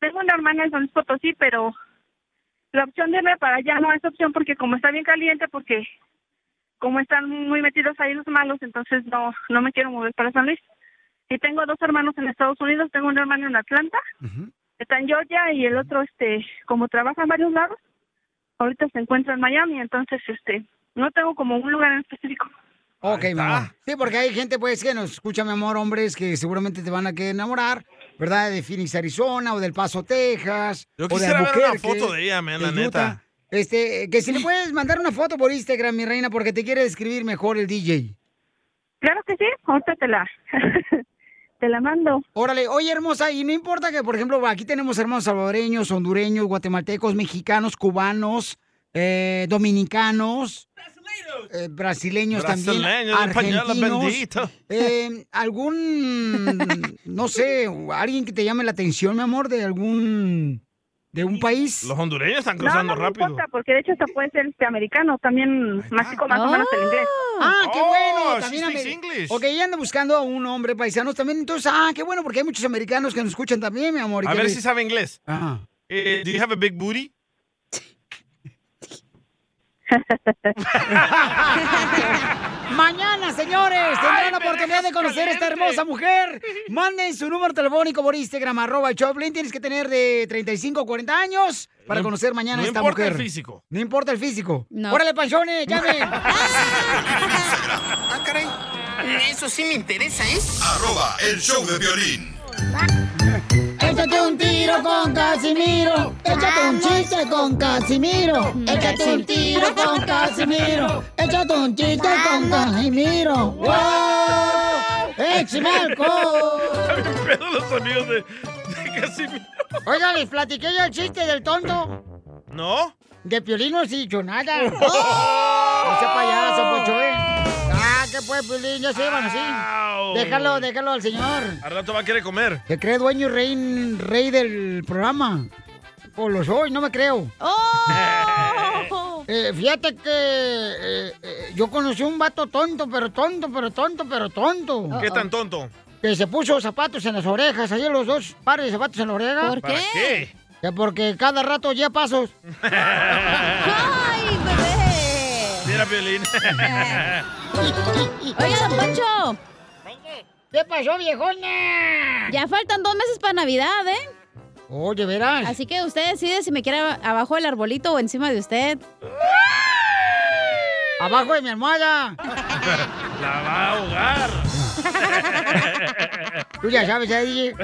[SPEAKER 17] Tengo una hermana en San Luis Potosí, pero la opción de irme para allá no es opción porque como está bien caliente, porque como están muy metidos ahí los malos, entonces no, no me quiero mover para San Luis. Y tengo dos hermanos en Estados Unidos, tengo un hermano en Atlanta, está en Georgia y el otro, este, como trabaja en varios lados, ahorita se encuentra en Miami, entonces, este, no tengo como un lugar en específico.
[SPEAKER 3] Ok, mi amor. Sí, porque hay gente, pues, que nos escucha, mi amor, hombres que seguramente te van a querer enamorar, ¿verdad? De Phoenix, Arizona, o del Paso, Texas.
[SPEAKER 4] Yo
[SPEAKER 3] o de
[SPEAKER 4] quisiera ver una
[SPEAKER 3] Albuquerque,
[SPEAKER 4] foto de ella, man, la
[SPEAKER 3] de Utah.
[SPEAKER 4] neta.
[SPEAKER 3] Este, que si le puedes mandar una foto por Instagram, mi reina, porque te quiere describir mejor el DJ.
[SPEAKER 17] Claro que sí, ahorita te la, (laughs) te la mando.
[SPEAKER 3] Órale, oye hermosa, y no importa que, por ejemplo, aquí tenemos hermanos salvadoreños, hondureños, guatemaltecos, mexicanos, cubanos, eh, dominicanos, eh, brasileños, también,
[SPEAKER 4] Brasileños, españoles,
[SPEAKER 3] argentinos,
[SPEAKER 4] bendito.
[SPEAKER 3] eh,
[SPEAKER 4] (laughs)
[SPEAKER 3] algún, no sé, alguien que te llame la atención, mi amor, de algún, de un país.
[SPEAKER 4] Los hondureños están
[SPEAKER 17] No,
[SPEAKER 4] cruzando
[SPEAKER 17] no me
[SPEAKER 4] rápido.
[SPEAKER 17] importa, porque de hecho hasta puede ser este americano, también mastico más o menos el inglés.
[SPEAKER 3] Ah, qué bueno.
[SPEAKER 17] she
[SPEAKER 3] También
[SPEAKER 17] speaks
[SPEAKER 3] amer-
[SPEAKER 17] English.
[SPEAKER 3] Ok, ella anda buscando a un hombre paisanos también. Entonces, ah, qué bueno, porque hay muchos americanos que nos escuchan también, mi amor. y
[SPEAKER 4] A
[SPEAKER 3] que
[SPEAKER 4] ver
[SPEAKER 3] les-
[SPEAKER 4] si sabe inglés. Eh, do you have a big booty?
[SPEAKER 3] Mañana, señores,
[SPEAKER 2] Ay,
[SPEAKER 3] tendrán la
[SPEAKER 2] me
[SPEAKER 3] oportunidad de
[SPEAKER 2] dejas
[SPEAKER 3] conocer a esta
[SPEAKER 2] caliente.
[SPEAKER 3] hermosa mujer. Manden su número telefónico por Instagram, arroba el Choplin. Tienes que tener de 35 o 40 años para conocer mañana
[SPEAKER 2] no
[SPEAKER 3] a esta
[SPEAKER 2] importa
[SPEAKER 3] mujer.
[SPEAKER 2] el físico.
[SPEAKER 3] No importa el físico. Órale, panchones, llamen.
[SPEAKER 26] Ah, caray. Eso sí me interesa, ¿eh?
[SPEAKER 12] Arroba el show de violín.
[SPEAKER 3] El (laughs) Échate un tiro con Casimiro. Échate un chiste con Casimiro. Échate un tiro (laughs) con Casimiro. Échate un chiste con Casimiro. ¡Wow! ¡Échame
[SPEAKER 4] (laughs)
[SPEAKER 3] alcohol!
[SPEAKER 4] Pero los sonidos de, de Casimiro.
[SPEAKER 3] Oiga, les platiqué ya el chiste del tonto.
[SPEAKER 4] ¿No?
[SPEAKER 3] De Piolín no he dicho nada. ¡Oh! Ese payaso, pocho, eh. Ah, ¿qué fue, Piolín? Ya se llevan
[SPEAKER 4] Au.
[SPEAKER 3] así. Déjalo, déjalo al señor.
[SPEAKER 4] Al rato va a querer comer.
[SPEAKER 3] Se cree dueño y rey, rey del programa. O lo soy, no me creo.
[SPEAKER 4] (laughs)
[SPEAKER 3] Eh, fíjate que eh, eh, yo conocí un vato tonto, pero tonto, pero tonto, pero tonto.
[SPEAKER 4] ¿Qué tan tonto?
[SPEAKER 3] Que se puso zapatos en las orejas, ahí los dos pares de zapatos en la oreja.
[SPEAKER 4] ¿Por ¿Para qué? qué?
[SPEAKER 3] Que porque cada rato ya pasos.
[SPEAKER 4] ¡Ay, bebé! Mira, Violín.
[SPEAKER 3] (laughs)
[SPEAKER 5] Oiga, don Poncho.
[SPEAKER 3] ¿Qué pasó, viejona?
[SPEAKER 5] Ya faltan dos meses para Navidad, ¿eh?
[SPEAKER 3] Oye, verás.
[SPEAKER 5] Así que usted decide si me quiere ab- abajo del arbolito o encima de usted.
[SPEAKER 3] ¡Abajo de mi almohada!
[SPEAKER 4] (laughs) La va a ahogar.
[SPEAKER 3] Tú ya sabes, ya
[SPEAKER 4] (laughs)
[SPEAKER 3] dije.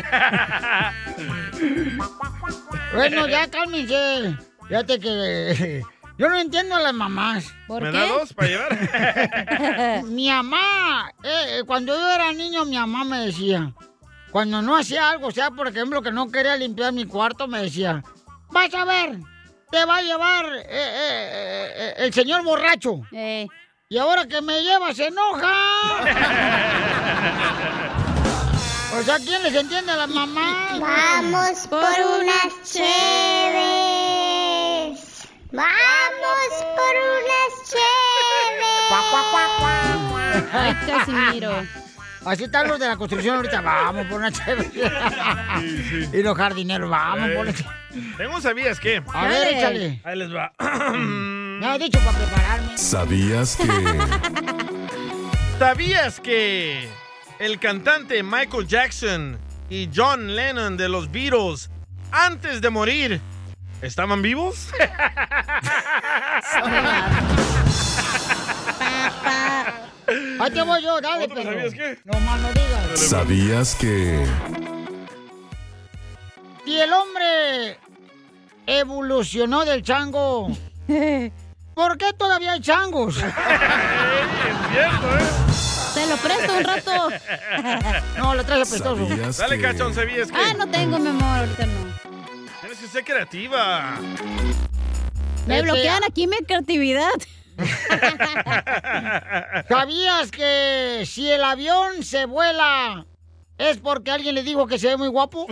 [SPEAKER 3] Bueno, ya cálmense. Fíjate que (laughs) yo no entiendo a las mamás.
[SPEAKER 4] ¿Por ¿Me qué? da dos para
[SPEAKER 5] (laughs)
[SPEAKER 4] llevar?
[SPEAKER 3] (laughs) mi mamá, eh, eh, cuando yo era niño, mi mamá me decía, cuando no hacía algo, o sea, por ejemplo, que no quería limpiar mi cuarto, me decía, vas a ver, te va a llevar eh, eh, eh, eh, el señor borracho. Y ahora que me lleva, se enoja. (laughs) O sea, ¿quién les entiende a la mamá?
[SPEAKER 2] Vamos por unas
[SPEAKER 3] cheves.
[SPEAKER 2] Vamos por unas cheves.
[SPEAKER 3] Ay, Casimiro. Así están los de la construcción ahorita. Vamos por una cheve. Y los jardineros, vamos por una cheve.
[SPEAKER 4] Tengo un sabías Eh, qué.
[SPEAKER 3] A ver, Dale. échale.
[SPEAKER 4] Ahí les va. (clears throat)
[SPEAKER 3] Me ha dicho para prepararme.
[SPEAKER 12] ¿Sabías que?
[SPEAKER 4] ¿Sabías que el cantante Michael Jackson y John Lennon de los Beatles, antes de morir, estaban vivos?
[SPEAKER 3] Ahí te voy yo, dale, pero. ¿Sabías
[SPEAKER 4] qué? pues.
[SPEAKER 3] No más no digas.
[SPEAKER 12] ¿Sabías que?
[SPEAKER 3] Si el hombre evolucionó del chango, ¿por qué todavía hay changos?
[SPEAKER 4] ¿eh?
[SPEAKER 5] Te lo presto un rato.
[SPEAKER 3] (laughs) No, lo traje
[SPEAKER 5] apestoso.
[SPEAKER 4] Dale, cachón, ¿sabías qué?
[SPEAKER 5] Ah, no tengo, mi amor, ahorita no.
[SPEAKER 4] Tienes que ser creativa.
[SPEAKER 5] Me
[SPEAKER 3] Este-
[SPEAKER 4] Ese-
[SPEAKER 5] bloquean aquí mi creatividad.
[SPEAKER 3] (laughs) ¿Sabías que si el avión se vuela es porque alguien le dijo que se ve muy guapo?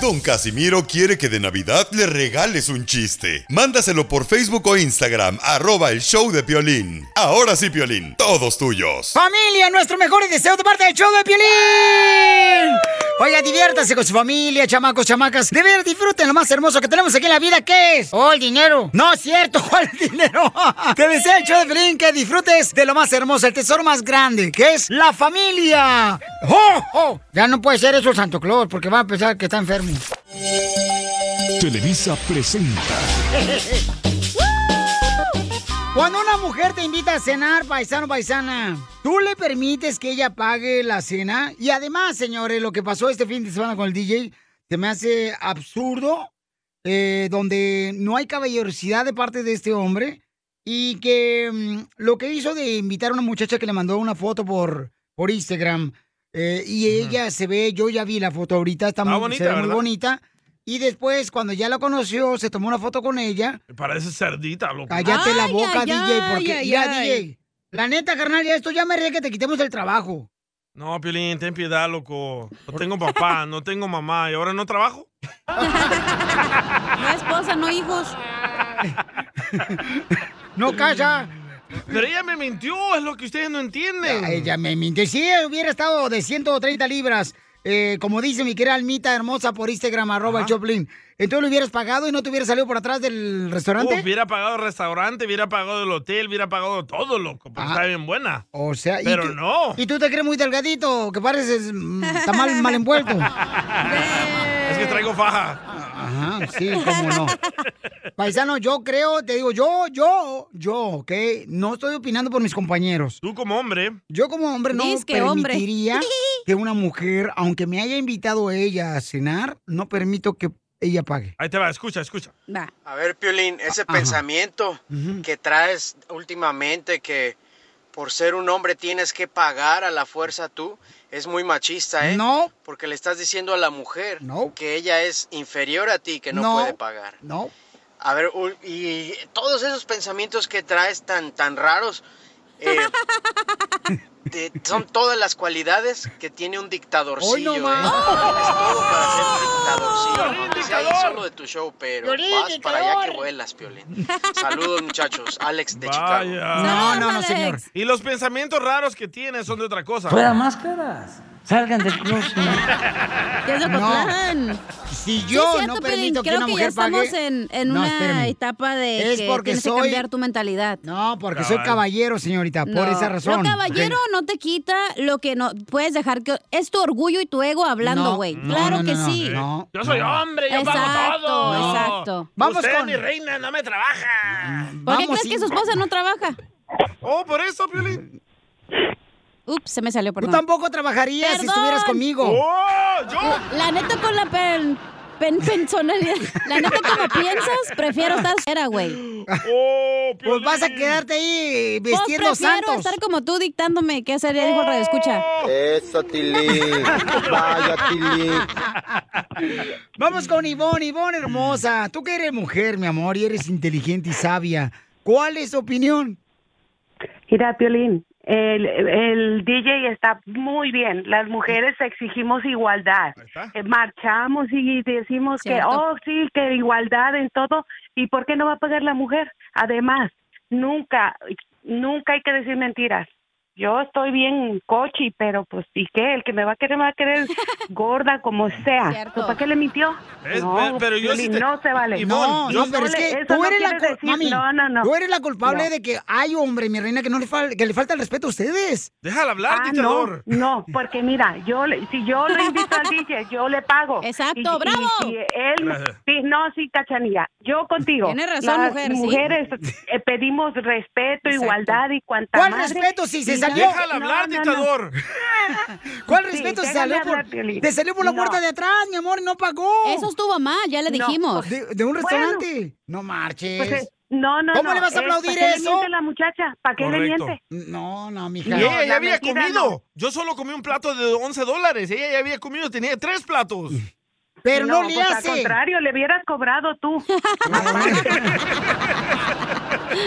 [SPEAKER 12] Don Casimiro quiere que de Navidad le regales un chiste. Mándaselo por Facebook o Instagram, arroba el show de Piolín. Ahora sí, Piolín, todos tuyos.
[SPEAKER 3] Familia, nuestros mejores deseos de parte del show de Piolín. Oiga, diviértase con su familia, chamacos, chamacas. De ver, disfruten lo más hermoso que tenemos aquí en la vida, ¿qué es? ¡Oh, el dinero! No es cierto, (laughs) ¿cuál dinero? Te deseo el show de Piolín que disfrutes de lo más hermoso, el tesoro más grande, que es la familia. ¡Oh, oh! Ya no puede ser eso Santo Claus, porque va a pensar que está enfermo.
[SPEAKER 22] Televisa presenta
[SPEAKER 3] (laughs) Cuando una mujer te invita a cenar, paisano, paisana, ¿tú le permites que ella pague la cena? Y además, señores, lo que pasó este fin de semana con el DJ se me hace absurdo, eh, donde no hay caballerosidad de parte de este hombre y que mm, lo que hizo de invitar a una muchacha que le mandó una foto por, por Instagram eh, y ella se ve, yo ya vi la foto ahorita, está, muy,
[SPEAKER 4] bonita,
[SPEAKER 3] se ve muy
[SPEAKER 4] ¿verdad?
[SPEAKER 3] bonita. Y después, cuando ya la conoció, se tomó una foto con ella.
[SPEAKER 4] Parece cerdita, loco.
[SPEAKER 3] Cállate la boca, DJ, porque
[SPEAKER 4] ay,
[SPEAKER 3] mira,
[SPEAKER 4] ay.
[SPEAKER 3] DJ. La neta, carnal, ya esto ya me ríe que te quitemos el trabajo.
[SPEAKER 4] No, Piolín, ten piedad, loco. No tengo papá, no tengo mamá y ahora no trabajo.
[SPEAKER 5] No esposa, no hijos.
[SPEAKER 3] No calla.
[SPEAKER 4] Pero ella me mintió, es lo que ustedes no entienden.
[SPEAKER 3] Ella me mintió. Si ella hubiera estado de 130 libras, eh, como dice mi querida Almita hermosa por Instagram, arroba el Choplin, entonces lo hubieras pagado y no te hubieras salido por atrás del
[SPEAKER 4] Uf,
[SPEAKER 3] restaurante.
[SPEAKER 4] hubiera pagado el restaurante, hubiera pagado el hotel, hubiera pagado todo, loco. Porque está bien buena.
[SPEAKER 3] O sea, y
[SPEAKER 4] Pero
[SPEAKER 3] tú-
[SPEAKER 4] no.
[SPEAKER 3] Y tú te crees
[SPEAKER 4] (laughs)
[SPEAKER 3] muy delgadito, que pareces mm, tamal mal envuelto.
[SPEAKER 4] Es que traigo faja.
[SPEAKER 3] Ajá, sí, cómo no. Paisano, yo creo, te digo, yo, yo, yo, ¿ok? No estoy opinando por mis compañeros.
[SPEAKER 4] Tú como hombre.
[SPEAKER 3] Yo como hombre no
[SPEAKER 5] Diz que hombre.
[SPEAKER 3] permitiría
[SPEAKER 5] (laughs)
[SPEAKER 3] que una mujer, aunque me haya invitado ella a cenar, no permito que ella pague.
[SPEAKER 4] Ahí te va, escucha, escucha.
[SPEAKER 22] A ver, Piolín, ese pensamiento que traes últimamente que por ser un hombre tienes que pagar a la fuerza tú, es muy machista, ¿eh?
[SPEAKER 3] No.
[SPEAKER 22] Porque le estás diciendo a la mujer
[SPEAKER 3] No.
[SPEAKER 22] que ella es inferior a ti, que no,
[SPEAKER 3] No.
[SPEAKER 22] puede pagar.
[SPEAKER 3] No.
[SPEAKER 22] A ver, ul- y todos esos pensamientos que traes tan, tan raros, eh, te- son todas las cualidades que tiene un dictadorcillo.
[SPEAKER 2] Hoy no
[SPEAKER 22] ¿eh?
[SPEAKER 4] (laughs)
[SPEAKER 5] Oh,
[SPEAKER 2] más.
[SPEAKER 22] Tienes todo para ser un dictadorcillo. aunque sea ahí
[SPEAKER 2] dictador.
[SPEAKER 22] solo de tu show, pero
[SPEAKER 2] Piolín,
[SPEAKER 22] vas para allá que
[SPEAKER 2] dictador.
[SPEAKER 22] vuelas, Piolín. Saludos, muchachos. Alex de Chicago.
[SPEAKER 4] No,
[SPEAKER 22] no, no, señor.
[SPEAKER 4] Y los pensamientos raros que tienes son de otra cosa.
[SPEAKER 22] Fuera
[SPEAKER 4] máscaras. Salgan
[SPEAKER 5] (laughs)
[SPEAKER 4] del
[SPEAKER 5] ¿Qué es lo que
[SPEAKER 4] Eh, No.
[SPEAKER 5] plan?
[SPEAKER 3] Si
[SPEAKER 5] Sí,
[SPEAKER 3] yo
[SPEAKER 5] es cierto,
[SPEAKER 3] no
[SPEAKER 5] Pelín,
[SPEAKER 3] permito que
[SPEAKER 5] creo
[SPEAKER 3] una
[SPEAKER 5] que
[SPEAKER 3] mujer
[SPEAKER 5] ya estamos
[SPEAKER 3] pague-
[SPEAKER 5] en, en
[SPEAKER 3] No,
[SPEAKER 5] una
[SPEAKER 3] espérame.
[SPEAKER 5] etapa de
[SPEAKER 3] Es
[SPEAKER 5] que
[SPEAKER 3] porque
[SPEAKER 5] tienes
[SPEAKER 3] soy-
[SPEAKER 5] que cambiar tu mentalidad.
[SPEAKER 3] No, Porque soy caballero, señorita, por
[SPEAKER 5] No.
[SPEAKER 3] esa razón.
[SPEAKER 5] Lo caballero no te quita lo que no puedes dejar que es tu orgullo y tu ego hablando,
[SPEAKER 3] No,
[SPEAKER 5] güey.
[SPEAKER 3] no,
[SPEAKER 5] claro
[SPEAKER 3] no,
[SPEAKER 5] que
[SPEAKER 3] no,
[SPEAKER 5] sí.
[SPEAKER 3] no,
[SPEAKER 4] Yo soy hombre, yo pago
[SPEAKER 5] Exacto,
[SPEAKER 4] todo.
[SPEAKER 5] exacto.
[SPEAKER 4] Vamos
[SPEAKER 5] Vamos
[SPEAKER 4] Usted,
[SPEAKER 5] con-
[SPEAKER 4] mi reina, no me trabaja.
[SPEAKER 5] ¿Por qué crees que su esposa no trabaja?
[SPEAKER 4] Oh, por eso, Piolín.
[SPEAKER 5] Ups, se me salió, perdón.
[SPEAKER 3] Tú tampoco trabajarías si
[SPEAKER 5] Perdón.
[SPEAKER 3] estuvieras conmigo.
[SPEAKER 5] La, la neta con la pen, pen- personalidad. La neta como piensas, prefiero estar fuera, güey.
[SPEAKER 3] pues vas a quedarte ahí vistiendo
[SPEAKER 5] pues prefiero
[SPEAKER 3] santos.
[SPEAKER 5] estar como tú dictándome qué hacer, dijo el radio escucha.
[SPEAKER 2] Eso,
[SPEAKER 23] (laughs)
[SPEAKER 2] Tilín. Vaya, Tilín.
[SPEAKER 3] Vamos con Ivonne, Ivonne hermosa. Tú que eres mujer, mi amor, y eres inteligente y sabia. ¿Cuál es tu opinión?
[SPEAKER 23] Mira, Piolín, el, el DJ está muy bien. Las mujeres exigimos igualdad. Eh, Marchamos y decimos
[SPEAKER 16] Cierto.
[SPEAKER 23] que, oh, sí, que igualdad en todo. ¿Y por qué no va a pagar la mujer? Además, nunca, nunca hay que decir mentiras. Yo estoy bien cochi, pero pues, ¿y qué? El que me va a querer, me va a
[SPEAKER 3] (laughs)
[SPEAKER 23] querer gorda como sea. Pues, ¿Para qué le mintió?
[SPEAKER 4] Es-
[SPEAKER 23] no,
[SPEAKER 4] pe- pero yo sí
[SPEAKER 23] Piolín,
[SPEAKER 4] te-
[SPEAKER 23] no se vale.
[SPEAKER 3] No, no, pero es
[SPEAKER 23] le-
[SPEAKER 3] que
[SPEAKER 23] eso
[SPEAKER 3] tú
[SPEAKER 23] no
[SPEAKER 3] eres, la
[SPEAKER 23] quiere
[SPEAKER 3] cul-
[SPEAKER 23] decir-
[SPEAKER 3] mami,
[SPEAKER 23] no, no, no.
[SPEAKER 3] tú eres la culpable
[SPEAKER 23] No.
[SPEAKER 3] de que hay hombre, mi reina, que no le, fal- que le falta el respeto a ustedes.
[SPEAKER 4] Déjala
[SPEAKER 23] Ah, No, no, porque mira, yo le- si yo lo invito al DJ, yo le pago. Exacto,
[SPEAKER 5] bravo.
[SPEAKER 23] Y, él,
[SPEAKER 5] Gracias.
[SPEAKER 23] sí, no, sí, Cachanilla, yo contigo.
[SPEAKER 5] Tiene razón,
[SPEAKER 23] Las
[SPEAKER 5] mujer, sí.
[SPEAKER 23] mujeres eh, pedimos respeto, igualdad y cuanta
[SPEAKER 3] ¿Cuál
[SPEAKER 23] madre.
[SPEAKER 3] respeto si se
[SPEAKER 23] Y
[SPEAKER 3] salió?
[SPEAKER 23] ya-
[SPEAKER 3] Déjala
[SPEAKER 5] (laughs)
[SPEAKER 3] hablar, dictador. ¿Cuál respeto se salió por- te salió por la puerta de atrás, mi amor, y no pagó?
[SPEAKER 5] Eso estuvo mal, ya le
[SPEAKER 23] No. pues,
[SPEAKER 5] dijimos.
[SPEAKER 3] De, de un
[SPEAKER 23] Bueno.
[SPEAKER 3] restaurante. no marches.
[SPEAKER 23] Pues, eh, no, no,
[SPEAKER 3] ¿Cómo
[SPEAKER 23] no,
[SPEAKER 3] le vas a
[SPEAKER 23] eh,
[SPEAKER 3] aplaudir
[SPEAKER 23] ¿para qué le
[SPEAKER 3] eso?
[SPEAKER 23] miente la muchacha? ¿Para qué le
[SPEAKER 4] Correcto.
[SPEAKER 23] miente?
[SPEAKER 3] No, no,
[SPEAKER 4] Y
[SPEAKER 3] mija.
[SPEAKER 4] ella ya
[SPEAKER 23] la
[SPEAKER 4] había
[SPEAKER 23] mentira
[SPEAKER 4] comido.
[SPEAKER 23] no.
[SPEAKER 4] Yo solo comí un plato de 11 dólares. Ella ya había comido, tenía tres platos.
[SPEAKER 23] pues, Al contrario, le hubieras cobrado
[SPEAKER 4] (laughs)
[SPEAKER 23] tú.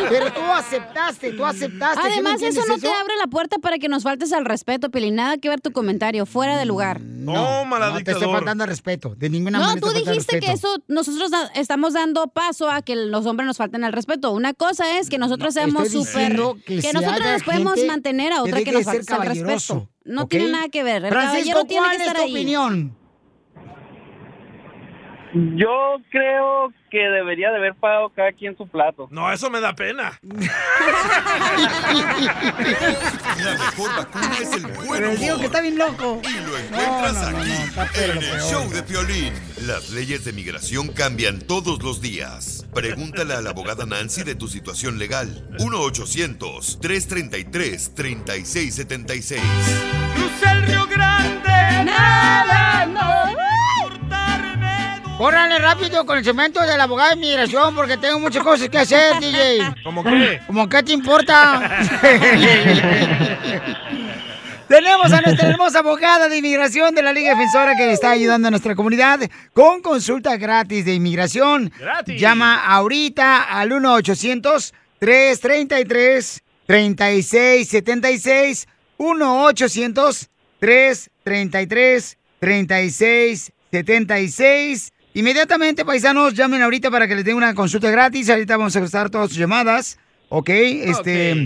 [SPEAKER 3] Pero tú aceptaste, tú aceptaste. ¿sí me
[SPEAKER 5] Además, eso
[SPEAKER 3] entiendes
[SPEAKER 5] no te abre la puerta para que nos faltes al respeto, Pili. Nada que ver tu comentario, fuera de lugar.
[SPEAKER 4] Oh,
[SPEAKER 3] No, no te estoy faltando al respeto. De ninguna
[SPEAKER 5] No,
[SPEAKER 3] Mm, manera.
[SPEAKER 5] tú
[SPEAKER 3] te falta al
[SPEAKER 5] dijiste que
[SPEAKER 3] respeto.
[SPEAKER 5] eso, nosotros da- estamos dando paso a que los hombres nos falten al respeto. Una cosa es que nosotros seamos
[SPEAKER 3] estoy
[SPEAKER 5] súper.
[SPEAKER 3] diciendo que
[SPEAKER 5] Que,
[SPEAKER 3] se
[SPEAKER 5] nosotros
[SPEAKER 3] haga
[SPEAKER 5] nos podemos
[SPEAKER 3] gente
[SPEAKER 5] mantener a
[SPEAKER 3] que
[SPEAKER 5] otra que,
[SPEAKER 3] deje de
[SPEAKER 5] nos
[SPEAKER 3] ser
[SPEAKER 5] faltes al
[SPEAKER 3] caballeroso,
[SPEAKER 5] respeto. No
[SPEAKER 3] ¿ok?
[SPEAKER 5] tiene nada que ver. El
[SPEAKER 3] Francisco,
[SPEAKER 5] caballero tiene que
[SPEAKER 3] ¿cuál es
[SPEAKER 5] estar
[SPEAKER 3] tu
[SPEAKER 5] ahí.
[SPEAKER 3] opinión?
[SPEAKER 21] Yo creo que debería de haber pagado cada quien su plato.
[SPEAKER 4] No, eso me da pena.
[SPEAKER 12] La mejor vacuna es el buen
[SPEAKER 3] Pero les digo
[SPEAKER 12] humor.
[SPEAKER 3] que está bien loco.
[SPEAKER 12] Encuentras
[SPEAKER 3] No, no,
[SPEAKER 12] aquí
[SPEAKER 3] no, está
[SPEAKER 12] en
[SPEAKER 3] pero
[SPEAKER 12] el
[SPEAKER 3] peor.
[SPEAKER 12] show de Piolín. Las leyes de migración cambian todos los días. Pregúntale a la abogada Nancy de tu situación legal. 1-800-333-3676.
[SPEAKER 2] Crucé el Río Grande.
[SPEAKER 3] Nada, Córrale rápido con el cemento de la abogada de inmigración porque tengo muchas cosas que
[SPEAKER 4] (laughs)
[SPEAKER 3] hacer, DJ.
[SPEAKER 4] ¿Cómo qué?
[SPEAKER 3] ¿Cómo qué te importa?
[SPEAKER 4] (laughs)
[SPEAKER 3] Tenemos a nuestra hermosa abogada de inmigración de la Liga Defensora que está ayudando a nuestra comunidad con consulta gratis de inmigración.
[SPEAKER 2] Gratis.
[SPEAKER 3] Llama ahorita al 1-800-333-3676. 1-800-333-3676. Inmediatamente, paisanos, llamen ahorita para que les den una consulta gratis. Ahorita vamos a contestar todas sus llamadas. ¿Ok? Este.
[SPEAKER 2] Ok.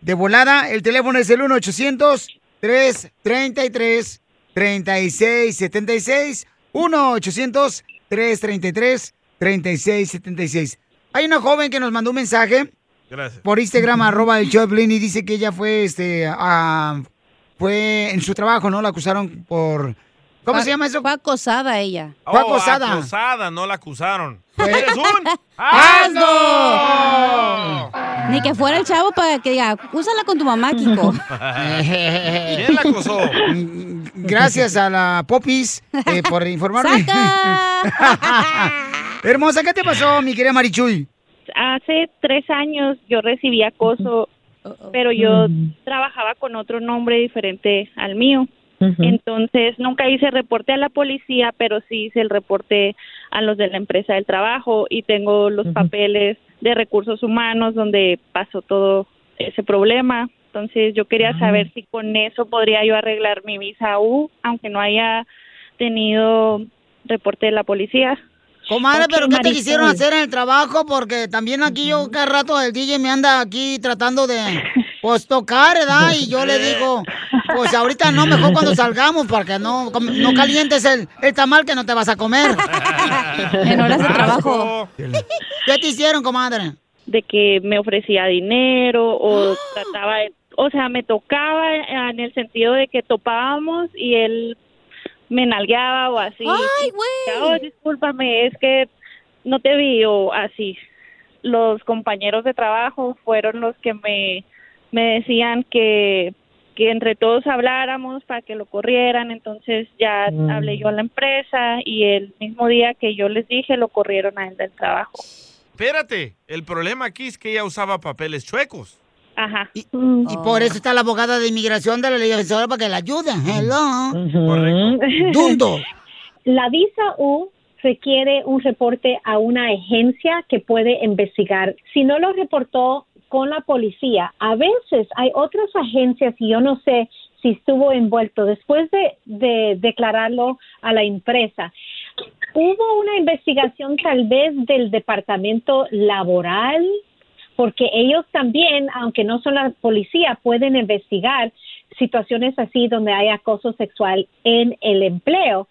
[SPEAKER 3] De volada, el teléfono es el 1-800-333-3676. 1-800-333-3676. Hay una joven que nos mandó un mensaje
[SPEAKER 4] Gracias.
[SPEAKER 3] por Instagram, arroba el Choplin, y dice que ella fue, este, a- fue en su trabajo, ¿no? La acusaron por ¿Cómo se llama eso?
[SPEAKER 5] Fue acosada ella.
[SPEAKER 4] Fue
[SPEAKER 3] Fue acosada.
[SPEAKER 4] Acosada, no la acusaron. Oh, ¡Eres
[SPEAKER 3] (laughs)
[SPEAKER 4] un
[SPEAKER 5] asno! Ni que fuera el chavo para que diga, úsala con tu mamá, Kiko.
[SPEAKER 4] Ah. ¿Quién la acosó?
[SPEAKER 3] Gracias a la Popis
[SPEAKER 29] (laughs)
[SPEAKER 3] eh, por informarme. (laughs) Hermosa, ¿qué te pasó, mi querida Marichuy?
[SPEAKER 29] Hace tres años yo recibí acoso, pero yo trabajaba con otro nombre diferente al mío. Entonces nunca hice reporte a la policía, pero sí hice el reporte a los de la empresa del trabajo y tengo los papeles de recursos humanos donde pasó todo ese problema. Entonces yo quería
[SPEAKER 3] Ah.
[SPEAKER 29] saber si con eso podría yo arreglar mi visa U, aunque no haya tenido reporte de la policía.
[SPEAKER 3] Comadre,
[SPEAKER 29] Ok,
[SPEAKER 3] ¿pero qué te
[SPEAKER 29] Marisol.
[SPEAKER 3] quisieron hacer en el trabajo? Porque también aquí yo cada rato el DJ me anda aquí tratando de, pues, tocar, ¿verdad? Y yo le digo, pues, ahorita no, mejor cuando salgamos, porque no, com- no calientes el, el tamal que no te vas a comer.
[SPEAKER 29] (laughs) En horas de
[SPEAKER 3] trabajo. ¿Qué te hicieron, comadre?
[SPEAKER 29] de que me ofrecía dinero o
[SPEAKER 17] ¡Ah!
[SPEAKER 29] trataba de, o sea, me tocaba en el sentido de que topábamos y él me nalgueaba o así.
[SPEAKER 5] ¡Ay,
[SPEAKER 29] güey! discúlpame, es que no te vi o así. Los compañeros de trabajo fueron los que me, me decían que, que entre todos habláramos para que lo corrieran, entonces ya
[SPEAKER 24] Mm.
[SPEAKER 29] hablé yo a la empresa y el mismo día que yo les dije lo corrieron a él del trabajo.
[SPEAKER 4] Espérate, el problema aquí es que ella usaba papeles chuecos.
[SPEAKER 29] Ajá.
[SPEAKER 3] Y, y por eso está la abogada de inmigración de la ley defensora para que la ayude. Hello. Dundo.
[SPEAKER 24] La visa U requiere un reporte a una agencia que puede investigar. Si no lo reportó con la policía, a veces hay otras agencias y yo no sé si estuvo envuelto después de, de declararlo a la empresa. Hubo una investigación tal vez del departamento laboral porque ellos también, aunque no son la policía, pueden investigar situaciones así donde hay acoso sexual en el empleo.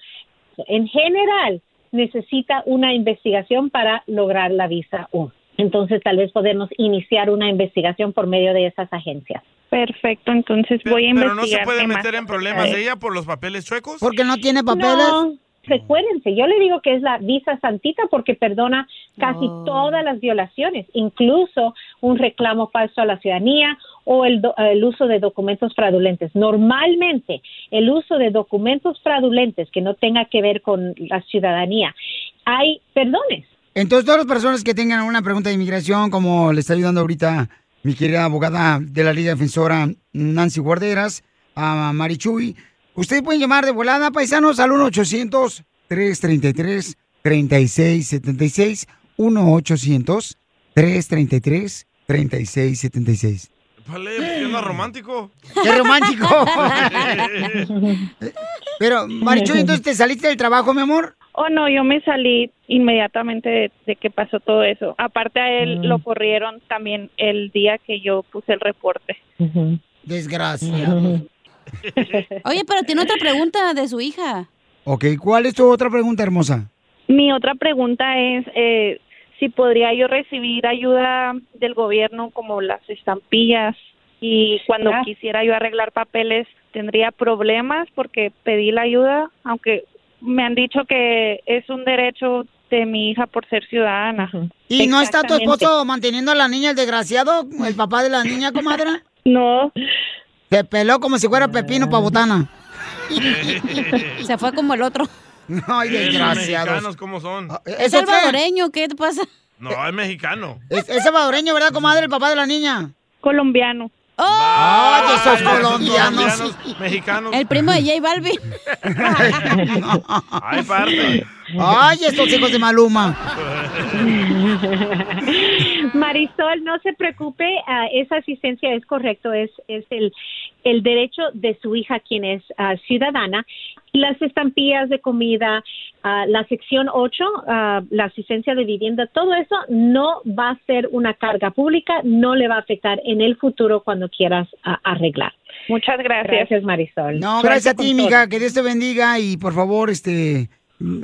[SPEAKER 24] En general, necesita una investigación para lograr la visa U. Entonces, tal vez podemos iniciar una investigación por medio de esas agencias.
[SPEAKER 29] Perfecto, entonces voy a
[SPEAKER 4] Pero
[SPEAKER 29] investigar.
[SPEAKER 4] no se puede
[SPEAKER 29] qué más
[SPEAKER 4] meter en problemas ella por los papeles chuecos.
[SPEAKER 3] Porque no tiene
[SPEAKER 4] papeles.
[SPEAKER 24] No, Recuérdense, yo le digo que es la visa santita porque perdona casi
[SPEAKER 3] Oh.
[SPEAKER 24] todas las violaciones, incluso un reclamo falso a la ciudadanía o el, do- el uso de documentos fraudulentos. Normalmente, el uso de documentos fraudulentos que no tenga que ver con la ciudadanía, hay perdones.
[SPEAKER 3] Entonces, todas las personas que tengan alguna pregunta de inmigración, como le está ayudando ahorita mi querida abogada de la Liga Defensora Nancy Guarderas, a Marichuy, ustedes pueden llamar de volada, paisanos, al 1-800-333-3676, 1-800-333-3676.
[SPEAKER 4] Vale, ¿por qué no es romántico?
[SPEAKER 3] ¡Qué romántico! Pero, Marichuy, entonces te saliste del trabajo, mi amor.
[SPEAKER 29] Oh, no, yo me salí inmediatamente de, de que pasó todo eso. Aparte a
[SPEAKER 3] Mm.
[SPEAKER 29] él lo corrieron también el día que yo puse el reporte.
[SPEAKER 3] Desgracia.
[SPEAKER 5] Oye, pero tiene otra pregunta de su hija.
[SPEAKER 3] Ok, ¿cuál es tu otra pregunta, hermosa?
[SPEAKER 29] Mi otra pregunta es eh, si podría yo recibir ayuda del gobierno como las estampillas y cuando
[SPEAKER 24] Ah.
[SPEAKER 29] quisiera yo arreglar papeles tendría problemas porque pedí la ayuda, aunque me han dicho que es un derecho de mi hija por ser ciudadana.
[SPEAKER 3] ¿Y no está tu
[SPEAKER 29] Exactamente.
[SPEAKER 3] esposo manteniendo a la niña, el desgraciado, el papá de la niña, comadre?
[SPEAKER 29] No.
[SPEAKER 3] Se peló como si fuera pepino pa' botana.
[SPEAKER 5] Se fue como el
[SPEAKER 3] (laughs)
[SPEAKER 5] otro.
[SPEAKER 3] (laughs) Ay,
[SPEAKER 4] Eh, los
[SPEAKER 3] desgraciados. Ah,
[SPEAKER 4] mexicanos, ¿cómo son?
[SPEAKER 5] Es
[SPEAKER 3] (laughs) ¿Eso qué?
[SPEAKER 5] salvadoreño, ¿qué te pasa?
[SPEAKER 4] No, es mexicano.
[SPEAKER 3] Es, es salvadoreño, ¿verdad, comadre, el papá de la niña?
[SPEAKER 29] Colombiano.
[SPEAKER 5] Oh,
[SPEAKER 3] ¡Ay, esos
[SPEAKER 4] Ay, los
[SPEAKER 3] colombianos!
[SPEAKER 4] colombianos, Mexicanos.
[SPEAKER 5] El primo de J Balvin.
[SPEAKER 4] Ay,
[SPEAKER 3] (laughs)
[SPEAKER 4] parte.
[SPEAKER 3] ¡Ay, estos hijos de Maluma!
[SPEAKER 24] Marisol, no se preocupe, ah, esa asistencia es correcto, es, es el, el derecho de su hija, quien es ah, ciudadana. Las estampillas de comida, ah, la sección 8, ah, la asistencia de vivienda, todo eso no va a ser una carga pública, no le va a afectar en el futuro cuando quieras ah, arreglar.
[SPEAKER 29] Muchas gracias.
[SPEAKER 24] Gracias, Marisol.
[SPEAKER 3] No,
[SPEAKER 24] Suerte
[SPEAKER 3] gracias a
[SPEAKER 24] con
[SPEAKER 3] ti,
[SPEAKER 24] todo.
[SPEAKER 3] mija, que Dios te bendiga y por favor, este,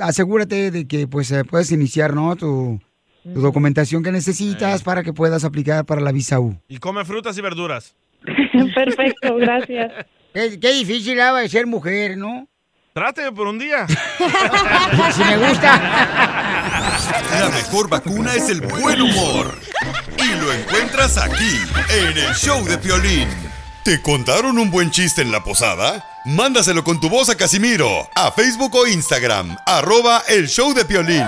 [SPEAKER 3] asegúrate de que pues eh, puedes iniciar, ¿no? Tu, tu documentación que necesitas para que puedas aplicar para la visa U.
[SPEAKER 4] Y come frutas y verduras.
[SPEAKER 29] (laughs) Perfecto, gracias.
[SPEAKER 3] Qué, qué difícil ha de ser mujer, ¿no?
[SPEAKER 30] Tráteme por un día.
[SPEAKER 3] (laughs) si me gusta.
[SPEAKER 12] La mejor vacuna es el buen humor. Y lo encuentras aquí, en el show de Piolín. ¿Te contaron un buen chiste en la posada? Mándaselo con tu voz a Casimiro, a Facebook o Instagram, arroba el show de Piolín.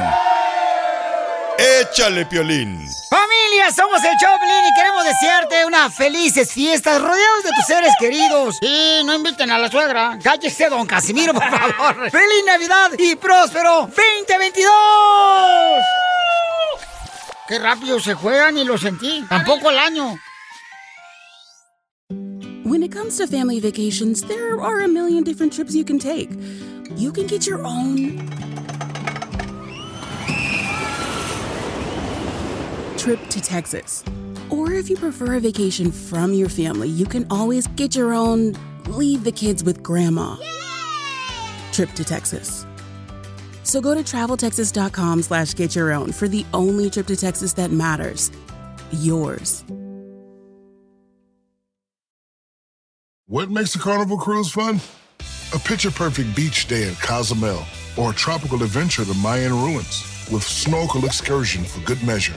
[SPEAKER 12] Échale, Piolín.
[SPEAKER 3] Familia, somos el Choplin y queremos desearte unas felices fiestas rodeados de tus seres queridos. Y no inviten a la suegra. Cállese, don Casimiro, (laughs) por favor. ¡Feliz Navidad y próspero 2022! Qué rápido se juegan y lo sentí. Tampoco el año.
[SPEAKER 31] When it comes to family vacations, there are a million different trips you can take. You can get your own trip to Texas. Or if you prefer a vacation from your family, you can always get your own leave the kids with grandma trip to Texas. So go to traveltexas.com slash get your own for the only trip to Texas that matters. Yours.
[SPEAKER 32] What makes a carnival cruise fun? A picture perfect beach day at Cozumel or a tropical adventure to Mayan ruins with snorkel excursion for good measure.